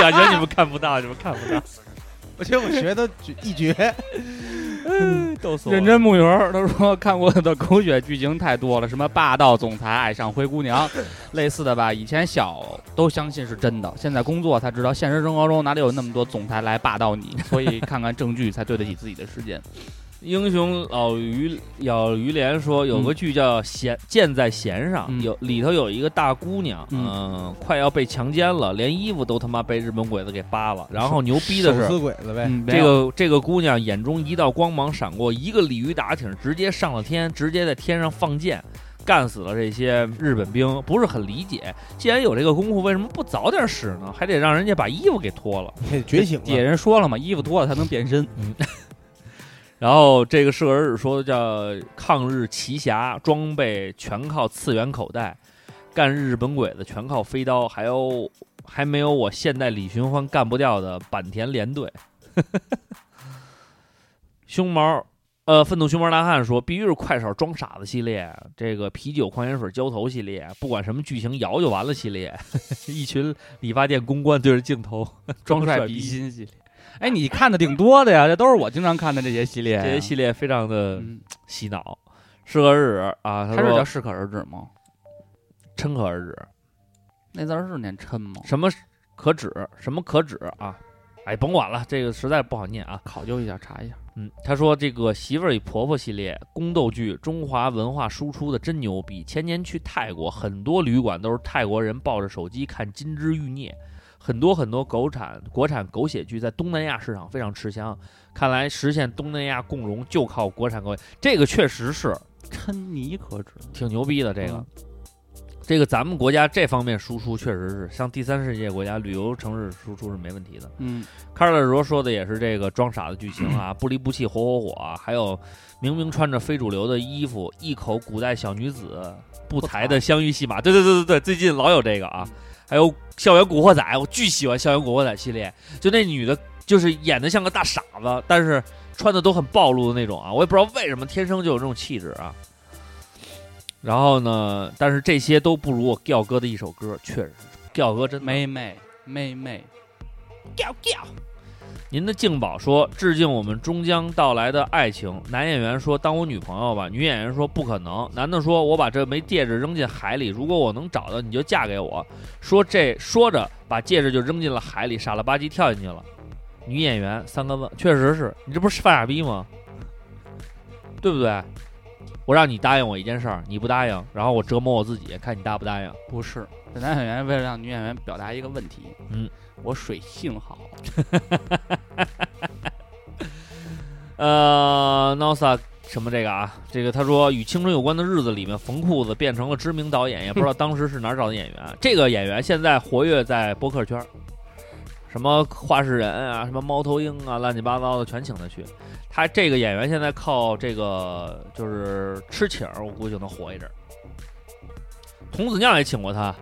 感觉你们看不到，你们看 不到。
我觉得我学的绝 一绝，
哎
逗 死我了
认真木鱼儿，他说看过的狗血剧情太多了，什么霸道总裁爱上灰姑娘，类似的吧。以前小都相信是真的，现在工作才知道，现实生活中哪里有那么多总裁来霸道你？所以看看证据才对得起自己的时间。
英雄老于老于连说，有个剧叫《弦箭在弦上》，
嗯
有里头有一个大姑娘，嗯、快要被强奸了，连衣服都他妈被日本鬼子给扒了。然后牛逼的是，
手撕鬼子呗嗯
这个这个姑娘眼中一道光芒闪过，一个鲤鱼打挺，直接上了天，直接在天上放箭。干死了这些日本兵，不是很理解。既然有这个功夫，为什么不早点使呢？还得让人家把衣服给脱了，
觉醒了
野人说了嘛，衣服脱了才能变身。 然后这个社儿说叫抗日奇侠，装备全靠次元口袋，干日本鬼子全靠飞刀，还有还没有我现代李寻欢干不掉的坂田联队。 胸毛，呃，愤怒熊猫大汉说，必须是快手装傻子系列，这个啤酒、矿泉水、浇头系列，不管什么剧情摇就完了系列， 一群理发店公关对着镜头
装
帅
帅比心系列。哎，你看的挺多的呀，这都是我经常看的这些系列呀。
这些系列非常的洗脑。适可而止啊，嗯他
它是
说
叫适可而止吗？
琛可而止，
那字儿是念琛吗？
什么可止，什么可止啊？哎，甭管了，这个实在不好念啊，
考究一下，查一下。
嗯，他说这个媳妇儿与婆婆系列宫斗剧，中华文化输出的真牛逼。前年去泰国，很多旅馆都是泰国人抱着手机看《金枝欲孽》，很多很多狗产国产狗血剧在东南亚市场非常吃香。看来实现东南亚共荣就靠国产狗血，这个确实是
琛尼可止，
挺牛逼的这个。
嗯
这个咱们国家这方面输出确实是，像第三世界国家旅游城市输出是没问题的。
嗯，
卡尔罗说的也是这个装傻的剧情啊，不离不弃，火火火啊，还有明明穿着非主流的衣服，一口古代小女子，不才的相遇戏码。对对对对对，最近老有这个啊，还有校园古惑仔，我巨喜欢校园古惑仔系列，就那女的，就是演的像个大傻子，但是穿的都很暴露的那种啊，我也不知道为什么天生就有这种气质啊。然后呢，但是这些都不如我吊哥的一首歌，确实，吊哥真
妹妹妹妹，
Go, go.
您的静宝说致敬我们终将到来的爱情。男演员说当我女朋友吧，女演员说不可能。男的说我把这枚戒指扔进海里，如果我能找到你就嫁给我。说这说着把戒指就扔进了海里，傻了吧唧跳进去了。女演员三个问，确实是你这不是犯傻逼吗？对不对？我让你答应我一件事儿，你不答应，然后我折磨我自己，看你答不答应。
不是，这男演员为了让女演员表达一个问题，
嗯，
我水性好，
呃，Nosa 什么这个啊？这个他说与青春有关的日子里面，冯裤子变成了知名导演，也不知道当时是哪儿找的演员。这个演员现在活跃在播客圈儿，什么话事人啊，什么猫头鹰啊，乱七八糟的全请他去。他这个演员现在靠这个就是吃请儿，我估计就能火一阵儿。童子尿也请过他，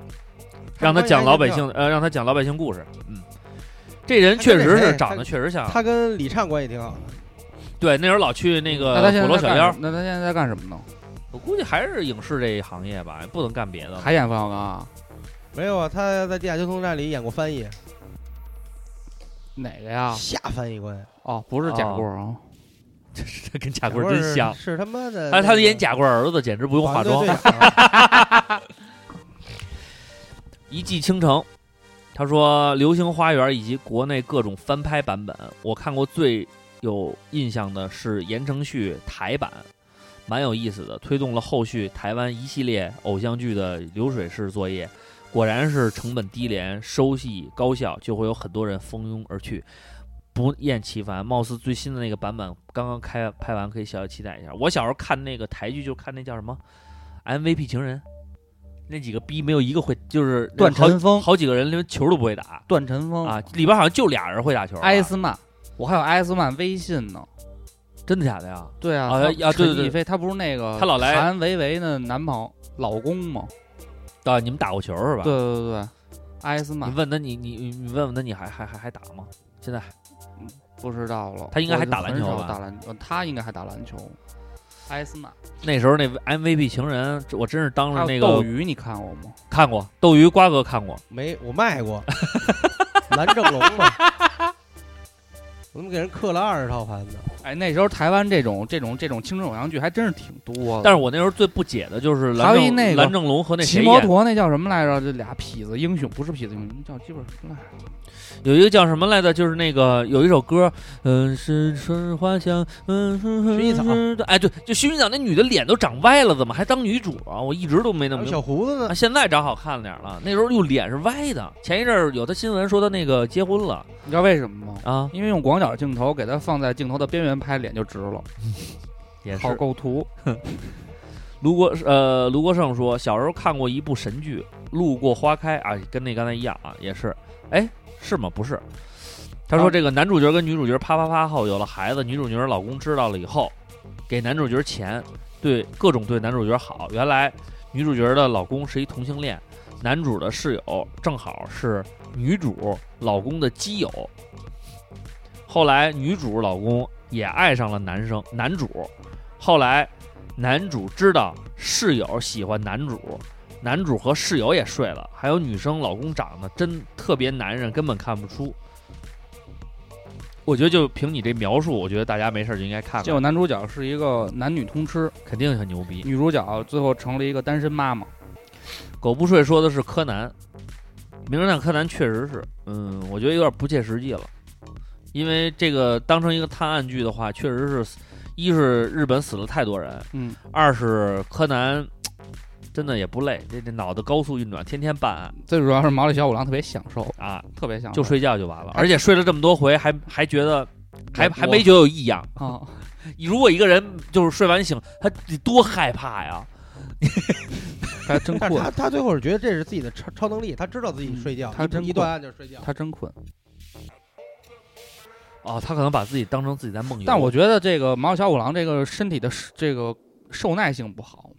让他讲老百姓，呃，让他讲老百姓故事。嗯，这人确实是长得确实像
他跟李畅关系挺好的，
对，那时候老去那个
那他现
呃鼓楼
在在
小
干
妖
什，那他现在在干什么呢？
我估计还是影视这一行业吧，不能干别的了。
还演冯小刚啊？
没有啊？他在地下交通站里演过翻译，
哪个呀？
啊
下翻译官，
哦，不是贾棍儿啊，
这是 这跟贾棍儿真像，
是是他妈的
他
那
他
个
演贾棍儿儿子，简直不用化妆
对对。对
一骑倾城，他说《流星花园》以及国内各种翻拍版本，我看过最有印象的是言承旭台版，蛮有意思的，推动了后续台湾一系列偶像剧的流水式作业。果然是成本低廉、收益高效，就会有很多人蜂拥而去，不厌其烦。貌似最新的那个版本刚刚开拍完，可以小小期待一下。我小时候看那个台剧，就看那叫什么 MVP 情人，那几个逼没有一个会，就是
段晨
峰好几个人连球都不会打。啊
段晨峰
啊，里边好像就俩人会打球吧。
埃斯曼，我还有埃斯曼微信呢，
真的假的呀？
对啊，
啊
他
啊对对
陈
对
逸飞他不是那个
他老来
韩维维的男朋友老公吗？
啊，你们打过球是吧？
对对对对，埃斯曼
你问他，你你你你问问他，你还还还还打吗？现在
不知道了。
他应该还
我就
打篮
很
球
少
吧
打篮，呃他应该还打篮球。埃斯曼
那时候那 MVP 情人，这我真是当
还
着那
有
个
斗鱼哦你看过吗？
看过斗鱼，瓜哥看过。
没，我卖 过蓝正龙嘛，我怎么给人刻了二十套盘子？
哎，那时候台湾这种这种这种青春偶像剧还真是挺多的。
但是我那时候最不解的就是蓝
还有一
正
那个
蓝正龙和那
骑
谁
摩
演，
托那叫什么来着？这俩痞子英雄不是痞子英雄，叫基本什么来着？
有一个叫什么来着？就是那个有一首歌，嗯，是春花香，嗯，薰
衣草
哎，对，就薰衣草那女的脸都长歪了，怎么还当女主啊？我一直都没弄
还有
明白。
小胡子呢
啊，现在长好看了点儿了，那时候又脸是歪的。前一阵儿有的新闻说她那个结婚了，
你知道为什么吗？
啊，
因为用广角镜头给它放在镜头的边缘拍，脸就直了，
也
好
是
构图。
卢国呃，卢国胜说，小时候看过一部神剧《路过花开》啊，跟那刚才一样啊，也是，哎，是吗？不是，他说
啊
这个男主角跟女主角啪啪啪后有了孩子，女主角老公知道了以后，给男主角钱，对各种对男主角好。原来女主角的老公是一同性恋，男主的室友正好是女主老公的基友。后来女主老公也爱上了男生男主，后来男主知道室友喜欢男主，男主和室友也睡了，还有女生老公长得真特别男人，根本看不出。我觉得就凭你这描述，我觉得大家没事儿就应该看
结果
看，
男主角是一个男女通吃，
肯定很牛逼。
女主角最后成了一个单身妈妈。
狗不睡说的是柯南，《名侦探柯南》确实是，嗯，我觉得有点不切实际了，因为这个当成一个探案剧的话，确实是，一是日本死了太多人，
嗯，
二是柯南真的也不累，这这脑子高速运转，天天办案
最主要是毛利小五郎特别享受，
啊，
特别享受，
就睡觉就完了，而且睡了这么多回，还还觉得还
我
还没觉得有异样。
啊，
如果一个人就是睡完醒，他得多害怕呀！
他真
但是
困
他，他最后是觉得这是自己的超超能力，他知道自
嗯
己睡觉，
他
一
真
一
困
断案就是睡觉。
他真困。
哦，他可能把自己当成自己在梦游。
但我觉得这个毛利小五郎这个身体的是这个受耐性不好，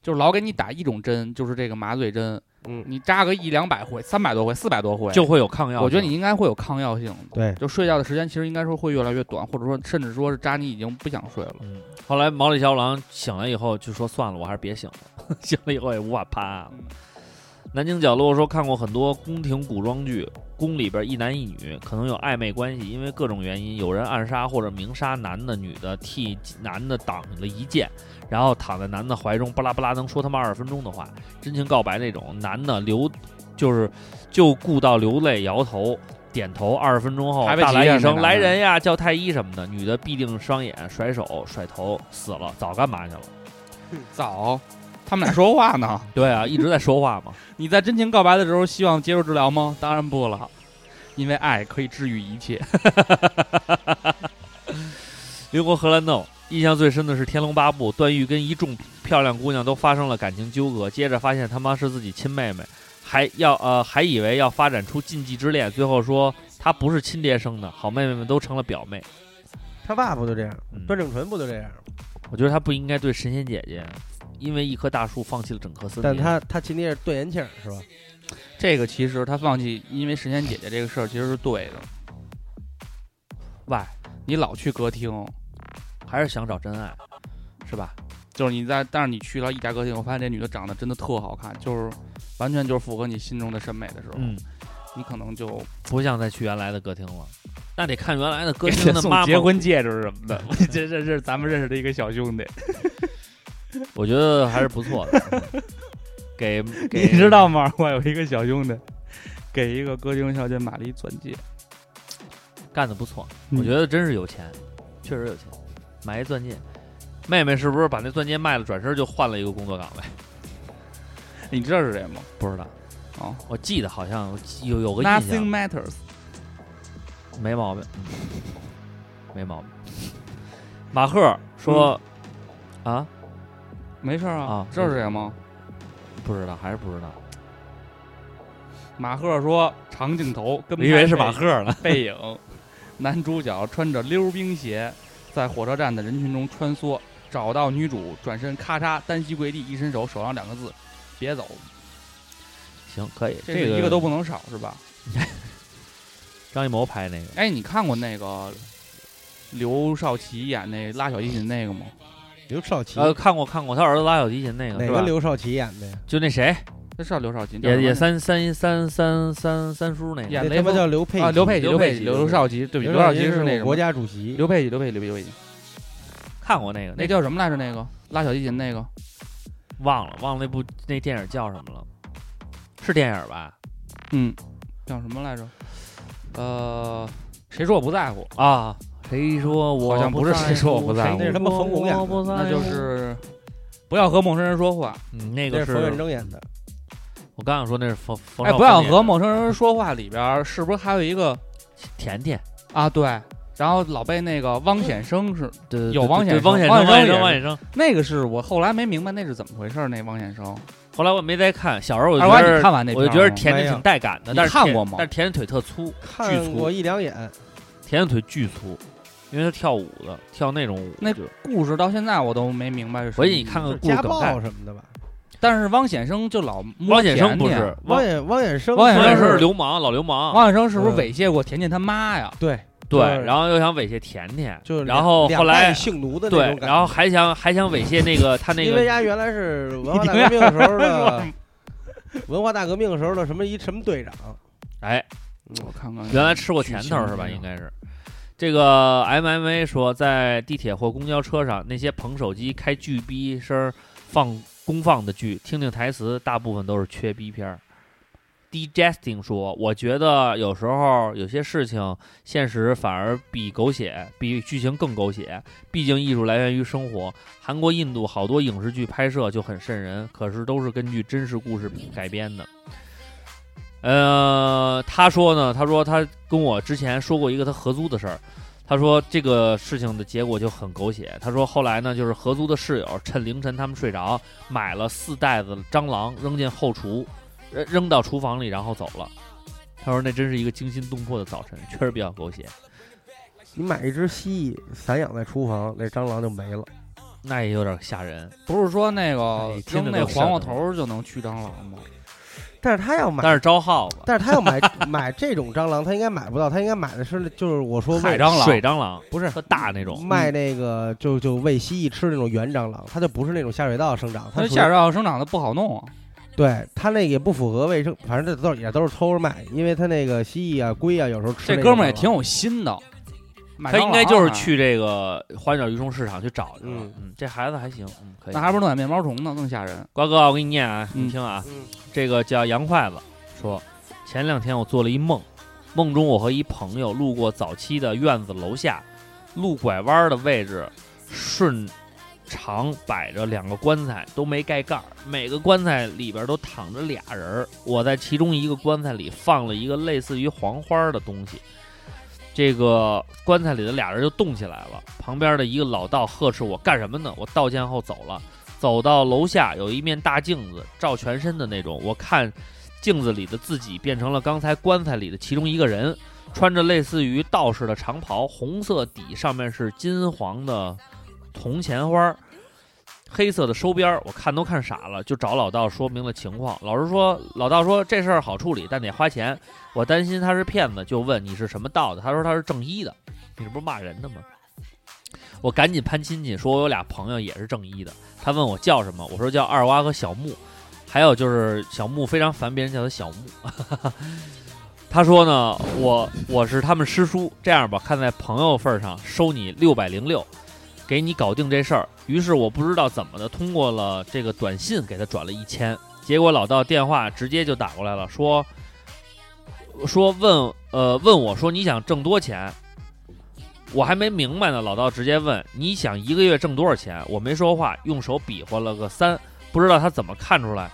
就是老给你打一种针，就是这个麻醉针，
嗯，
你扎个一两百回、三百多回、四百多回，
就会有抗药
我觉得
性
你应该会有抗药性的，
对
就睡觉的时间其实应该说会越来越短，或者说甚至说是扎你已经不想睡了。
嗯后来毛利小五郎醒了以后就说：“算了，我还是别醒了。” 醒了以后也无法攀案了。
嗯
南京角落说看过很多宫廷古装剧，宫里边一男一女可能有暧昧关系，因为各种原因，有人暗杀或者明杀男的、女的，替男的挡了一剑，然后躺在男的怀中，巴拉巴拉能说他妈二十分钟的话，真情告白那种，男的流就是就顾到流泪、摇头、点头，二十分钟后
还被
大
急
来
眼
一
呢
声
男
来
的
人呀，叫太医什么的，女的必定双眼甩手甩头死了，早干嘛去 了？
早，他们俩说话呢。
对啊，一直在说话嘛。
你在真情告白的时候希望接受治疗吗？当然不了，因为爱可以治愈一切。
刘国荷兰豆，印象最深的是《天龙八部》，段誉跟一众漂亮姑娘都发生了感情纠葛，接着发现他妈是自己亲妹妹，还要呃还以为要发展出禁忌之恋，最后说她不是亲爹生的，好妹妹们都成了表妹。
他爸不就这样
嗯？
段正淳不就这样？
我觉得他不应该对神仙姐姐，因为一棵大树放弃了整棵森林。
但他他亲爹是段延庆是吧？
这个其实他放弃，因为神仙姐姐这个事儿其实是对的。
喂，
你老去歌厅，
还是想找真爱，是吧？
就是你在，但是你去了一家歌厅，我发现这女的长得真的特好看，就是完全就是符合你心中的审美的时候，
嗯，
你可能就
不想再去原来的歌厅了，那得看原来的歌
给
厅
她
的
送
妈妈。
结婚戒指什么 的。这这这是咱们认识的一个小兄弟，
我觉得还是不错的。嗯 给给
你知道吗？我有一个小兄弟，给一个歌厅小姐买了一钻戒，
干的不错，
嗯
我觉得真是有钱，确实有钱，买一钻戒。妹妹是不是把那钻戒卖了，转身就换了一个工作岗位？
你知道是谁吗？
不知道，
哦
我记得好像有有个印
，Nothing
象，
matters。
没毛病， 嗯没毛病。马赫说、啊，
没事儿啊
啊，
知道是谁吗？
不知道还是不知道，
马赫说长镜头，跟
我以为是马赫呢
背影，男主角穿着溜冰鞋，在火车站的人群中穿梭，找到女主，转身咔嚓单膝跪地，一伸手，手上两个字：别走。
行，可以，
这
个
是一个都不能少，是吧？
张艺谋拍那个，
哎，你看过那个刘少奇演那拉小提琴那个吗？
刘少奇
呃，看过看过，他儿子拉小提琴那个，
哪
是吧
个刘少奇演的呀？
就那谁，
那是刘少奇，
也也三三三三三三叔那个，
演
那他妈叫刘佩
啊，
琦
刘佩琦，
刘佩
佩
琦
琦，刘少奇，对不起，
刘
刘
少
少
奇
奇
是
那
我
个
国
什么
家主席
刘佩琦，刘佩琦，刘佩琦，
看过那个，
那叫什么来着？那个拉小提琴那个，
忘了忘了那部那电影叫什么了，是电影吧？
嗯，叫什么来着？呃，谁说我不在乎？
啊，谁说我
好像不是谁说我不在乎
那是他妈冯巩演的
不在乎
那就是不要和陌生人说话。
嗯，那
这
个
是冯远征演的，
我刚想说那是冯冯
哎，
绍
不要
峰演的
和陌生人说话里边儿是不是还有一个
甜甜，
啊？对，然后老被那个汪显生是
对对
有
对
汪
对
显
汪
生
显
汪
生汪显
显
生汪
也
显
是
生。
那个是我后来没明白那是怎么回事儿，那汪显生。
后来我没再看，小时候我就觉
二瓜
得
你看完那
我就
片
觉得
儿吗
甜
没
甜
有
挺带感的，
你
但是
看
甜
过吗
但是甜甜腿特粗，巨
看
粗
过，一两眼，
甜甜腿巨粗，因为他跳舞的，跳那种舞。
那故事到现在我都没明白是什么
回去
意
你
思。
看看故事
家
梗
暴
概。
什么的吧？
但是汪显生就老
汪
摸
显
甜
生不
甜，
是，
汪衍汪衍生，
汪
汪
衍
显
生
生是
是
流氓，老流氓。
汪显生是不是
嗯
猥亵过甜甜他妈呀？
对，
对
就是，
然后又想猥亵甜甜，
就是
然后
两
后来
代性奴的那种，
对
感觉
然后还想还想猥亵那个他那
因为
个
家原来是文化大革命的时候的 文化大革命的时候的什么一什么队长，
哎，
我看看，
原来吃过甜头儿是吧？应该是。这个 MMA 说，在地铁或公交车上，那些捧手机开巨逼声儿放公放的剧，听听台词，大部分都是缺逼片儿。D Justin 说，我觉得有时候有些事情，现实反而比狗血，比剧情更狗血。毕竟艺术来源于生活。韩国、印度好多影视剧拍摄就很瘆人，可是都是根据真实故事改编的。呃，他说呢，他说他跟我之前说过一个他合租的事儿，他说这个事情的结果就很狗血。他说后来呢，就是合租的室友趁凌晨他们睡着，买了四袋子蟑螂扔进后厨，扔扔到厨房里，然后走了。他说那真是一个惊心动魄的早晨，确实比较狗血。
你买一只蜥蜴散养在厨房，那蟑螂就没了。
那也有点吓人，
不是说那个
哎听着
扔
都
那
瘆
黄
得
瓜
慌
头儿就能驱蟑螂吗？
但是他要买，
但是招耗子，
但是他要买 买这种蟑螂，他应该买不到，他应该买的是就是我说
海
喂
蟑螂
水蟑螂
不是
特大那种，
嗯
卖那个就就喂蜥蜴吃那种原蟑螂，它就不是那种下水道生长，它
它
属于
下水道生长的不好弄啊。
对它那个也不符合卫生，反正这都是也都是偷着卖，因为它那个蜥蜴啊、龟啊有时候吃
这
那
哥
种
们儿也
蟑
挺
螂
有心的，买
他
蟑
应该
螂
就是
啊。
去这个花鸟鱼虫市场去找去了。
嗯
嗯，这孩子还行，嗯，可以。
那还不如弄点面包虫呢，更吓人。
瓜哥，我给你念啊，
嗯
你听啊，
嗯
这个叫杨筷子说，前两天我做了一梦，梦中我和一朋友路过早期的院子楼下，路拐弯的位置顺长摆着两个棺材，都没盖盖儿，每个棺材里边都躺着俩人儿。我在其中一个棺材里放了一个类似于黄花儿的东西，这个棺材里的俩人就动起来了。旁边的一个老道呵斥我干什么呢？我道歉后走了。走到楼下有一面大镜子，照全身的那种。我看镜子里的自己变成了刚才棺材里的其中一个人，穿着类似于道士的长袍，红色底上面是金黄的铜钱花儿，黑色的收边儿，我看都看傻了，就找老道说明了情况。老师说，老道说这事儿好处理，但得花钱。我担心他是骗子，就问你是什么道的。他说他是正一的，你这不是骂人的吗？我赶紧攀亲戚，说我有俩朋友也是正一的。他问我叫什么，我说叫二娃和小木，还有就是小木非常烦别人叫他小木。 他说呢，我我是他们师叔，这样吧，看在朋友份儿上，收你六百零六，给你搞定这事儿。于是我不知道怎么的，通过了这个短信给他转了一千，结果老道电话直接就打过来了，说说问呃问我说你想挣多钱，我还没明白呢，老道直接问你想一个月挣多少钱？我没说话，用手比划了个三，不知道他怎么看出来，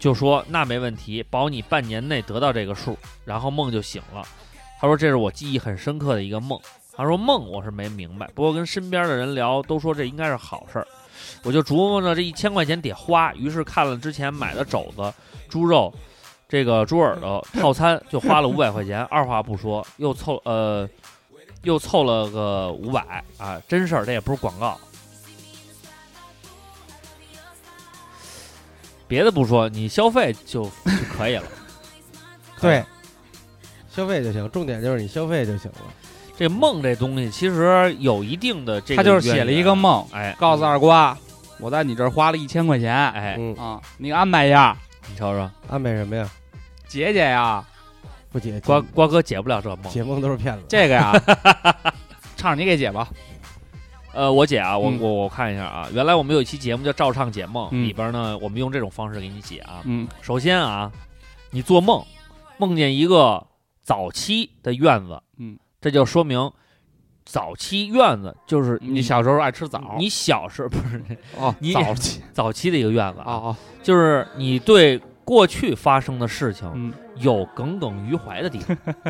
就说那没问题，保你半年内得到这个数。然后梦就醒了，他说这是我记忆很深刻的一个梦。他说梦我是没明白，不过跟身边的人聊都说这应该是好事儿，我就琢磨着这一千块钱得花，于是看了之前买的肘子、猪肉。这个猪耳朵套餐就花了五百块钱，二话不说又凑呃又凑了个五百啊，真事儿，这也不是广告。别的不说，你消费就就可以了。
对，消费就行，重点就是你消费就行了。
这梦这东西其实有一定的这个，
他就是写了一个梦，
哎，
告诉二瓜，我在你这儿花了一千块钱，哎啊，你安排一下，
你瞅瞅，
嗯安排什么呀？
解解呀，
不解
瓜
嗯
瓜哥解不了这梦，
解梦都是骗子。
这个 呀，畅你给解吧。
呃，我解啊，我
嗯
我我看一下啊，原来我们有一期节目叫《照唱解梦》，
嗯
里边呢，我们用这种方式给你解啊。
嗯，
首先啊，你做梦梦见一个早期的院子，
嗯，
这就说明早期院子就是
你小时候爱吃枣，
你小时候不是
哦
你
早期
早期的一个院子啊，
哦
就是你对过去发生的事
啊嗯
情有耿耿于怀的地方，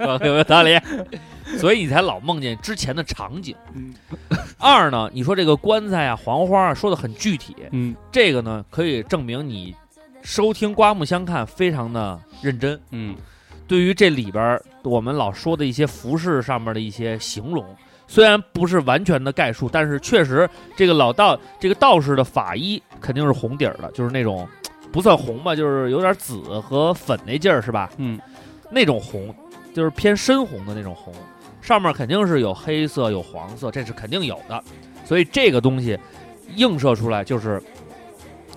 有没有道理？所以你才老梦见之前的场景。
嗯
二呢，你说这个棺材啊、黄花啊，说的很具体，
嗯，
这个呢可以证明你收听刮目相看非常的认真，
嗯，
对于这里边儿我们老说的一些服饰上面的一些形容。虽然不是完全的概述，但是确实这个老道这个道士的法衣肯定是红底儿的，就是那种不算红吧，就是有点紫和粉那劲儿，是吧？
嗯，
那种红就是偏深红的那种红，上面肯定是有黑色有黄色，这是肯定有的。所以这个东西映射出来就是，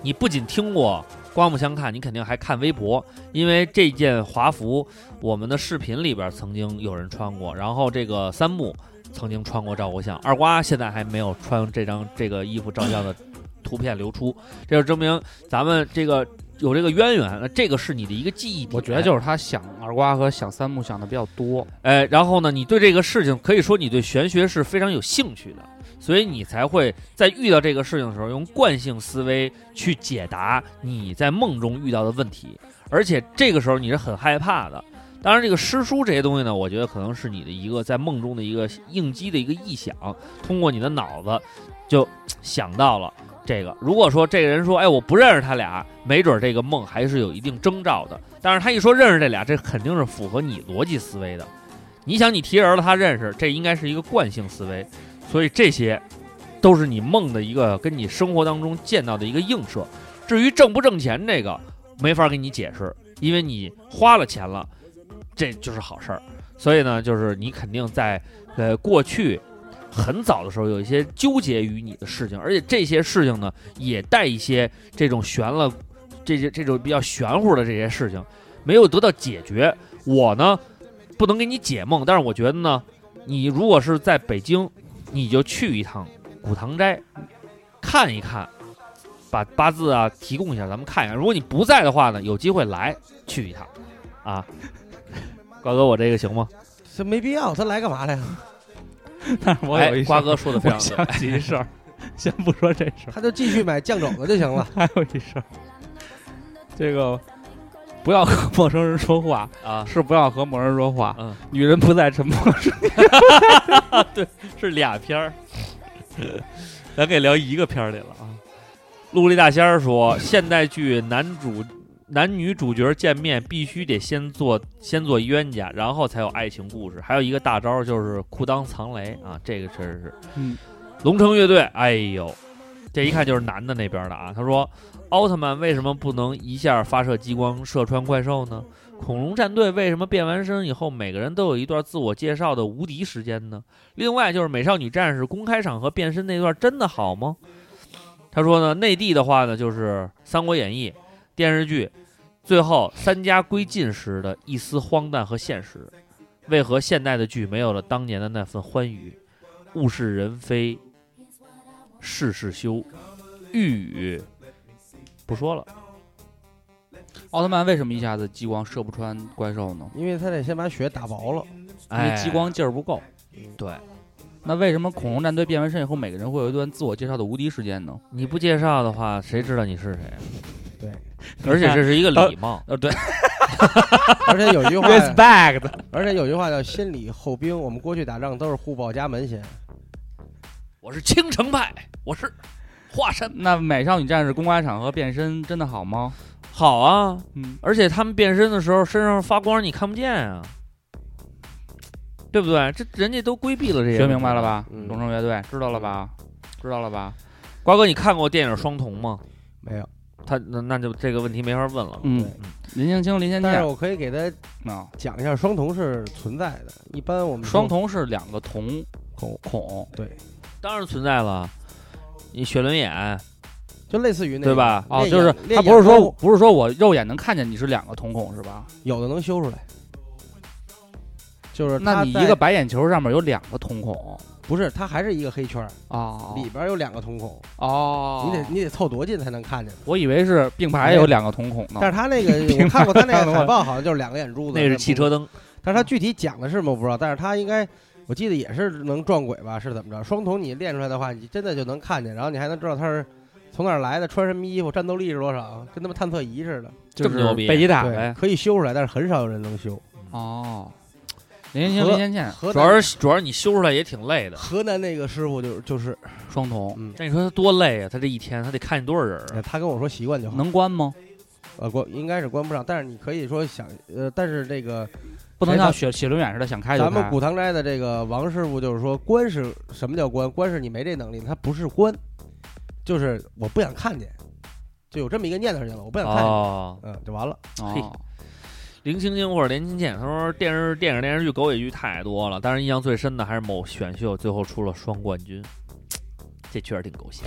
你不仅听过刮目相看，你肯定还看微博，因为这件华服我们的视频里边曾经有人穿过，然后这个三木曾经穿过照过相，二瓜现在还没有穿这张这个衣服照相的图片流出，这就证明咱们这个有这个渊源，那这个是你的一个记忆点。
我觉得就是他想二瓜和想三木想的比较多，
哎，然后呢，你对这个事情可以说你对玄学是非常有兴趣的，所以你才会在遇到这个事情的时候，用惯性思维去解答你在梦中遇到的问题，而且这个时候你是很害怕的。当然，这个诗书这些东西呢，我觉得可能是你的一个在梦中的一个应激的一个臆想，通过你的脑子就想到了这个。如果说这个人说，哎，我不认识他俩，没准这个梦还是有一定征兆的。但是他一说认识这俩，这肯定是符合你逻辑思维的。你想，你提人了，他认识，这应该是一个惯性思维，所以这些都是你梦的一个跟你生活当中见到的一个映射。至于挣不挣钱，这个没法给你解释，因为你花了钱了，这就是好事儿。所以呢，就是你肯定在呃过去很早的时候有一些纠结于你的事情，而且这些事情呢也带一些这种悬了，这些这种比较玄乎的这些事情没有得到解决。我呢不能给你解梦，但是我觉得呢，你如果是在北京，你就去一趟古堂斋看一看，把八字啊提供一下，咱们看一下。如果你不在的话呢，有机会来去一趟啊。 瓜哥，我这个行吗？
这没必要，他来干嘛来呀？
但是我有一
哎
事儿
瓜哥说得非常
我
对
想起一事儿， 先不说这事儿，
他就继续买酱肘子就行了。
还有一事儿，这个不要和陌生人说话
啊
是不要和陌生人说话。
嗯，
女人不在沉默是。
对， 是俩片儿，咱给聊一个片儿里了啊。陆力大仙儿说，现代剧男主男女主角见面必须得先做先做冤家，然后才有爱情故事。还有一个大招儿就是裤裆藏雷啊，这个确实是。
嗯，
龙城乐队，哎呦，这一看就是男的那边的啊。他说，奥特曼为什么不能一下发射激光射穿怪兽呢？恐龙战队为什么变完身以后每个人都有一段自我介绍的无敌时间呢？另外就是美少女战士公开场合变身那段真的好吗？他说呢，内地的话呢，就是《三国演义》电视剧，最后三家归晋时的一丝荒诞和现实，为何现代的剧没有了当年的那份欢愉？物是人非，事事休，欲语不说了。
奥特曼为什么一下子激光射不穿怪兽呢？
因为他得先把血打薄了。
因为激光劲儿不够。
哎对，
那为什么恐龙战队变完身以后，每个人会有一段自我介绍的无敌时间呢？
你不介绍的话，谁知道你是谁？
对，
而且这是一个礼貌。
呃，对，
而且有一句 话
哎 respect，
而且有句话叫“先礼后兵”。我们过去打仗都是互报家门先。
我是青城派，我是华山。
那美少女战士公开场合变身真的好吗？
好啊，
嗯，
而且他们变身的时候身上发光，你看不见啊。对不对？这人家都规避了这些，
学明白了吧？嗯
嗯
龙城乐队知道了吧？知道了吧？
瓜哥，你看过电影《双瞳》吗？
没有。
他那那就这个问题没法问了。
嗯，林静清、林先
但是
健
我可以给他
啊
讲一下，双瞳是存在的。一般我们
双瞳是两个瞳
孔
孔，
对，
当然存在了。你雪轮眼，
就类似于那
对吧？
哦，就是他不是说不是说我肉眼能看见你是两个瞳孔是吧？
有的能修出来，就是
那
它
你
在
一个白眼球上面有两个瞳孔
不是它还是一个黑圈儿
哦
里边有两个瞳孔，
哦
你得你得凑多近才能看见。
我以为是并
哎
排有两个瞳孔呢。
但是他那 个
并排
我看过他那个海报，好像就是两个眼珠子。
那是汽车灯，
但是他具体讲的是什么我不知道，但是他应该。我记得也是能撞鬼吧，是怎么着？双瞳你练出来的话，你真的就能看见，然后你还能知道他是从哪儿来的，穿什么衣服，战斗力是多少，跟他们探测仪似的，
这么就是牛逼啊贝吉塔
对
呗
可以修出来，但是很少有人能修。
哦，林先清、林先健，
主要是主要是你修出来也挺累的。
河南那个师傅就是就是
双瞳，
嗯，
那你说他多累啊？他这一天他得看见多少人啊？
他跟我说习惯就好。
嗯能关吗？
呃，关应该是关不上，但是你可以说想，呃，但是这个
不
哎
能
谁
像
咱
雪雪轮眼似的想开就
咱们
开
古堂斋的这个王师傅就是说，关是什么叫关？关是你没这能力，他不是关，就是我不想看见，就有这么一个念头去了，我不想看见，
哦
嗯，就完了。
嘿，林清清或者连清倩，他说电视电影电视剧狗血剧太多了，但是印象最深的还是某选秀最后出了双冠军，这确实挺狗血。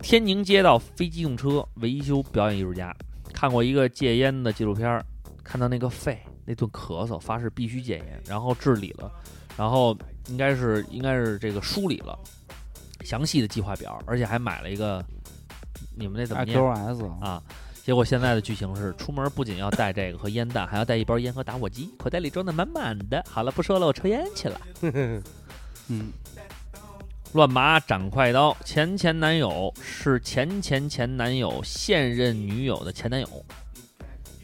天宁街道非机动车维修表演艺术家，看过一个戒烟的纪录片儿，看到那个肺那顿咳嗽，发誓必须戒烟，然后治理了，然后应该是应该是这个梳理了详细的计划表，而且还买了一个你们那怎么念
IQOS
啊？结果现在的剧情是，出门不仅要带这个和烟弹，还要带一包烟和打火机，口袋里装的满满的。好了，不说了，我抽烟去了。
嗯，
乱麻斩快刀，前前男友是前前前男友现任女友的前男友。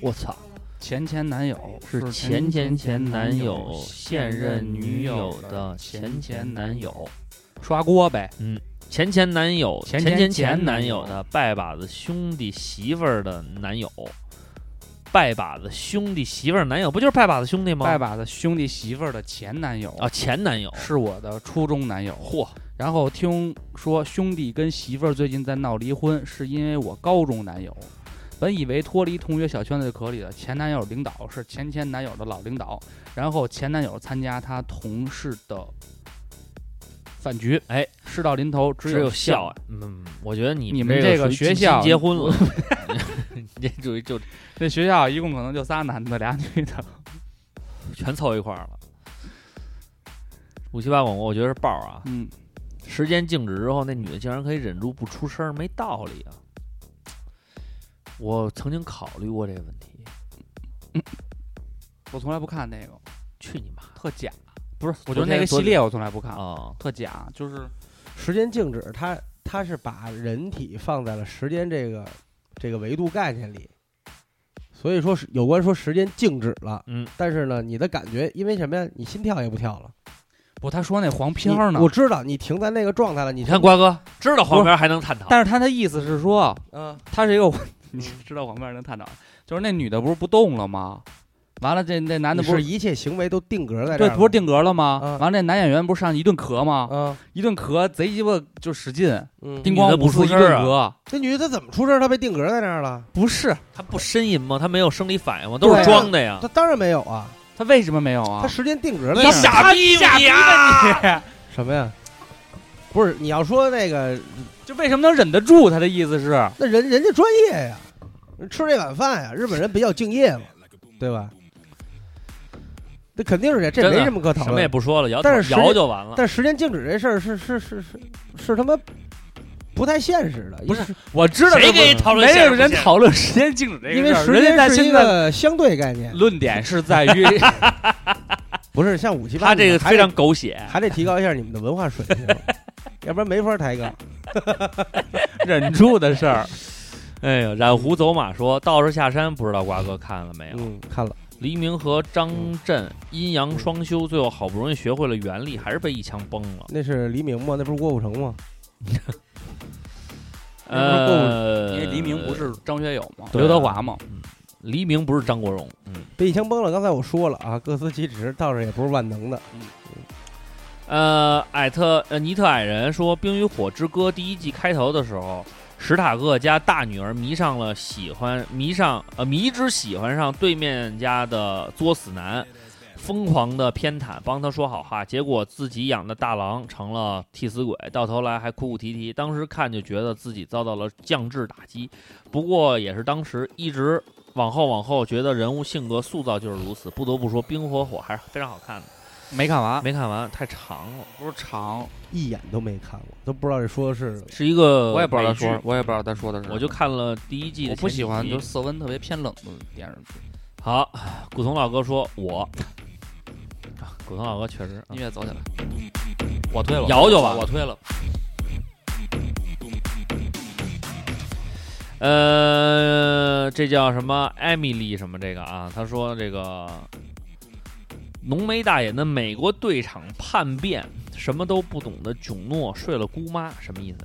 我操，
前前男友
是前前前男友现任女友的前前男友，
刷锅呗。
嗯，前前男友
前前
前前
前
前
男
男友
友
的拜把子兄弟媳妇儿的男友，拜把子兄弟媳妇儿男友不就是拜把子兄弟吗？
拜把子兄弟媳妇儿的前男友
啊，前男友
是我的初中男友。嚯！然后听说兄弟跟媳妇儿最近在闹离婚，是因为我高中男友。本以为脱离同学小圈子就可以了，前男友领导是前前男友的老领导，然后前男友参加他同事的饭局，
哎，
事到临头只
只有
笑
笑。。嗯，我觉得你
你
们
们
这
这
属
个
于
学
近亲
校
结婚了， 你这属于就
这学校一共可能就仨男的，俩女的。
全凑一块儿了。五七八广告，我觉得是爆啊！
嗯，
时间静止之后，那女的竟然可以忍住不出声儿，没道理啊！我曾经考虑过这个问题，
我从来不看那个，
去你妈，
特假。不是，
昨
我觉得那
天
个
昨
系
天
列我从来不看，
啊，
特假，就是
时间静止，它它是把人体放在了时间这个这个维度概念里，所以说是有关说时间静止了，
嗯，
但是呢，你的感觉因为什么呀？你心跳也不跳了。
不，他说那黄片儿呢
你我知道你停在那个状态了，你
你看瓜哥知道黄
不是
片还能探讨，
但是他的意思是说，
嗯，
他是一个，你知道黄片儿能探讨，就是那女的不是不动了吗？完了这，那男的
你
不
是一切行为都定格在这
对
儿，了
不是定格了吗？完了，那男演员不是上去一顿咳吗？
嗯，
一顿咳，贼鸡巴就使劲，
嗯
叮咣五次
女的不出
一顿
声
咳
啊，
这女的她怎么出声？她被定格在那儿了，
不是
他不呻吟吗？他没有生理反应吗？都是装的呀
她！当然没有啊，
他为什么没有啊？
她时间定格了。
你傻逼吧你啊！
什么呀？不是你要说那个，
就为什么能忍得住？他的意思是，
那人人家专业呀，吃这碗饭呀，日本人比较敬业嘛，对吧？那肯定是这，这
真的
没什么可讨论，
什么也不说了摇
但是时
摇就完了
但时间静止这事儿是是是是是他妈不太现实的，不是？
我知道
谁
这不
给你讨论
没
现
有
实
人
不现实
讨论时间静止这个事儿，
因为时
人家
间
在
是一
现在
个相对概念，
论点是在于
不是像五七八，
他这个非常
还得
狗血，
还得提高一下你们的文化水平，要不然没法抬高。
忍住的 事儿。
哎呀，染胡走马说道士下山，不知道瓜哥看了没有？
嗯，看了。
黎明和张震阴阳双修，最后好不容易学会了原理，还是被一枪崩了。
那是黎明吗？那不是郭富城吗？
那不是
呃，
呃因为黎明不是张学友吗？
对
刘德华吗？
黎明不是张国荣，嗯，
被一枪崩了。刚才我说了啊，各司其职，倒是也不是万能的。
呃，矮特呃尼特矮人说，《冰与火之歌》第一季开头的时候，史塔克家大女儿迷上了喜欢迷上呃迷之喜欢上对面家的作死男，疯狂的偏袒，帮他说好话，结果自己养的大狼成了替死鬼，到头来还哭哭啼啼。当时看就觉得自己遭到了降智打击，不过也是当时一直往后往后觉得人物性格塑造就是如此。不得不说，《冰火火》还是非常好看的。
没看完，
没看完，太长了，
不是长，
一眼都没看过，都不知道这说的是
是一个
我也不知道他
美
说
剧，嗯
我也不知道他说的是什么，
我就看了第一季的
我不喜
前
欢
几集
就色温特别偏冷的电视剧。
好，古潼老哥说我， 啊古潼老哥确实啊
音乐走起来，我退了，
摇摇吧
我退了。
呃，这叫什么艾米丽什么这个啊？他说这个浓眉大眼的美国队长叛变，什么都不懂的囧诺睡了姑妈，什么意思？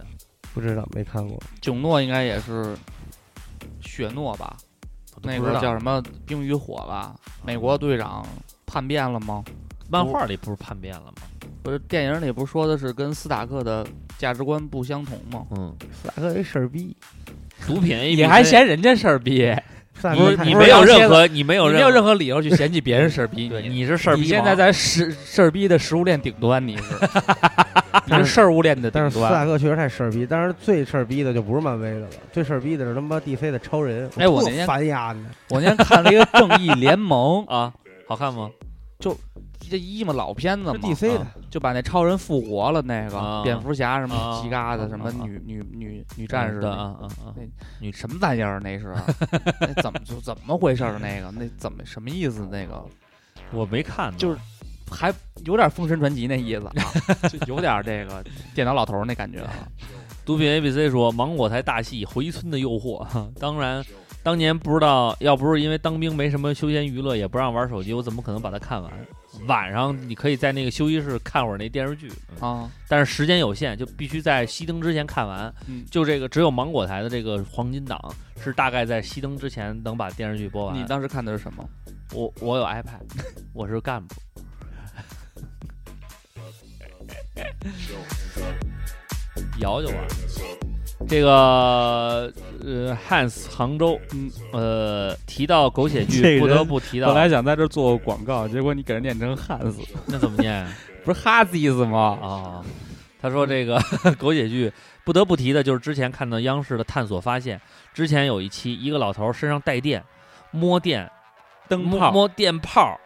不知道没看过。
囧诺应该也是雪诺吧？
都
那
不知
个
道嗯
叫什么《冰与火》吧？美国队长叛变了吗？
漫画里不是叛变了吗？
不是电影里不是说的是跟斯塔克的价值观不相同吗？
嗯，
斯塔克这事儿逼，
毒品 A，
你还嫌人家事儿逼？
算
不是你没有任何你没有任何
没有任何理由去嫌弃别人事儿逼，
对
你
你是事儿逼
你现在
王
在事事儿逼的食物链顶端，你 是你是事儿物链的
但
顶
是斯塔
端。
克确实太事儿逼，但是最事儿逼的就不是漫威的了，最事儿逼的是他妈 DC 的超人。
哎，我
特
那天
烦呀呢，
我那天看了一个《正义联盟》
啊，好看吗？
就这一嘛老片子嘛
是 DC 的
啊就把那超人复活了，那个
啊
蝙蝠侠什么
啊
奇嘎
啊
的，什么
啊啊
女女女女战士
的
那
啊啊啊！
那
女
什么玩意儿那是？啊 那怎么就怎么回事儿？那个那怎么什么意思？那个
我没看呢，
就是还有点《封神传奇》那意思啊， 就有点这个电脑老头儿那感觉啊了。
毒品 ABC 说，芒果台大戏《回村的诱惑》哈，当然，当年不知道要不是因为当兵没什么休闲娱乐，也不让玩手机，我怎么可能把它看完？晚上你可以在那个休息室看会儿那电视剧，
啊，
但是时间有限，就必须在熄灯之前看完。
嗯
就这个，只有芒果台的这个黄金档是大概在熄灯之前能把电视剧播完。
你当时看的是什么？
我我有 iPad，我 是干部。 摇摇吧，这个呃，Hans 杭州，
嗯，
呃，提到狗血
这
剧，
人
不得不提到，
本来想在这儿做广告，结果你给人念成汉字，
那怎么念？
不是哈子意思吗？
啊，他说这个狗血剧不得不提的就是之前看到央视的《探索发现》，之前有一期一个老头身上带电，摸电
灯
摸
泡
摸电泡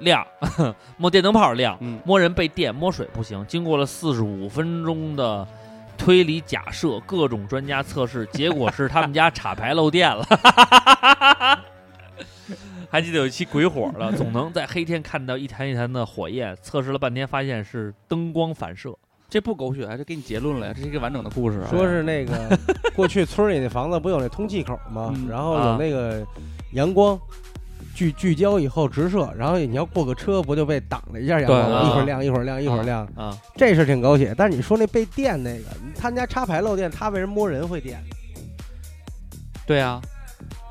亮， 摸电灯泡亮，
嗯
摸人被电，摸水不行。经过了四十五分钟的。推理假设，各种专家测试，结果是他们家插排漏电了。 还记得有一期鬼火 了，总能在黑天看到一团一团的火焰，测试了半天发现是灯光反射。
这不狗血，这给你结论了呀，这是一个完整的故事啊。
说是那个过去村里那房子不有那通气口吗？
嗯
然后
啊
有那个阳光聚聚焦以后直射，然后你要过个车不就被挡了一下阳光
对
吗？
啊
一会儿亮一会儿亮一会儿亮，
啊，
这是挺狗血。但是你说那被电那个，他们家插排漏电，他为什么摸人会电？
对啊，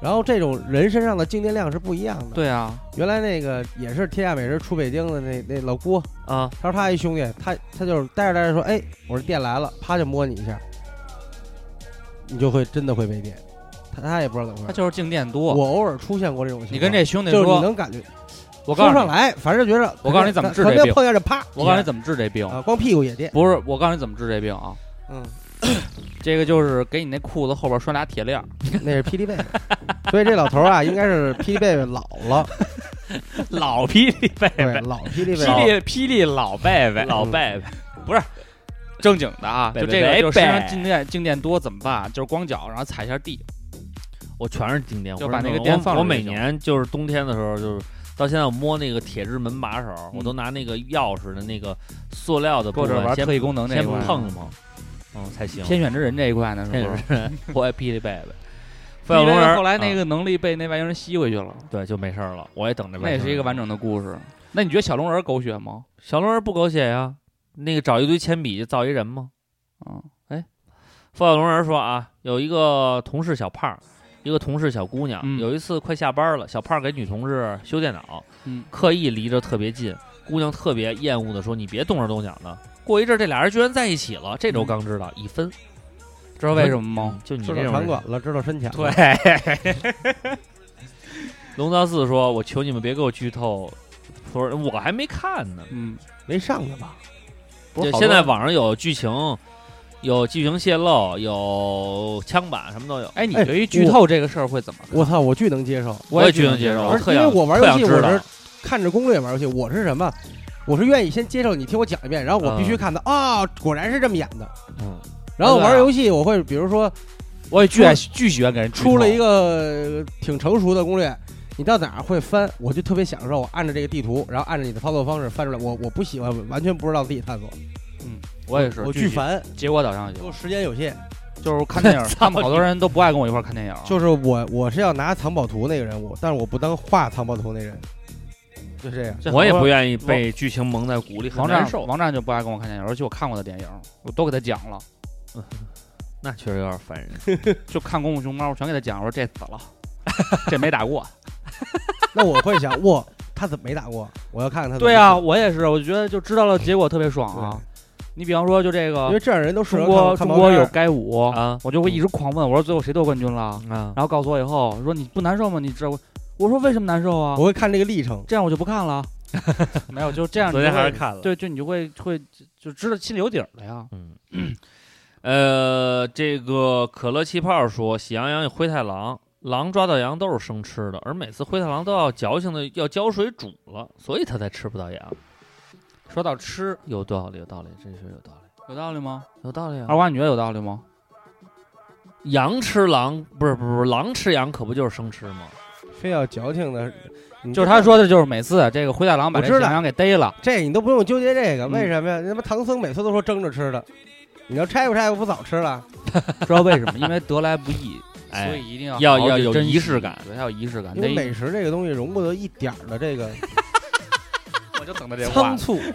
然后这种人身上的静电量是不一样的。
对啊，
原来那个也是天下美食出北京的那那老郭，
啊，
他说他一兄弟，他他就是待着待着说，哎，我这电来了，啪就摸你一下，你就会真的会被电。他他也不知道怎么
他
回事。
就是静电多。
我偶尔出现过这种情况。
你跟这兄弟
就是你
说，
能感觉，
我
说
告
不上
诉你，
来，反正觉着。
我告诉你怎么治
肯
这
定
病
碰见这啪，
我告诉你怎么治这病，
啊，光屁股也电。
不是，我告诉你怎么治这病啊。
嗯，
这个就是给你那裤子后边拴俩铁链儿，
那是霹雳贝 贝。所以这老头啊，应该是霹雳贝贝老 了，
老霹雳贝
对，
贝，
老霹雳贝
霹
贝。
雳霹雳老贝贝，
老贝贝，
正经的啊，
贝
就
贝
这个
贝
就是身上
贝
静电静电多怎么办？就是光脚，然后踩一下地，
我全是静电，
就
我
把
是
那个
种
电
我
放出
我
去
每
就
年就是冬天的时候，就是到现在我摸那个铁质门把手，我都拿那个钥匙的那个塑料的部
嗯或者玩
分先
特异功能那一
先
块儿，
碰碰，嗯，才行。
天选之人这一块呢，是
这
不
个
是？
人，我也霹雳贝 贝。费
因
小龙
为
人
后来那
啊
个能力被那外星人吸回去了，
嗯
对就没事儿了，我也等着。
那也是一个完整的故事。那你觉得小龙人狗血吗？
小龙人不狗血呀，那个找一堆铅笔就造一人吗？
嗯
啊，
冯小龙人说啊，有一个同事小胖儿，一个同事小姑娘，有一次快下班了，小胖给女同事修电脑，
嗯
刻意离着特别近，姑娘特别厌恶的说：“你别动手动脚的。”过一阵儿，这俩人居然在一起了，这周刚知道一分，
知道为什么吗
嗯就你
知
这
道
种
长
人
短了，知道深浅了。
对。 龙造四说：“我求你们别给我剧透，不是我还没看呢，
嗯，
没上呢吧？
就
好多
现在网上有剧情，有剧情泄露，有枪版，什么都有。
哎，你
哎
对于剧透这个事儿会怎么看？
我操，我巨能接受，
我也巨能接受
而
我特
因为
想
我玩
特
游戏，
想知
我
道
是看着攻略玩游戏，我是什么？我是愿意先接受你听我讲一遍，然后我必须
嗯
看到啊，果然是这么演的。
嗯，
然后
对啊
玩游戏，我会比如说
我也巨
出
爱巨喜欢给人剧
出了
透
一个呃挺成熟的攻略，你到哪儿会翻，我就特别享受。我按照这个地图，然后按照你的操作方式翻出来，我我不喜欢，完全不知道自己探索。
嗯我也是，哎
我
巨
巨
喜
烦，
结果导向的结
果。时间有限，
啊就是 看电影，他们好多人都不爱跟我一块儿看电影。
就是我我是要拿藏宝图那个人物，但是我不当画藏宝图那人，就这 样。
我也不愿意被剧情蒙在鼓里，很
王站
难受。
王站就不爱跟我看电影，而且我看过的电影我都给他讲了，
那确实有点烦人。
就看《功夫熊猫》，我全给他讲，我说这死了， 这没打过。
那我会想，哇，他怎么没打过？我要看看他。
对啊，，我也是，我觉得就知道了结果特别爽啊。你比方说，就这个，
因为这样人都适合
中国
看看
中
毛
国
片
有
儿嗯
该五
啊，
我就会一直狂问，我说最后谁得冠军了？
啊，
然后告诉我以后，说你不难受吗？你知道我，我说为什么难受啊？
我会看这个历程。
这样我就不看了。没有，就这样。
昨天
你就会
还是看了
对，就你就会会就就知道心里有底儿了呀。
嗯，呃，这个可乐气泡说，喜羊羊与灰太狼，狼抓到羊都是生吃的，而每次灰太狼都要矫情的要浇水煮了，所以它才吃不到羊。
说到吃，
有道理，有道理，真是有道理，
有道理吗？
有道理啊
二。瓜，你觉得有道理吗？
羊吃狼不是不是不是狼吃羊，可不就是生吃吗？
非要矫情的，你
就是他说的，就是每次这个灰太狼把
我
这
知道
小羊给逮了，
这你都不用纠结这个，
嗯
为什么呀？他妈唐僧每次都说蒸着吃的，你要拆不拆不早吃了？
知道为什么？因为得来不易，
哎
所以一定要
要
好好
要
去
有
珍惜
仪式感
对，要有仪式感。
因为美食这个东西容不得一点儿的这个
我就等着这
仓促。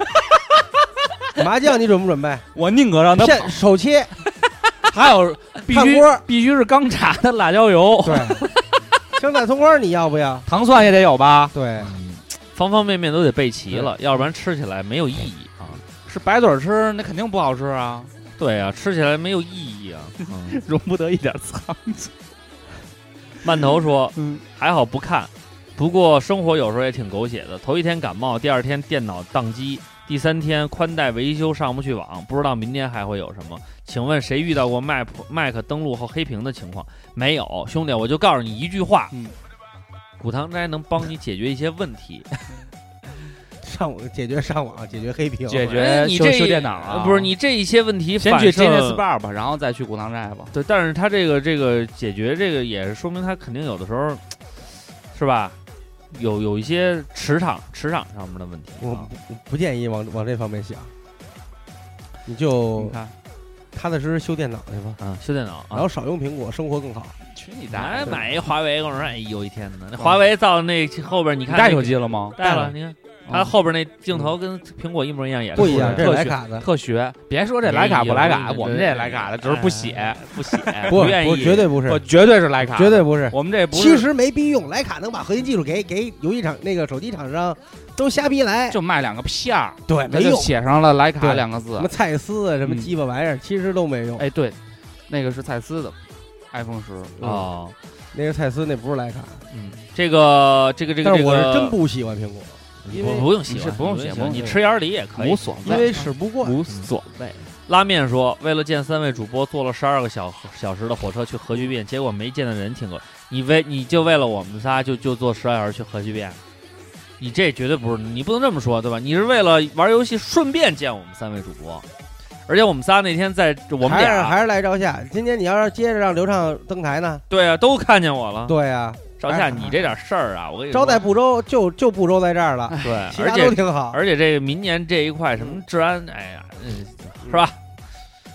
麻酱你准不准备？
我宁可让他
现手切，
还有必
烫
须
锅
必须是刚炸的辣椒油，
对，生菜葱花你要不要？
糖蒜也得有吧？
对，
方方面面都得备齐了，要不然吃起来没有意义啊。
是白嘴吃那肯定不好吃啊，
对啊，吃起来没有意义啊。嗯
容不得一点仓促。
曼头说，
嗯，
还好不看，不过生活有时候也挺狗血的。头一天感冒，第二天电脑宕机，第三天宽带维修上不去网，不知道明天还会有什么。请问谁遇到过 Mac Mac 登录后黑屏的情况？没有，兄弟，我就告诉你一句话，
嗯
古堂斋能帮你解决一些问题。
上网解决上网，解决黑屏，
解
哎
决
你
修
这
修电脑啊
呃？不是你这一些问题
先
反
去
射
Genius Bar 吧，然后再去鼓浪寨吧。
对，但是他这个这个解决这个也是说明他肯定有的时候，是吧？有有一些职场职场上面的问题
我
啊，
不不建议往往这方面想，你就
你看，
踏踏实实修电脑去吧，
嗯，修电脑
然
啊
后，少用苹果，生活更好。
去你
来
的！
买一华为，跟我说，哎呦一天呐，那
嗯
华为到那后边，你
你
看
带
那
手
个
机了吗？
带了，你看
啊
它
啊
后边那镜头跟苹果一模一样，也哎是
嗯不一样，
竖着
这
的
是徕卡的，
特学，别说这徕卡不徕卡，我们这也徕卡的，只是不写
哎，不写，
不
愿
不
意，
绝对不是
我，绝对是徕卡，
绝对。不是。
我们这不
其
是
实没必用，徕卡能把核心技术给给游戏厂那个手机厂商都瞎逼来，
就卖两个片儿，
对，
它
哎没
就
用。
写上了徕卡
对
两个字
什么。蔡司啊，什么
嗯
鸡巴玩意儿，其实都没用。
哎，对，那个是蔡司的 iPhone 十，
哦
嗯
啊。
那是蔡司，那不是徕卡。
嗯，这个这个这个，
但是我
这
是
个
真不喜欢苹果，因
不
为
不用洗
你
碗，
是不用洗
洗
不用
碗，你
洗
吃眼儿里也可以
无。所谓，
因为使不惯。
无所
嗯
谓。
拉面说，为了见三位主播，坐了十二个小小时的火车去核聚变，结果没见的人挺多。你为你就为了我们仨就就坐十二小时去核聚变，你这绝对不是，你不能这么说，对吧？你是为了玩游戏顺便见我们三位主播，而且我们仨那天在我们
还是
俩
还是来照相。今天你要是接着让刘畅登台呢？
对啊都看见我了。
对哎呀，
赵夏，你这点事儿啊，我跟你说
招待不周就就不周在这儿了，
对，
其
而
他都
且
挺好。
而且这个明年这一块什么治安，哎呀，嗯是吧？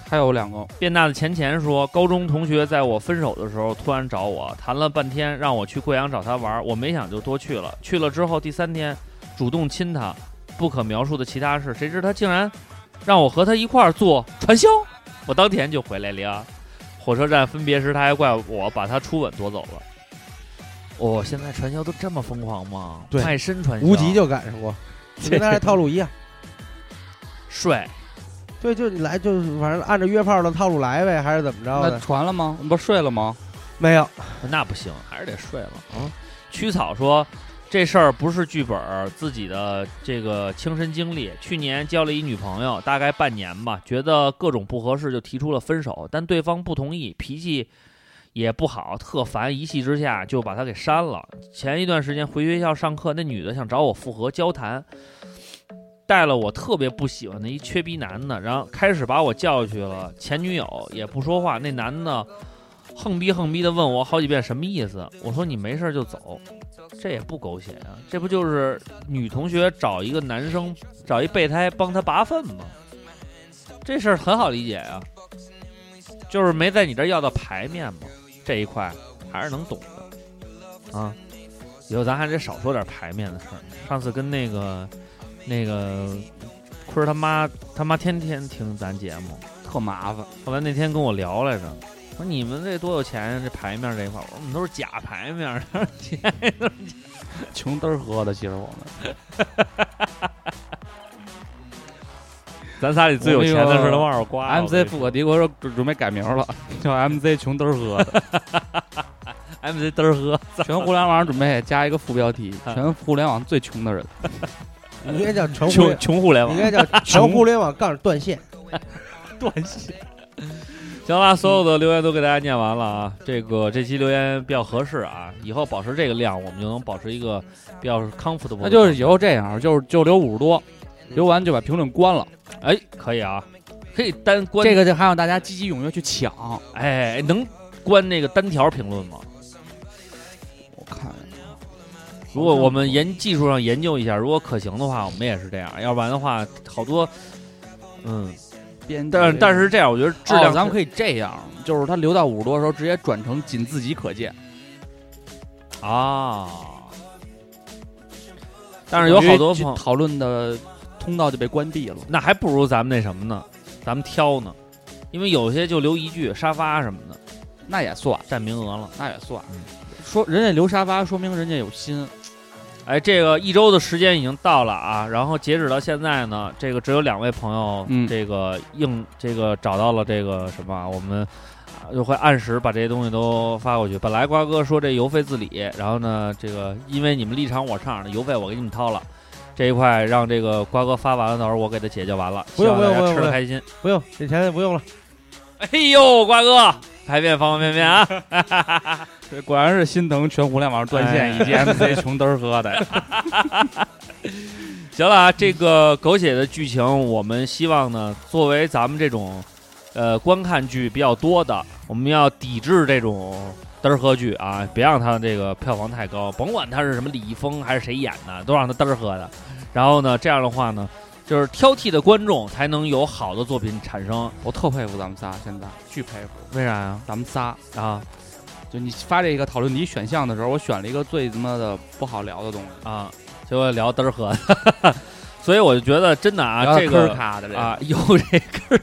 还有两个，
变大的钱钱说，高中同学在我分手的时候突然找我，谈了半天，让我去贵阳找他玩，我没想就多去了。去了之后第三天，主动亲他，不可描述的其他事，谁知他竟然让我和他一块儿做传销，我当天就回来了。火车站分别时，他还怪我把他初吻夺走了。哦，现在传销都这么疯狂吗？
对
卖身传销，
无 极就赶上过，就跟他这套路一样。
帅，
对，就来就是反正按照约炮的套路来呗，还是怎么着
那
的？
传了吗？你不是睡了吗？
没有，
那不行，还是得睡了啊。曲草说。这事儿不是剧本儿，自己的这个亲身经历。去年交了一女朋友，大概半年吧，觉得各种不合适，就提出了分手，但对方不同意，脾气也不好，特烦。一气之下就把她给删了。前一段时间回学校上课，那女的想找我复合交谈，带了我特别不喜欢的一缺逼男的，然后开始把我叫去了。前女友也不说话，那男的横逼横逼的问我好几遍什么意思，我说你没事儿就走，这也不狗血啊，这不就是女同学找一个男生找一备胎帮他拔粪吗？这事儿很好理解啊，就是没在你这儿要到牌面嘛，这一块还是能懂的啊。以后咱还得少说点牌面的事儿。上次跟那个那个坤儿他妈他妈天天听咱节目，
特麻烦。
后来那天跟我聊来着，我说你们这多有钱呀，这牌面这一块儿，我说我们都是假牌面儿，钱都是假。
穷嘚儿喝的，其实我们。
咱仨里最有钱的是他妈耳
啊
刮我
MC
跟你说
富可敌国说准准备改名了，叫 MC 穷嘚儿喝 的。
MC 嘚儿喝，
全互联网准备加一个副标题：
啊
全互联网最穷的人。
你应该叫全
穷穷互联网
哦你应该叫全互联网杠断线。
断线。行啦，所有的留言都给大家念完了啊。这个这期留言比较合适啊，以后保持这个量，我们就能保持一个比较 comfortable 的状态。
那就是以后这样，就是就留五十多，留完就把评论关了。
哎，可以啊，可以单关
这个，就还让大家积极踊跃去抢。
哎，能关那个单条评论吗？
我看，
如果我们研技术上研究一下，如果可行的话，我们也是这样；要不然的话，好多，嗯，
编辑
但但是这样，我觉得质量
哦
是
咱们可以这样，就是他留到五十多的时候，直接转成仅自己可见。
啊。但是有好多
去
朋
讨论的通道就被关闭了。
那还不如咱们那什么呢？咱们挑呢，因为有些就留一句沙发什么的，
那也算
占名额了，
那也算。说人家留沙发，说明人家有心。
哎，这个一周的时间已经到了啊，然后截止到现在呢，这个只有两位朋友，
嗯
这个应这个找到了这个什么啊，我们啊就会按时把这些东西都发过去。本来瓜哥说这邮费自理，然后呢，这个因为你们立场我唱，邮费我给你们掏了。这一块让这个瓜哥发完了，到时候我给他解决完了，
不用
希
不
望
用不用，不
大家吃的
用
开心。，
不用这钱不用了。
哎呦，瓜哥，排便方便面啊！
这果然是心疼全互联网断线以及
哎
MC 穷嘚儿喝的。
行了啊，这个狗血的剧情，我们希望呢，作为咱们这种呃观看剧比较多的，我们要抵制这种嘚儿喝剧啊，别让它这个票房太高，甭管它是什么李易峰还是谁演的，都让它嘚儿喝的。然后呢，这样的话呢，就是挑剔的观众才能有好的作品产生。
我特佩服咱们仨，现在巨佩服。
为啥呀？
咱们仨
啊，
就你发这个讨论题选项的时候，我选了一个最他妈的不好聊的东西
啊，结果聊嘚儿喝的， 所以我就觉得真的啊，
聊
这个
嗑儿卡的这个
啊，有这个，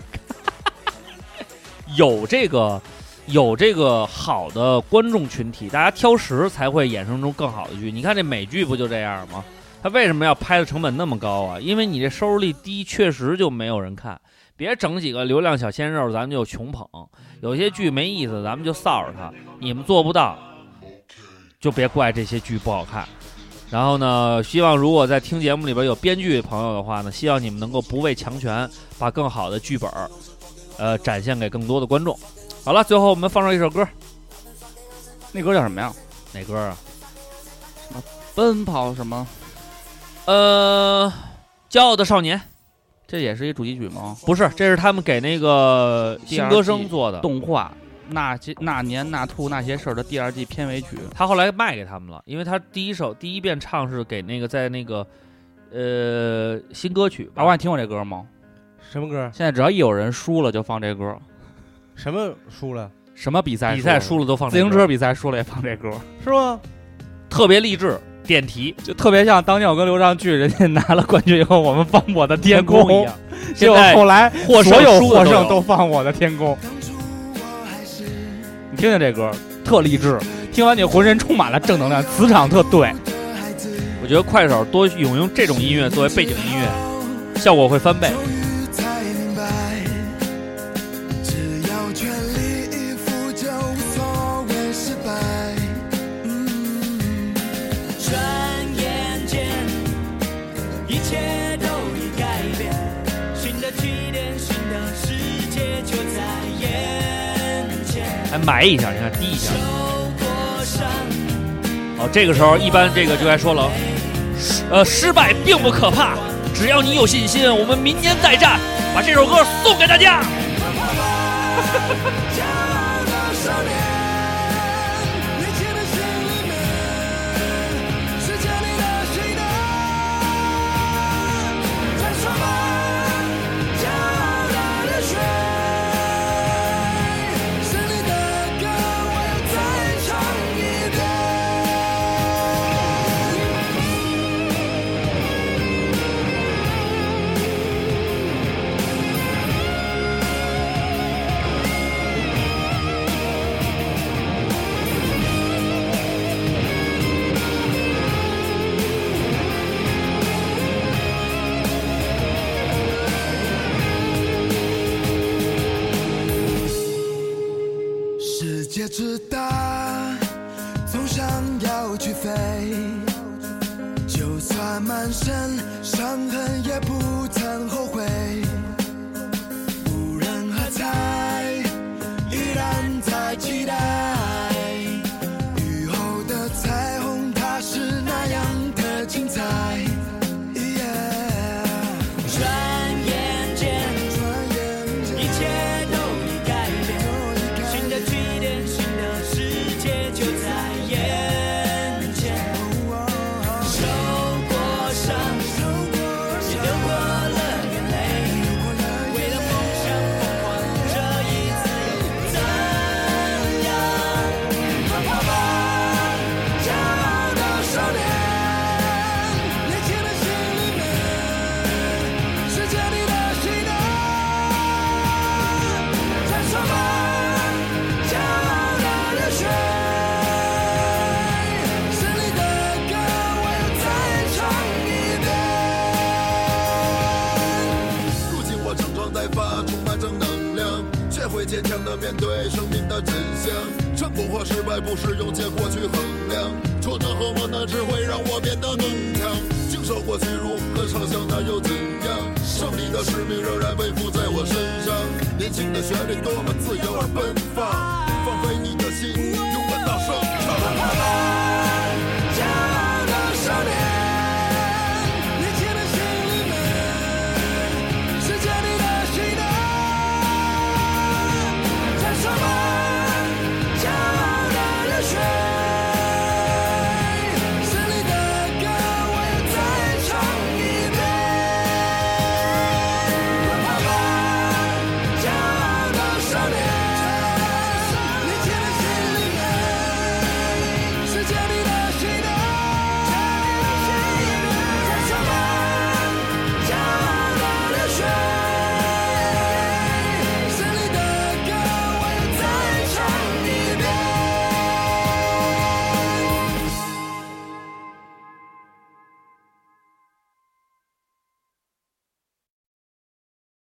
有这个，有这个好的观众群体，大家挑食才会衍生出更好的剧。你看这美剧不就这样吗？它为什么要拍的成本那么高啊？因为你这收视率低，确实就没有人看。别整几个流量小鲜肉，咱们就穷捧。有些剧没意思，咱们就臊着它。你们做不到，就别怪这些剧不好看。然后呢，希望如果在听节目里边有编剧朋友的话呢，希望你们能够不畏强权，把更好的剧本儿，呃，展现给更多的观众。好了，最后我们放上一首歌，
那歌叫什么呀？
哪歌啊？
奔跑什么？
呃，骄傲的少年
这也是一主题曲吗？
不是，这是他们给那个
第
新
二
歌
季
声做的，
动画《那些那年那兔那些事儿》的第二季片尾曲。
他后来卖给他们了，因为他第一首第一遍唱是给那个在那个呃新歌曲
老
吧，
外，你听过这歌吗？
什么歌？
现在只要一有人输了就放这歌，
什么输了？
什么比赛
比赛输了都放这
自
歌
行车比赛输了也放这歌，
是吗？
特别励志，点题。
就特别像当年我跟刘畅去人家拿了冠军以后，我们放我的天
天空
空
一样
结果
现在
后来
获胜
所有
输的
获
都有
胜都放我的天空。
当初我还是
听听这歌，特励志，听完你浑身充满了正能量，磁场特对。
我觉得快手多用用这种音乐作为背景音乐，效果会翻
哎
倍。
才明白，只要全力以赴，就无所谓失败。嗯，转眼间，一切都已改变，新的起点，新的世界就在眼前。
还埋哎一下，你看低一下。
过伤，
哦，这个时候一般这个就该说了，呃，失败并不可怕，只要你有信心，我们明年再战。把这首歌送给大家。
骄傲的少年，年轻的心里面是家里的心灯。再说吧，骄傲的热血，胜利的歌我要再唱一遍。世界之大，总想要去飞，就算满身伤痕也不曾后悔。无人喝彩，依然在期待。雨后的彩虹，它是那样的精彩。Yeah 转眼间，一切都已改变。新的起点，新的世界就在眼前。受过伤，也流过了眼泪，为了梦想疯狂，这一次又怎样？快跑吧，骄傲的少年，年轻的心里面是这里的希望。再说吧。骄傲的热血，胜利的歌我要再唱一遍。
如今我整装待发，充满正能量，学会坚强的面对生命的真相。成功或失败不是用结果去衡量，挫折和磨难只会让我变得更强。经受过屈辱和嘲笑，那又怎样？胜利的使命仍然背负在我身上。年轻的旋律多么自由而奔放，放飞你的心，勇敢到胜场。